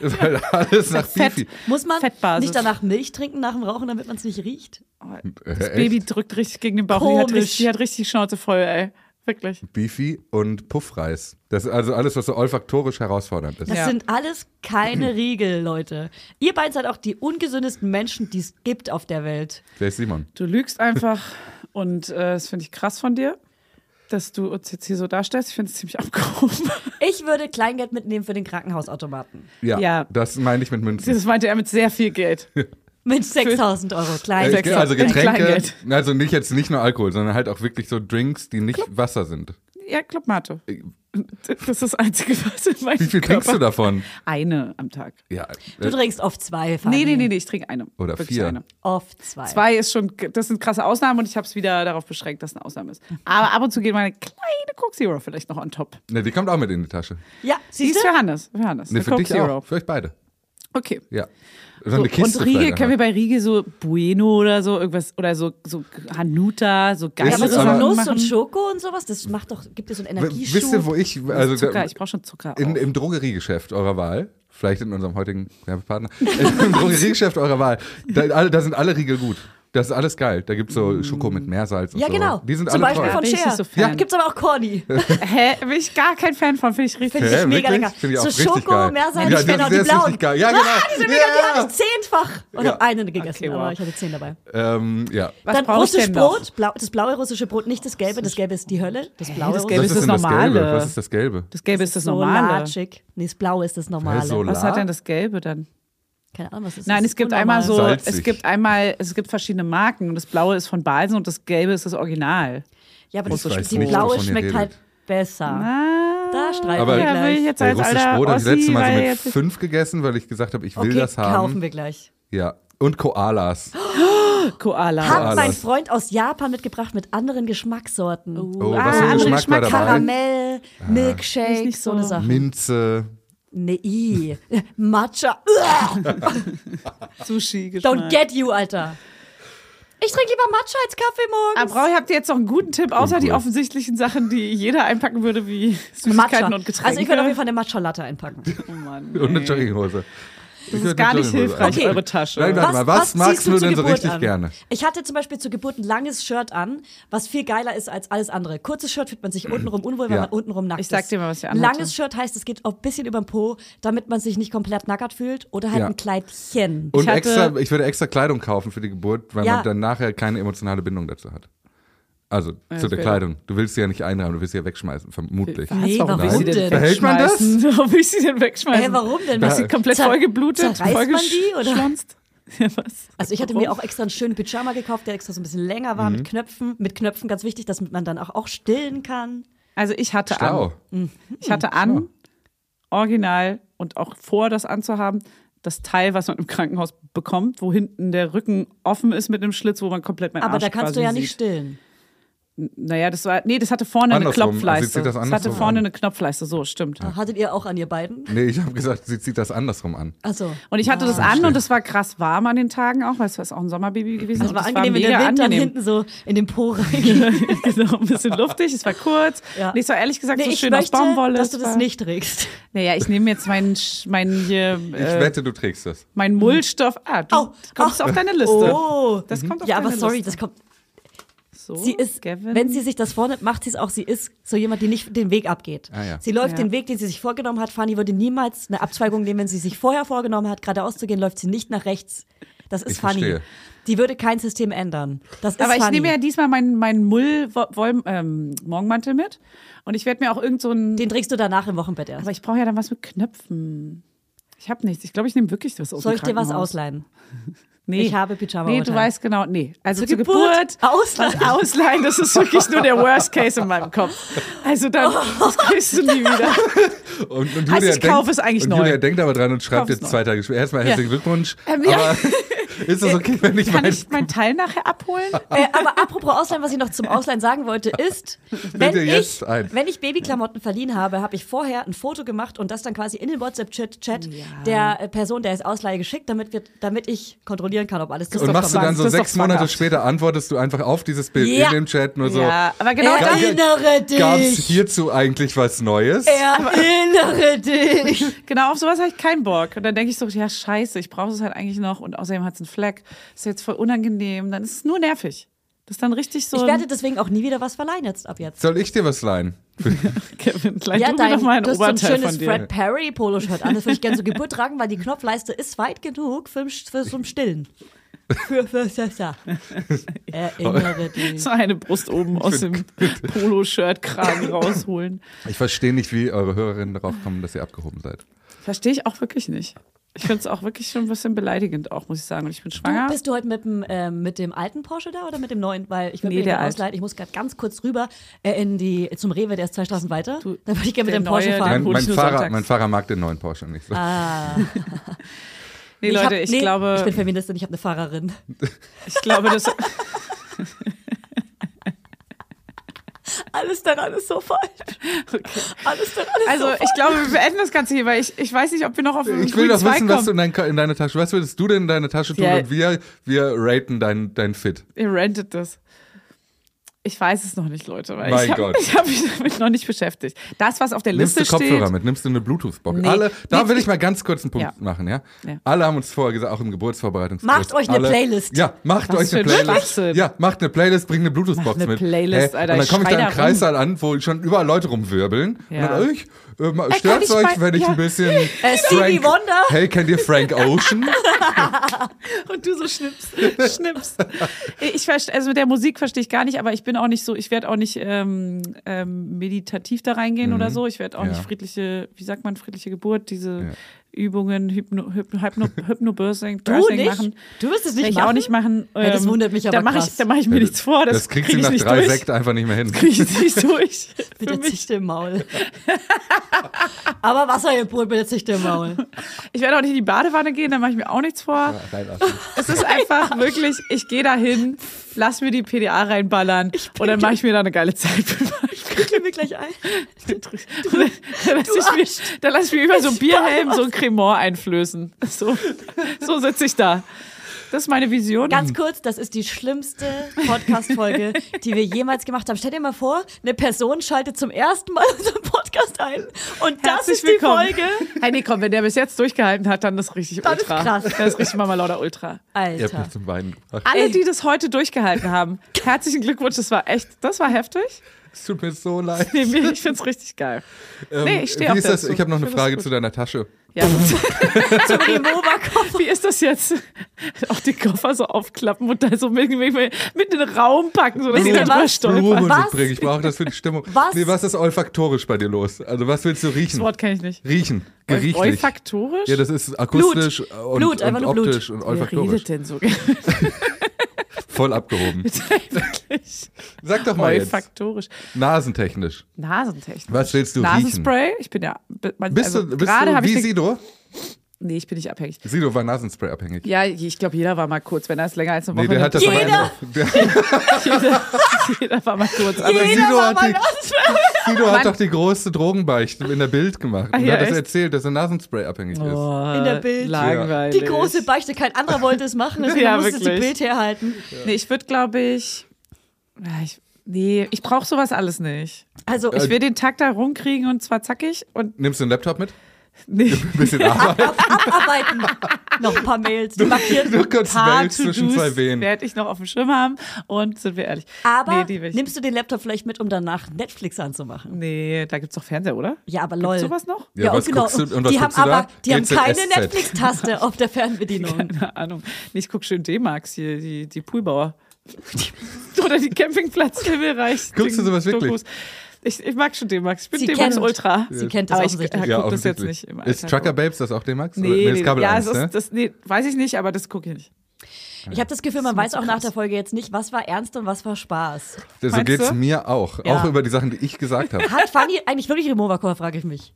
Speaker 1: Weil alles nach
Speaker 3: Fett.
Speaker 1: Beefy. Äh,
Speaker 2: Muss man
Speaker 3: Fettbasis.
Speaker 2: nicht danach Milch trinken nach dem Rauchen, damit man es nicht riecht?
Speaker 1: Äh,
Speaker 3: Das
Speaker 1: echt?
Speaker 3: Baby drückt richtig gegen den Bauch. Die hat,
Speaker 2: Komisch.
Speaker 3: richtig, die hat richtig Schnauze voll, ey. Wirklich.
Speaker 1: Beefy und Puffreis. Das ist also alles, was so olfaktorisch herausfordernd ist.
Speaker 2: Das
Speaker 3: Ja.
Speaker 2: sind alles keine Riegel, Leute. Ihr beiden seid auch die ungesündesten Menschen, die es gibt auf der Welt.
Speaker 1: Wer ist Simon?
Speaker 3: Du lügst einfach und äh, das finde ich krass von dir, dass du uns jetzt hier so darstellst. Ich finde es ziemlich abgehoben.
Speaker 2: Ich würde Kleingeld mitnehmen für den Krankenhausautomaten.
Speaker 1: Ja,
Speaker 3: Ja.
Speaker 1: das meine ich mit Münzen.
Speaker 3: Das meinte er mit sehr viel Geld.
Speaker 2: Mit 6000 Euro
Speaker 1: Äh,
Speaker 2: Kleingeld.
Speaker 1: ich- Also
Speaker 3: Sechser.
Speaker 1: Getränke,
Speaker 3: Kleingeld.
Speaker 1: also nicht jetzt nicht nur Alkohol, sondern halt auch wirklich so Drinks, die nicht Wasser sind.
Speaker 3: Ja, Clubmate. Das ist das Einzige, was in meinem
Speaker 1: Äh, Wie viel
Speaker 3: Körper
Speaker 1: trinkst du davon?
Speaker 3: Eine am Tag.
Speaker 1: Ja, äh,
Speaker 2: Du trinkst oft zwei, Fanny.
Speaker 3: Nee, nee, nee, nee, ich trinke eine.
Speaker 1: Oder
Speaker 3: Wirklich
Speaker 1: vier.
Speaker 3: Eine.
Speaker 2: Oft zwei.
Speaker 3: Zwei ist schon, das sind krasse Ausnahmen und ich habe es wieder darauf beschränkt, dass eine Ausnahme ist. Aber ab und zu geht meine kleine Coke Zero vielleicht noch on top.
Speaker 1: Ne, die kommt auch mit in die Tasche.
Speaker 2: Ja,
Speaker 3: Die
Speaker 2: siehst
Speaker 3: ist
Speaker 2: du?
Speaker 3: für Hannes. Für Hannes.
Speaker 1: Ne,
Speaker 3: Eine
Speaker 1: für
Speaker 3: Coke
Speaker 1: dich
Speaker 3: Zero.
Speaker 1: auch. Für euch beide.
Speaker 3: Okay.
Speaker 1: Ja. So,
Speaker 3: So,
Speaker 1: eine Kiste
Speaker 3: und Riegel
Speaker 1: vielleicht
Speaker 3: können wir
Speaker 1: einfach.
Speaker 3: bei Riegel so Bueno oder so irgendwas oder so, so Hanuta, so geile
Speaker 2: Ja, aber
Speaker 1: Ist-
Speaker 2: so
Speaker 1: aber-
Speaker 2: Nuss und Schoko und sowas, das macht doch, gibt dir so einen
Speaker 1: W-
Speaker 2: Energieschub.
Speaker 1: Wisst ihr, wo ich, also
Speaker 3: Zucker, ich brauche schon Zucker.
Speaker 1: in,
Speaker 3: auch.
Speaker 1: im Drogeriegeschäft eurer Wahl, vielleicht in unserem heutigen Werbepartner, im Drogeriegeschäft eurer Wahl, da, alle- da sind alle Riegel gut. Das ist alles geil. Da gibt es
Speaker 3: Mm.
Speaker 1: so Schoko mit Meersalz und
Speaker 2: Ja,
Speaker 1: so.
Speaker 2: genau.
Speaker 1: Die sind
Speaker 2: Zum
Speaker 1: alle
Speaker 2: Beispiel
Speaker 1: toll.
Speaker 2: von
Speaker 3: Bin ich nicht
Speaker 2: Cher.
Speaker 3: so Fan.
Speaker 2: Ja. Gibt's aber auch Corny.
Speaker 3: Hä? Bin ich gar kein Fan von, finde ich richtig.
Speaker 2: Finde ich
Speaker 1: Hä,
Speaker 2: mega
Speaker 1: wirklich?
Speaker 2: lecker.
Speaker 1: Finde ich auch
Speaker 2: so
Speaker 1: richtig
Speaker 2: Schoko,
Speaker 1: geil.
Speaker 2: Meersalz,
Speaker 1: Ja,
Speaker 2: ich
Speaker 1: die-
Speaker 2: kenne auch
Speaker 1: die
Speaker 2: die
Speaker 1: ist richtig
Speaker 2: blauen.
Speaker 1: geil. Ja,
Speaker 2: Ah,
Speaker 1: genau.
Speaker 2: die sind mega,
Speaker 1: Ja.
Speaker 2: die habe ich zehnfach. Und
Speaker 1: Ja.
Speaker 2: habe eine gegessen,
Speaker 3: Okay,
Speaker 2: aber
Speaker 3: wow.
Speaker 2: ich hatte zehn dabei.
Speaker 1: Ähm, ja.
Speaker 3: Was
Speaker 2: Dann
Speaker 3: brauche ich
Speaker 2: russisch
Speaker 3: denn noch?
Speaker 2: Brot, blau, das blaue russische Brot, nicht das gelbe, das gelbe ist die Hölle. Das blaue
Speaker 3: das
Speaker 2: russische
Speaker 3: gelbe
Speaker 1: Was
Speaker 3: ist
Speaker 1: ist
Speaker 3: das
Speaker 1: denn das Gelbe?
Speaker 3: Normale.
Speaker 1: Was ist das Gelbe?
Speaker 3: Das Gelbe ist das
Speaker 2: so
Speaker 3: Normale.
Speaker 2: latschig. Nee, das blaue ist das normale.
Speaker 1: Hä, so
Speaker 3: Was hat
Speaker 1: La?
Speaker 3: denn das Gelbe dann?
Speaker 2: Keine Ahnung, was das ist.
Speaker 3: Nein,
Speaker 2: Das
Speaker 3: es
Speaker 2: ist
Speaker 3: gibt
Speaker 2: unnormal.
Speaker 3: einmal so,
Speaker 1: Salzig.
Speaker 3: es gibt einmal, es gibt verschiedene Marken und das Blaue ist von Balsen und das Gelbe ist das Original.
Speaker 2: Ja, aber
Speaker 1: Ich
Speaker 2: das,
Speaker 1: weiß
Speaker 2: die
Speaker 1: nicht,
Speaker 2: blaue
Speaker 1: wovon ihr
Speaker 2: schmeckt
Speaker 1: redet.
Speaker 2: halt besser.
Speaker 3: Ah,
Speaker 2: Da streiten
Speaker 1: Aber-
Speaker 2: wir
Speaker 3: da will ich
Speaker 2: gleich.
Speaker 3: jetzt
Speaker 1: Hey,
Speaker 3: als
Speaker 1: russisch
Speaker 3: alter
Speaker 1: Brot habe ich
Speaker 3: Ossi,
Speaker 1: letztes Mal so
Speaker 3: weil
Speaker 1: mit
Speaker 3: jetzt
Speaker 1: fünf gegessen, weil ich gesagt habe, ich will
Speaker 2: okay,
Speaker 1: das haben.
Speaker 2: kaufen wir gleich.
Speaker 1: Ja. Und Koalas.
Speaker 3: Koala.
Speaker 1: Koalas.
Speaker 2: Hat mein Freund aus Japan mitgebracht mit anderen Geschmackssorten.
Speaker 1: Oh,
Speaker 3: Ah,
Speaker 1: was für ein
Speaker 3: andere
Speaker 1: Geschmack war
Speaker 3: Geschmack,
Speaker 1: dabei? Ah.
Speaker 2: Karamell,
Speaker 3: Ist
Speaker 2: Milkshake,
Speaker 3: nicht
Speaker 2: so
Speaker 3: so-
Speaker 2: eine Sache.
Speaker 1: Minze.
Speaker 2: Nee, i. Matcha. Uah,
Speaker 3: Sushi.
Speaker 2: Don't get you, Alter. Ich trinke lieber Matcha als Kaffee morgens.
Speaker 3: Aber habt ihr jetzt noch einen guten Tipp, außer die
Speaker 1: Uncool.
Speaker 3: offensichtlichen Sachen, die jeder einpacken würde, wie Süßigkeiten und Getränke?
Speaker 2: Also ich würde auf jeden Fall eine Matcha-Latte einpacken.
Speaker 3: oh Mann,
Speaker 1: Und eine
Speaker 3: ey.
Speaker 1: Jogginghose. Das
Speaker 3: ist gar nicht hilfreich, eure Tasche.
Speaker 1: Nein, warte mal, was,
Speaker 2: ziehst
Speaker 1: magst du,
Speaker 2: zur
Speaker 1: denn so
Speaker 2: Geburt
Speaker 1: richtig
Speaker 2: an?
Speaker 1: gerne?
Speaker 2: Ich hatte zum Beispiel zur Geburt ein langes Shirt an, was viel geiler ist als alles andere. Kurzes Shirt fühlt man sich untenrum unwohl, weil
Speaker 1: Ja.
Speaker 2: man untenrum nackt
Speaker 3: Ich sag
Speaker 2: ist.
Speaker 3: dir mal, was wir anhatte.
Speaker 2: Langes Shirt heißt, es geht auch ein bisschen über den Po, damit man sich nicht komplett nackert fühlt oder halt
Speaker 1: Ja.
Speaker 2: ein Kleidchen.
Speaker 1: Und
Speaker 3: hatte-
Speaker 1: extra, ich würde extra Kleidung kaufen für die Geburt, weil
Speaker 2: Ja.
Speaker 1: man dann nachher keine emotionale Bindung dazu hat. Also zu der
Speaker 3: wäre-
Speaker 1: Kleidung. Du willst sie ja nicht einrahmen, du willst sie ja wegschmeißen, vermutlich.
Speaker 2: Nee,
Speaker 3: warum will ich sie
Speaker 2: warum
Speaker 3: denn
Speaker 2: denn?
Speaker 1: Behält man das?
Speaker 3: wegschmeißen? Warum will ich sie denn wegschmeißen?
Speaker 2: Hä, warum denn?
Speaker 3: Ist sie
Speaker 2: Ja.
Speaker 3: komplett
Speaker 2: Zer-
Speaker 3: vollgeblutet?
Speaker 2: zerreißt man die, oder?
Speaker 3: vollgeschlonzt? Ja, was?
Speaker 2: Also ich hatte mir auch extra einen schönen Pyjama gekauft, der extra so ein bisschen länger war
Speaker 1: Mhm.
Speaker 2: mit Knöpfen. Mit Knöpfen ganz wichtig, dass man dann auch, auch stillen kann.
Speaker 3: Also ich hatte
Speaker 1: Schlau.
Speaker 3: an. Ich hatte an, original und auch vor, das anzuhaben, das Teil, was man im Krankenhaus bekommt, wo hinten der Rücken offen ist mit einem Schlitz, wo man komplett meinen
Speaker 2: Aber
Speaker 3: Arsch
Speaker 2: da kannst
Speaker 3: quasi
Speaker 2: du ja nicht
Speaker 3: sieht.
Speaker 2: stillen.
Speaker 3: Naja, das war. Nee, das hatte vorne
Speaker 1: Andersrum.
Speaker 3: eine
Speaker 1: Also sie
Speaker 3: Knopfleiste.
Speaker 1: zieht das
Speaker 3: hatte
Speaker 1: andersrum
Speaker 3: vorne
Speaker 1: an.
Speaker 3: eine Knopfleiste, so, stimmt.
Speaker 2: Hattet ihr auch an ihr beiden?
Speaker 1: Nee, ich habe gesagt, sie zieht das andersrum an.
Speaker 2: Also
Speaker 3: Und ich hatte das an und es war krass warm an den Tagen auch, weil es war auch ein Sommerbaby gewesen.
Speaker 2: Also das
Speaker 3: und
Speaker 2: war angenehm, wenn
Speaker 3: mega
Speaker 2: der Wind dann
Speaker 3: angenehm.
Speaker 2: hinten so in den Po reingeht.
Speaker 3: genau, ein bisschen luftig, es war kurz.
Speaker 2: Ja.
Speaker 3: Nicht so ehrlich gesagt,
Speaker 2: Nee,
Speaker 3: so
Speaker 2: ich
Speaker 3: schön
Speaker 2: möchte,
Speaker 3: aus Baumwolle.
Speaker 2: dass
Speaker 3: es
Speaker 2: du das
Speaker 3: war-
Speaker 2: nicht trägst.
Speaker 3: Naja, ich nehme jetzt meinen Sch- meinen hier,
Speaker 1: Ich
Speaker 3: äh,
Speaker 1: wette, du trägst das.
Speaker 3: meinen Mullstoff. Ah, du
Speaker 2: Hm. Au,
Speaker 3: kommst
Speaker 2: au.
Speaker 3: auf deine Liste.
Speaker 2: Oh.
Speaker 3: Das kommt auf
Speaker 2: ja,
Speaker 3: deine
Speaker 2: aber sorry,
Speaker 3: Liste.
Speaker 2: das kommt.
Speaker 3: So,
Speaker 2: Sie ist,
Speaker 3: Gavin.
Speaker 2: wenn sie sich das vornimmt, macht sie es auch. Sie ist so jemand, die nicht den Weg abgeht.
Speaker 1: Ah, ja.
Speaker 2: Sie läuft
Speaker 3: Ja.
Speaker 2: den Weg, den sie sich vorgenommen hat. Fanny würde niemals eine Abzweigung nehmen, wenn sie sich vorher vorgenommen hat, geradeaus zu gehen, läuft sie nicht nach rechts. Das ist
Speaker 1: Ich
Speaker 2: Fanny.
Speaker 1: verstehe.
Speaker 2: Die würde kein System ändern. Das ist
Speaker 3: aber ich
Speaker 2: Fanny.
Speaker 3: nehme ja diesmal meinen meinen Mull Wo- Woll- ähm, Morgenmantel mit und ich werde mir auch irgend so ein
Speaker 2: den trägst du danach im Wochenbett erst.
Speaker 3: aber ich brauche ja dann was mit Knöpfen. Ich habe nichts. Ich glaube, ich nehme wirklich was aus dem
Speaker 2: Soll ich dir was
Speaker 3: Krankenhaus.
Speaker 2: ausleihen?
Speaker 3: Nee.
Speaker 2: Ich habe Pyjama
Speaker 3: Nee, du
Speaker 2: Urteil.
Speaker 3: weißt genau, nee. Also
Speaker 2: Zur
Speaker 3: zur
Speaker 2: Geburt,
Speaker 3: Geburt,
Speaker 2: Ausleihen.
Speaker 3: was Ausleihen, das ist wirklich nur der Worst Case in meinem Kopf. Also dann, das kriegst du nie wieder.
Speaker 1: Und, und
Speaker 3: Heißt, ich kaufe es eigentlich
Speaker 1: und
Speaker 3: neu.
Speaker 1: Julia denkt aber dran und schreibt
Speaker 3: Kauf's
Speaker 1: jetzt
Speaker 3: neu.
Speaker 1: zwei Tage später. Erstmal herzlichen Glückwunsch.
Speaker 3: Ähm, ja.
Speaker 1: Aber ist das okay, wenn ich
Speaker 3: Kann
Speaker 1: mein
Speaker 3: ich mein Teil nachher abholen?
Speaker 2: Äh, aber apropos Ausleihen, was ich noch zum Ausleihen sagen wollte, ist, wenn
Speaker 1: Bitte
Speaker 2: ich,
Speaker 1: jetzt ein.
Speaker 2: wenn ich Babyklamotten verliehen habe, habe ich vorher ein Foto gemacht und das dann quasi in den WhatsApp-Chat Chat der äh, Person, der es Ausleihe geschickt, damit, wir, damit ich kontrollieren kann, ob alles das
Speaker 1: Und machst du dann so
Speaker 3: Das ist doch
Speaker 1: sechs Monate
Speaker 3: zwanghaft.
Speaker 1: später, antwortest du einfach auf dieses Bild
Speaker 2: Ja.
Speaker 1: in dem Chat nur so.
Speaker 3: Ja, aber genau
Speaker 1: Ga-
Speaker 3: das,
Speaker 1: ga-
Speaker 2: Erinnere dich.
Speaker 1: Gab's hierzu eigentlich was Neues?
Speaker 2: Erinnere dich!
Speaker 3: genau auf sowas habe ich keinen Bock. Und dann denke ich so, ja scheiße, ich brauche es halt eigentlich noch und außerdem hat es einen Fleck. Ist jetzt voll unangenehm, dann ist es nur nervig. Das ist dann richtig so
Speaker 2: Ich
Speaker 3: ein-
Speaker 2: werde deswegen auch nie wieder was verleihen jetzt ab jetzt.
Speaker 1: Soll ich dir was leihen?
Speaker 3: Kevin, gleich du mir
Speaker 2: dein,
Speaker 3: doch mal ein
Speaker 2: du hast so ein
Speaker 3: Oberteil
Speaker 2: schönes
Speaker 3: von dir.
Speaker 2: Fred Perry Poloshirt an. Das würde ich gerne zur Geburt tragen, weil die Knopfleiste ist weit genug für, für zum Stillen. Für, für, für, für. Erinnere dich.
Speaker 3: So eine Brust oben aus dem Poloshirt-Kragen rausholen.
Speaker 1: Ich verstehe nicht, wie eure Hörerinnen darauf kommen, dass ihr abgehoben seid.
Speaker 3: Verstehe ich auch wirklich nicht. Ich finde es auch wirklich schon ein bisschen beleidigend, auch muss ich sagen. Und ich bin
Speaker 2: Du,
Speaker 3: schwanger.
Speaker 2: bist du heute mit dem, ähm, mit dem alten Porsche da oder mit dem neuen? Weil ich will
Speaker 3: Nee,
Speaker 2: mir den
Speaker 3: der alte.
Speaker 2: ausleihen. Ich muss gerade ganz kurz rüber äh, in die, zum Rewe, der ist zwei Straßen weiter.
Speaker 3: Du,
Speaker 2: Dann würde ich gerne mit
Speaker 3: der
Speaker 2: dem Porsche
Speaker 3: neue, der-
Speaker 1: Mein,
Speaker 2: fahren.
Speaker 3: hol ich
Speaker 1: mein,
Speaker 3: nur
Speaker 1: Fahrer,
Speaker 3: sonntags. Ah.
Speaker 1: mein Fahrer mag den neuen Porsche nicht so.
Speaker 3: nee, Leute,
Speaker 2: hab-
Speaker 3: ich,
Speaker 2: nee,
Speaker 3: glaube,
Speaker 2: Ich bin
Speaker 3: ich,
Speaker 2: Feministin, ich habe eine Fahrerin.
Speaker 3: glaube, das.
Speaker 2: Alles daran ist so falsch. Alles daran ist
Speaker 3: Also,
Speaker 2: so falsch.
Speaker 3: ich glaube, wir beenden das Ganze hier, weil ich, ich weiß nicht, ob wir noch auf den
Speaker 1: Ich will
Speaker 3: grünen
Speaker 1: doch
Speaker 3: Zweig
Speaker 1: wissen, was du in,
Speaker 3: kommen.
Speaker 1: dein, in deine Tasche. Was würdest du denn in deine Tasche tun?
Speaker 3: Ja.
Speaker 1: Und wir, wir raten dein, dein Fit.
Speaker 3: Ihr rentet das. Ich weiß es noch nicht, Leute, weil
Speaker 1: Mein
Speaker 3: ich habe
Speaker 1: Gott.
Speaker 3: hab mich damit noch nicht beschäftigt. Das, was auf der
Speaker 1: Nimmst
Speaker 3: Liste
Speaker 1: du Kopfhörer
Speaker 3: steht.
Speaker 1: mit, nimmst du eine Bluetooth-Box.
Speaker 3: Nee.
Speaker 1: Alle, da
Speaker 3: Nee,
Speaker 1: will ich mal ganz kurz einen Punkt
Speaker 3: Ja.
Speaker 1: machen, ja?
Speaker 3: Ja.
Speaker 1: Alle haben uns vorher gesagt, auch im Geburtsvorbereitungskurs.
Speaker 2: Macht euch eine
Speaker 1: alle,
Speaker 2: Playlist.
Speaker 1: Ja, macht
Speaker 3: Was
Speaker 1: euch eine
Speaker 3: für ein
Speaker 1: Playlist.
Speaker 3: Schwachsinn.
Speaker 1: Ja, macht eine Playlist, bringt eine Bluetooth-Box
Speaker 3: eine
Speaker 1: mit.
Speaker 3: Playlist, Alter,
Speaker 1: und dann
Speaker 3: ich
Speaker 1: komme ich
Speaker 3: schrei
Speaker 1: da
Speaker 3: da
Speaker 1: im Kreissaal an, wo schon überall Leute rumwirbeln.
Speaker 3: Ja.
Speaker 1: Und dann, ich, äh, ma- stört's
Speaker 3: ich
Speaker 1: euch,
Speaker 3: mal-
Speaker 1: wenn ich
Speaker 3: ja.
Speaker 1: ein bisschen
Speaker 2: Äh, Stevie
Speaker 1: Frank,
Speaker 2: Wonder.
Speaker 1: Hey, kennt ihr Frank Ocean?
Speaker 3: Und du so schnippst, schnippst. Ich verstehe, also mit der Musik verstehe ich gar nicht, aber ich bin auch nicht so, ich werde auch nicht ähm, ähm, meditativ da reingehen oder so. Ich werde auch
Speaker 1: Mhm. Ja.
Speaker 3: nicht friedliche, wie sagt man, friedliche Geburt, diese
Speaker 1: Ja.
Speaker 3: Übungen, Hypno, Hypno, Hypno, Hypnobirthing
Speaker 2: Du
Speaker 3: Birthing
Speaker 2: nicht?
Speaker 3: machen.
Speaker 2: Du wirst es
Speaker 3: Werd
Speaker 2: nicht
Speaker 3: ich
Speaker 2: machen?
Speaker 3: auch nicht machen. ähm,
Speaker 2: Ey, das wundert mich
Speaker 3: Da
Speaker 2: aber
Speaker 3: mache ich,
Speaker 2: krass.
Speaker 3: da mach ich mir nichts vor. Das,
Speaker 1: Äh, das kriegt
Speaker 3: krieg
Speaker 1: sie
Speaker 3: ich
Speaker 1: nach
Speaker 3: nicht
Speaker 1: drei
Speaker 3: durch.
Speaker 1: Sekt einfach nicht mehr hin.
Speaker 3: Kriege ich nicht durch. Für
Speaker 2: Bitte
Speaker 3: mich.
Speaker 2: zicht im Maul. Aber Wassergeburt, bitte zicht im Maul.
Speaker 3: Ich werde auch nicht in die Badewanne gehen, da mache ich mir auch nichts vor.
Speaker 1: Reinatmen.
Speaker 3: Es ist einfach wirklich, ich gehe da hin, lass mir die PDA reinballern und dann mache ich mir da eine geile Zeit.
Speaker 2: Kriegen wir gleich ein.
Speaker 3: dann lass ich mir, dann lass ich mir über so einen Bierhelm so ein Cremant einflößen. So, so sitze ich da. Das ist meine Vision.
Speaker 2: Ganz kurz, das ist die schlimmste Podcast-Folge, die wir jemals gemacht haben. Stell dir mal vor, eine Person schaltet zum ersten Mal unseren Podcast ein und das
Speaker 3: Herzlich
Speaker 2: ist die
Speaker 3: willkommen.
Speaker 2: Folge.
Speaker 3: Hey, nee, komm, wenn der bis jetzt durchgehalten hat, dann ist richtig
Speaker 2: Dann ist
Speaker 3: ultra.
Speaker 2: krass.
Speaker 3: Das ist richtig Mama Lauda Ultra.
Speaker 1: Ihr habt
Speaker 2: Alter.
Speaker 1: mich zum Weinen gebracht.
Speaker 3: Alle,
Speaker 2: Ey.
Speaker 3: die das heute durchgehalten haben, herzlichen Glückwunsch. Das war echt, das war heftig.
Speaker 1: Es tut mir so leid.
Speaker 3: Nee, mir- ich find's richtig geil. nee, ich stehe
Speaker 1: Ähm, Wie
Speaker 3: auf
Speaker 1: ist das?
Speaker 3: dazu.
Speaker 1: Ich habe noch eine
Speaker 3: find das
Speaker 1: Frage
Speaker 3: gut.
Speaker 1: zu deiner Tasche.
Speaker 3: Ja.
Speaker 2: Zum Remover-Kopf.
Speaker 3: Wie ist das jetzt? Auch die Koffer so aufklappen und da so mit, mit, mit in den Raum packen, so dass
Speaker 2: Wisst
Speaker 3: sie
Speaker 2: ihr
Speaker 3: da drüber
Speaker 2: was?
Speaker 3: stolpern.
Speaker 1: Blumen
Speaker 2: Was?
Speaker 1: mitbringen. Ich brauche das für die Stimmung.
Speaker 2: Was?
Speaker 1: Nee, was ist olfaktorisch bei dir los? Also was willst du riechen?
Speaker 3: Das Wort kenne ich nicht.
Speaker 1: Riechen. Gerichtlich.
Speaker 3: Olfaktorisch?
Speaker 1: Ja, das ist akustisch
Speaker 2: Blut.
Speaker 1: und,
Speaker 2: Blut, einfach
Speaker 1: und
Speaker 2: nur Blut.
Speaker 1: optisch und
Speaker 3: Wer
Speaker 1: olfaktorisch.
Speaker 3: redet denn so?
Speaker 1: Voll abgehoben.
Speaker 3: Wirklich?
Speaker 1: Sag doch mal jetzt.
Speaker 3: Olfaktorisch.
Speaker 1: Nasentechnisch.
Speaker 3: Nasentechnik.
Speaker 1: Was willst du riechen?
Speaker 3: Nasenspray? Ich bin ja. Man,
Speaker 1: Bist
Speaker 3: also
Speaker 1: du, bist
Speaker 3: gerade
Speaker 1: du
Speaker 3: habe ich.
Speaker 1: wie
Speaker 3: den-
Speaker 1: Sido?
Speaker 3: Nee, ich bin nicht abhängig.
Speaker 1: Sido war Nasenspray abhängig.
Speaker 3: Ja, ich glaube, jeder war mal kurz, wenn er es länger als eine Woche
Speaker 1: Nee, der hat das
Speaker 3: hört,
Speaker 1: am
Speaker 2: Jeder-
Speaker 1: Ende- der,
Speaker 3: jeder, jeder war mal kurz. Aber
Speaker 1: Jeder
Speaker 2: Jeder
Speaker 1: Sido
Speaker 2: war
Speaker 1: hat
Speaker 2: mal
Speaker 1: die-
Speaker 2: das.
Speaker 1: Sido
Speaker 3: Mann.
Speaker 1: hat doch die große Drogenbeichte in der Bild gemacht.
Speaker 3: Ah,
Speaker 1: Und
Speaker 3: ja,
Speaker 1: hat das
Speaker 3: echt?
Speaker 1: erzählt, dass er Nasenspray abhängig ist.
Speaker 3: Oh,
Speaker 2: In der Bild.
Speaker 3: Langweilig.
Speaker 2: Die große Beichte, kein anderer wollte es machen, deswegen
Speaker 3: Ja,
Speaker 2: musste sie
Speaker 3: wirklich.
Speaker 2: Bild herhalten.
Speaker 3: Nee, ich würde, glaube ich, ja, ich. Nee, ich brauche sowas alles nicht.
Speaker 2: Also,
Speaker 3: Ich will den Takt da rumkriegen und zwar zackig und
Speaker 1: Nimmst du einen Laptop mit?
Speaker 3: nee.
Speaker 1: Ein bisschen Arbeit.
Speaker 2: abarbeiten. Noch ein paar Mails, die markiert.
Speaker 1: Du kurz
Speaker 3: Paar
Speaker 1: Welt
Speaker 3: To-Dos
Speaker 1: Oh zwischen zwei Wehen.
Speaker 3: werde ich noch auf dem Schirm haben und sind wir ehrlich.
Speaker 2: Aber
Speaker 3: nee, die will ich
Speaker 2: nimmst du den Laptop vielleicht mit, um danach Netflix anzumachen?
Speaker 3: Nee, da gibt's doch Fernseher, oder?
Speaker 2: Ja, aber
Speaker 3: Gibt's
Speaker 2: lol. genau.
Speaker 3: sowas noch?
Speaker 1: Ja, was guckst du- und was
Speaker 2: die haben
Speaker 1: guckst du da?
Speaker 2: aber die haben keine
Speaker 1: GZSZ.
Speaker 2: Netflix-Taste auf der Fernbedienung.
Speaker 3: Keine Ahnung. Nee, ich guck schön D-Max hier, die, die Poolbauer. oder die Campingplatz Himmelreich.
Speaker 1: Guckst du sowas wirklich?
Speaker 3: Dokus. Ich, ich mag schon D-Max. Ich bin
Speaker 2: Sie
Speaker 3: D-Max
Speaker 2: kennt-
Speaker 3: Ultra.
Speaker 2: sie kennt das
Speaker 3: aber ich
Speaker 2: offensichtlich.
Speaker 3: äh, guck das jetzt nicht
Speaker 1: offensichtlich.
Speaker 3: im
Speaker 1: Ist
Speaker 3: Alltag.
Speaker 1: Trucker Babes das auch D-Max? Oder-
Speaker 3: Nee,
Speaker 1: ist
Speaker 3: nee,
Speaker 1: Kabel
Speaker 3: ja,
Speaker 1: eins,
Speaker 3: es
Speaker 1: ne?
Speaker 3: ist, das, nee, weiß ich nicht, aber das gucke ich nicht.
Speaker 2: Ich habe das Gefühl, man
Speaker 3: mir
Speaker 2: weiß
Speaker 3: zu
Speaker 2: auch nach
Speaker 3: krass.
Speaker 2: der Folge jetzt nicht, was war ernst und was war Spaß.
Speaker 1: so
Speaker 3: meinst
Speaker 1: geht's
Speaker 3: du?
Speaker 1: mir auch.
Speaker 3: Ja.
Speaker 1: Auch über die Sachen, die ich gesagt habe.
Speaker 2: Hat Fanny eigentlich wirklich Remover-Core, frage ich mich.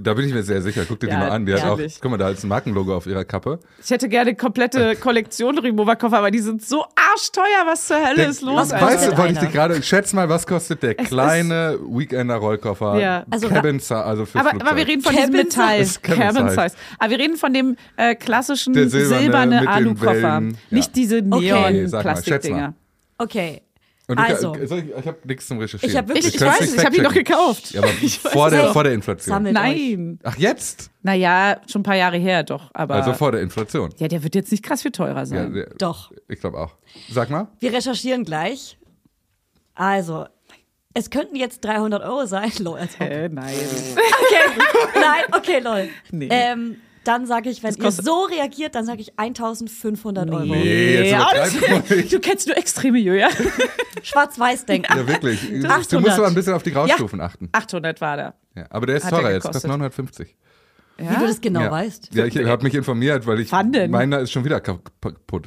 Speaker 1: Da bin ich mir sehr sicher. Guck dir
Speaker 3: Ja,
Speaker 1: die mal an. Die hat auch,
Speaker 3: natürlich.
Speaker 1: guck mal, da ist ein Markenlogo auf ihrer Kappe.
Speaker 3: Ich hätte gerne komplette Kollektion Remover-Koffer, aber die sind so arschteuer. Was zur Hölle
Speaker 1: Der-
Speaker 3: ist los?
Speaker 2: was
Speaker 3: Alter?
Speaker 1: weißt du, wollte ich
Speaker 2: einer?
Speaker 1: dir gerade, schätz mal, was kostet der kleine Weekender-Rollkoffer?
Speaker 3: Ja.
Speaker 2: Also-
Speaker 1: Cabin, Sa- also für
Speaker 3: Aber,
Speaker 1: Flugzeug.
Speaker 3: aber wir reden von
Speaker 2: Cabin
Speaker 3: diesem Metall.
Speaker 1: Size. Cabin Size.
Speaker 3: Aber wir reden von dem äh, klassischen
Speaker 1: Der silberne
Speaker 3: silberne,
Speaker 1: mit den
Speaker 3: Alu-Koffer.
Speaker 1: Wellen. Ja.
Speaker 3: Nicht diese
Speaker 2: Okay,
Speaker 1: sag mal, schätz mal.
Speaker 3: Neon-Plastikdinger.
Speaker 2: Okay.
Speaker 1: Und du,
Speaker 2: Also,
Speaker 1: soll ich, ich habe nichts zum Recherchieren.
Speaker 2: Ich hab wirklich-
Speaker 3: Ich, ich
Speaker 1: kann's
Speaker 3: weiß es,
Speaker 1: nicht
Speaker 3: ich habe die doch
Speaker 1: fact-checken.
Speaker 3: gekauft.
Speaker 1: Ja, aber vor der,
Speaker 2: Hey,
Speaker 1: vor der Inflation.
Speaker 2: sammelt euch.
Speaker 3: Nein.
Speaker 1: Ach, jetzt?
Speaker 3: Naja, schon ein paar Jahre her doch. Aber
Speaker 1: Also vor der Inflation.
Speaker 3: ja, der wird jetzt nicht krass viel teurer
Speaker 1: Ja,
Speaker 3: sein.
Speaker 1: der-
Speaker 2: Doch.
Speaker 1: Ich glaube auch. Sag mal.
Speaker 2: Wir recherchieren gleich. Also, es könnten jetzt 300 Euro sein. Lol, als ob.
Speaker 3: Hä, Äh, nein.
Speaker 2: Okay, nein, okay, lol.
Speaker 3: Nee.
Speaker 2: Ähm, dann sage ich, wenn ihr
Speaker 3: kostet-
Speaker 2: so reagiert, dann sage ich 1500 Euro.
Speaker 1: Nee, jetzt
Speaker 3: Ja,
Speaker 1: übertreib mal nicht.
Speaker 3: Äh, Du kennst nur extreme Jöja.
Speaker 2: Schwarz-Weiß denken.
Speaker 1: Ja, wirklich. Du
Speaker 2: 800.
Speaker 1: musst aber ein bisschen auf die Graustufen achten.
Speaker 3: 800 war da.
Speaker 1: Ja, aber der ist
Speaker 3: Hat der
Speaker 1: teurer jetzt,
Speaker 3: gekostet.
Speaker 1: kostet 950.
Speaker 2: Wie du
Speaker 3: Ja?
Speaker 2: das genau
Speaker 1: ja.
Speaker 2: weißt.
Speaker 1: Ja, ich habe mich informiert, weil ich.
Speaker 3: Wann denn?
Speaker 1: Meiner ist schon wieder kaputt.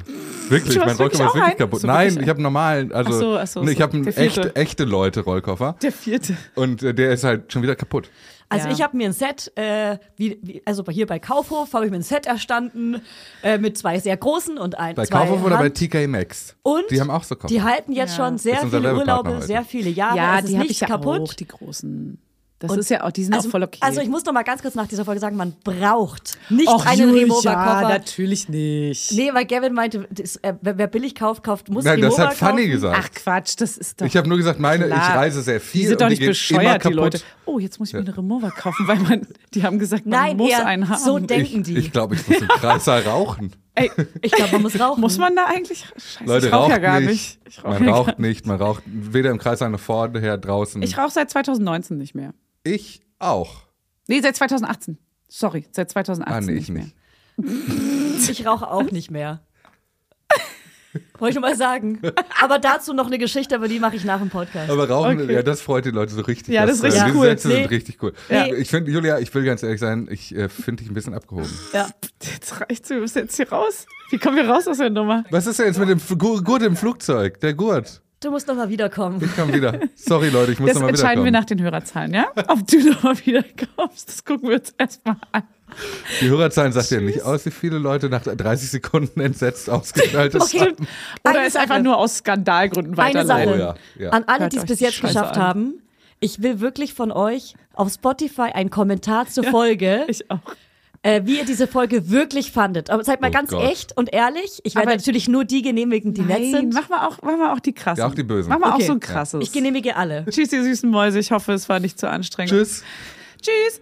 Speaker 1: Wirklich,
Speaker 3: Du hast
Speaker 1: mein Rollkoffer
Speaker 3: wirklich
Speaker 1: ist
Speaker 3: auch
Speaker 1: wirklich
Speaker 3: einen?
Speaker 1: kaputt.
Speaker 3: So, wirklich
Speaker 1: Nein,
Speaker 3: einen?
Speaker 1: ich habe einen normalen. Also,
Speaker 3: Ach so, ach so,
Speaker 1: nee, ich
Speaker 3: so.
Speaker 1: habe einen
Speaker 3: Der vierte.
Speaker 1: echte, echte Leute-Rollkoffer
Speaker 3: Der vierte.
Speaker 1: und äh, der ist halt schon wieder kaputt.
Speaker 2: Also
Speaker 3: Ja.
Speaker 2: ich habe mir ein Set, äh, wie, wie, also bei- hier bei Kaufhof habe ich mir ein Set erstanden äh, mit zwei sehr großen und ein
Speaker 1: Bei
Speaker 2: zwei
Speaker 1: Kaufhof oder bei
Speaker 2: Hand-
Speaker 1: TK Maxx?
Speaker 2: und
Speaker 1: die haben auch so Koffer.
Speaker 2: Die halten jetzt schon sehr
Speaker 1: Ist unser
Speaker 2: viele
Speaker 1: Werbepartner
Speaker 2: Urlaube,
Speaker 1: heute.
Speaker 2: sehr viele Jahre.
Speaker 3: Ja,
Speaker 2: es ist
Speaker 3: die habe
Speaker 2: nicht
Speaker 3: ich ja
Speaker 2: kaputt.
Speaker 3: auch, die großen. Das
Speaker 2: Und-
Speaker 3: ist ja auch, die sind
Speaker 2: also,
Speaker 3: auch voll okay.
Speaker 2: Also ich muss noch mal ganz kurz nach dieser Folge sagen, man braucht nicht
Speaker 3: Och,
Speaker 2: einen
Speaker 3: Julia,
Speaker 2: Remover-Koffer.
Speaker 3: natürlich nicht.
Speaker 2: Nee, weil Gavin meinte, das, äh, wer, wer billig kauft, kauft muss
Speaker 1: Nein, das
Speaker 2: Remover
Speaker 1: hat Fanny
Speaker 2: kaufen.
Speaker 1: gesagt.
Speaker 3: Ach Quatsch, das ist doch.
Speaker 1: ich habe nur gesagt, meine,
Speaker 3: klar.
Speaker 1: ich reise sehr viel.
Speaker 3: Die sind doch
Speaker 1: und
Speaker 3: nicht
Speaker 1: die geht immer
Speaker 3: bescheuert, die
Speaker 1: kaputt.
Speaker 3: Leute. Oh, jetzt muss ich mir eine Remover kaufen, weil man, die haben gesagt, man
Speaker 2: Nein,
Speaker 3: muss
Speaker 2: eher
Speaker 3: einen haben.
Speaker 2: so denken
Speaker 1: Ich,
Speaker 2: die.
Speaker 1: ich glaube, ich muss im Kreißsaal rauchen.
Speaker 3: Ey,
Speaker 2: Ich glaube, man muss rauchen.
Speaker 3: muss man da eigentlich? Scheiße,
Speaker 1: Leute,
Speaker 3: ich rauche
Speaker 1: raucht
Speaker 3: ja gar
Speaker 1: nicht.
Speaker 3: nicht. Ich rauche
Speaker 1: Man
Speaker 3: ja
Speaker 1: raucht
Speaker 3: gar-
Speaker 1: nicht, man raucht weder im Kreißsaal noch vorher draußen.
Speaker 3: Ich rauche seit 2019 nicht mehr.
Speaker 1: Ich auch.
Speaker 3: Nee, seit 2018. Sorry, seit 2018
Speaker 1: Ah, nee, ich
Speaker 3: nicht mehr.
Speaker 1: nicht.
Speaker 2: Ich rauche auch nicht mehr. Wollte ich nur mal sagen. Aber dazu noch eine Geschichte, aber die mache ich nach dem Podcast.
Speaker 1: Aber Rauchen,
Speaker 3: Okay.
Speaker 1: ja, das freut die Leute so richtig.
Speaker 3: Ja,
Speaker 1: dass,
Speaker 3: das ist
Speaker 1: äh,
Speaker 3: richtig
Speaker 1: diese
Speaker 3: cool.
Speaker 1: Sätze sind
Speaker 2: Nee.
Speaker 1: richtig cool.
Speaker 2: Ja.
Speaker 1: Ich finde, Julia, ich will ganz ehrlich sein, ich äh, finde dich ein bisschen abgehoben.
Speaker 2: ja.
Speaker 3: Jetzt reicht's, wir müssen jetzt hier raus. Wie kommen wir raus aus der Nummer?
Speaker 1: Was ist denn jetzt mit dem F- Gu- Gurt im Flugzeug? Der Gurt.
Speaker 2: Du musst noch mal wiederkommen.
Speaker 1: Ich komm wieder. Sorry, Leute, ich muss
Speaker 3: Das
Speaker 1: nochmal wieder.
Speaker 3: entscheiden wir nach den Hörerzahlen, ja? Ob du nochmal wieder kommst, das gucken wir uns erstmal an.
Speaker 1: Die Hörerzahlen sagt ja nicht aus, wie viele Leute nach 30 Sekunden entsetzt ausgeschaltet haben.
Speaker 3: Stimmt. Oder
Speaker 2: Eine
Speaker 3: ist
Speaker 2: Sache.
Speaker 3: einfach nur aus Skandalgründen
Speaker 2: Eine Sache.
Speaker 3: weiterleiten.
Speaker 1: Oh ja, ja.
Speaker 2: An alle,
Speaker 3: Hört
Speaker 2: die es
Speaker 3: euch
Speaker 2: bis
Speaker 3: die
Speaker 2: jetzt
Speaker 3: Scheiße
Speaker 2: geschafft
Speaker 3: an.
Speaker 2: haben, ich will wirklich von euch auf Spotify einen Kommentar zur Folge,
Speaker 3: Ich auch.
Speaker 2: äh, wie ihr diese Folge wirklich fandet. Aber seid mal
Speaker 1: Oh
Speaker 2: ganz
Speaker 1: Gott.
Speaker 2: echt und ehrlich. Ich werde
Speaker 3: Aber-
Speaker 2: natürlich nur die genehmigen, die nett
Speaker 3: Nein,
Speaker 2: sind.
Speaker 3: mach mal auch, mach mal auch die krassen.
Speaker 1: Ja, auch die bösen.
Speaker 3: Mach mal
Speaker 2: Okay.
Speaker 3: auch so ein krasses.
Speaker 2: Ich genehmige alle.
Speaker 3: Tschüss, ihr süßen Mäuse. Ich hoffe, es war nicht zu anstrengend.
Speaker 1: Tschüss.
Speaker 3: Tschüss.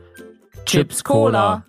Speaker 6: Chips Cola.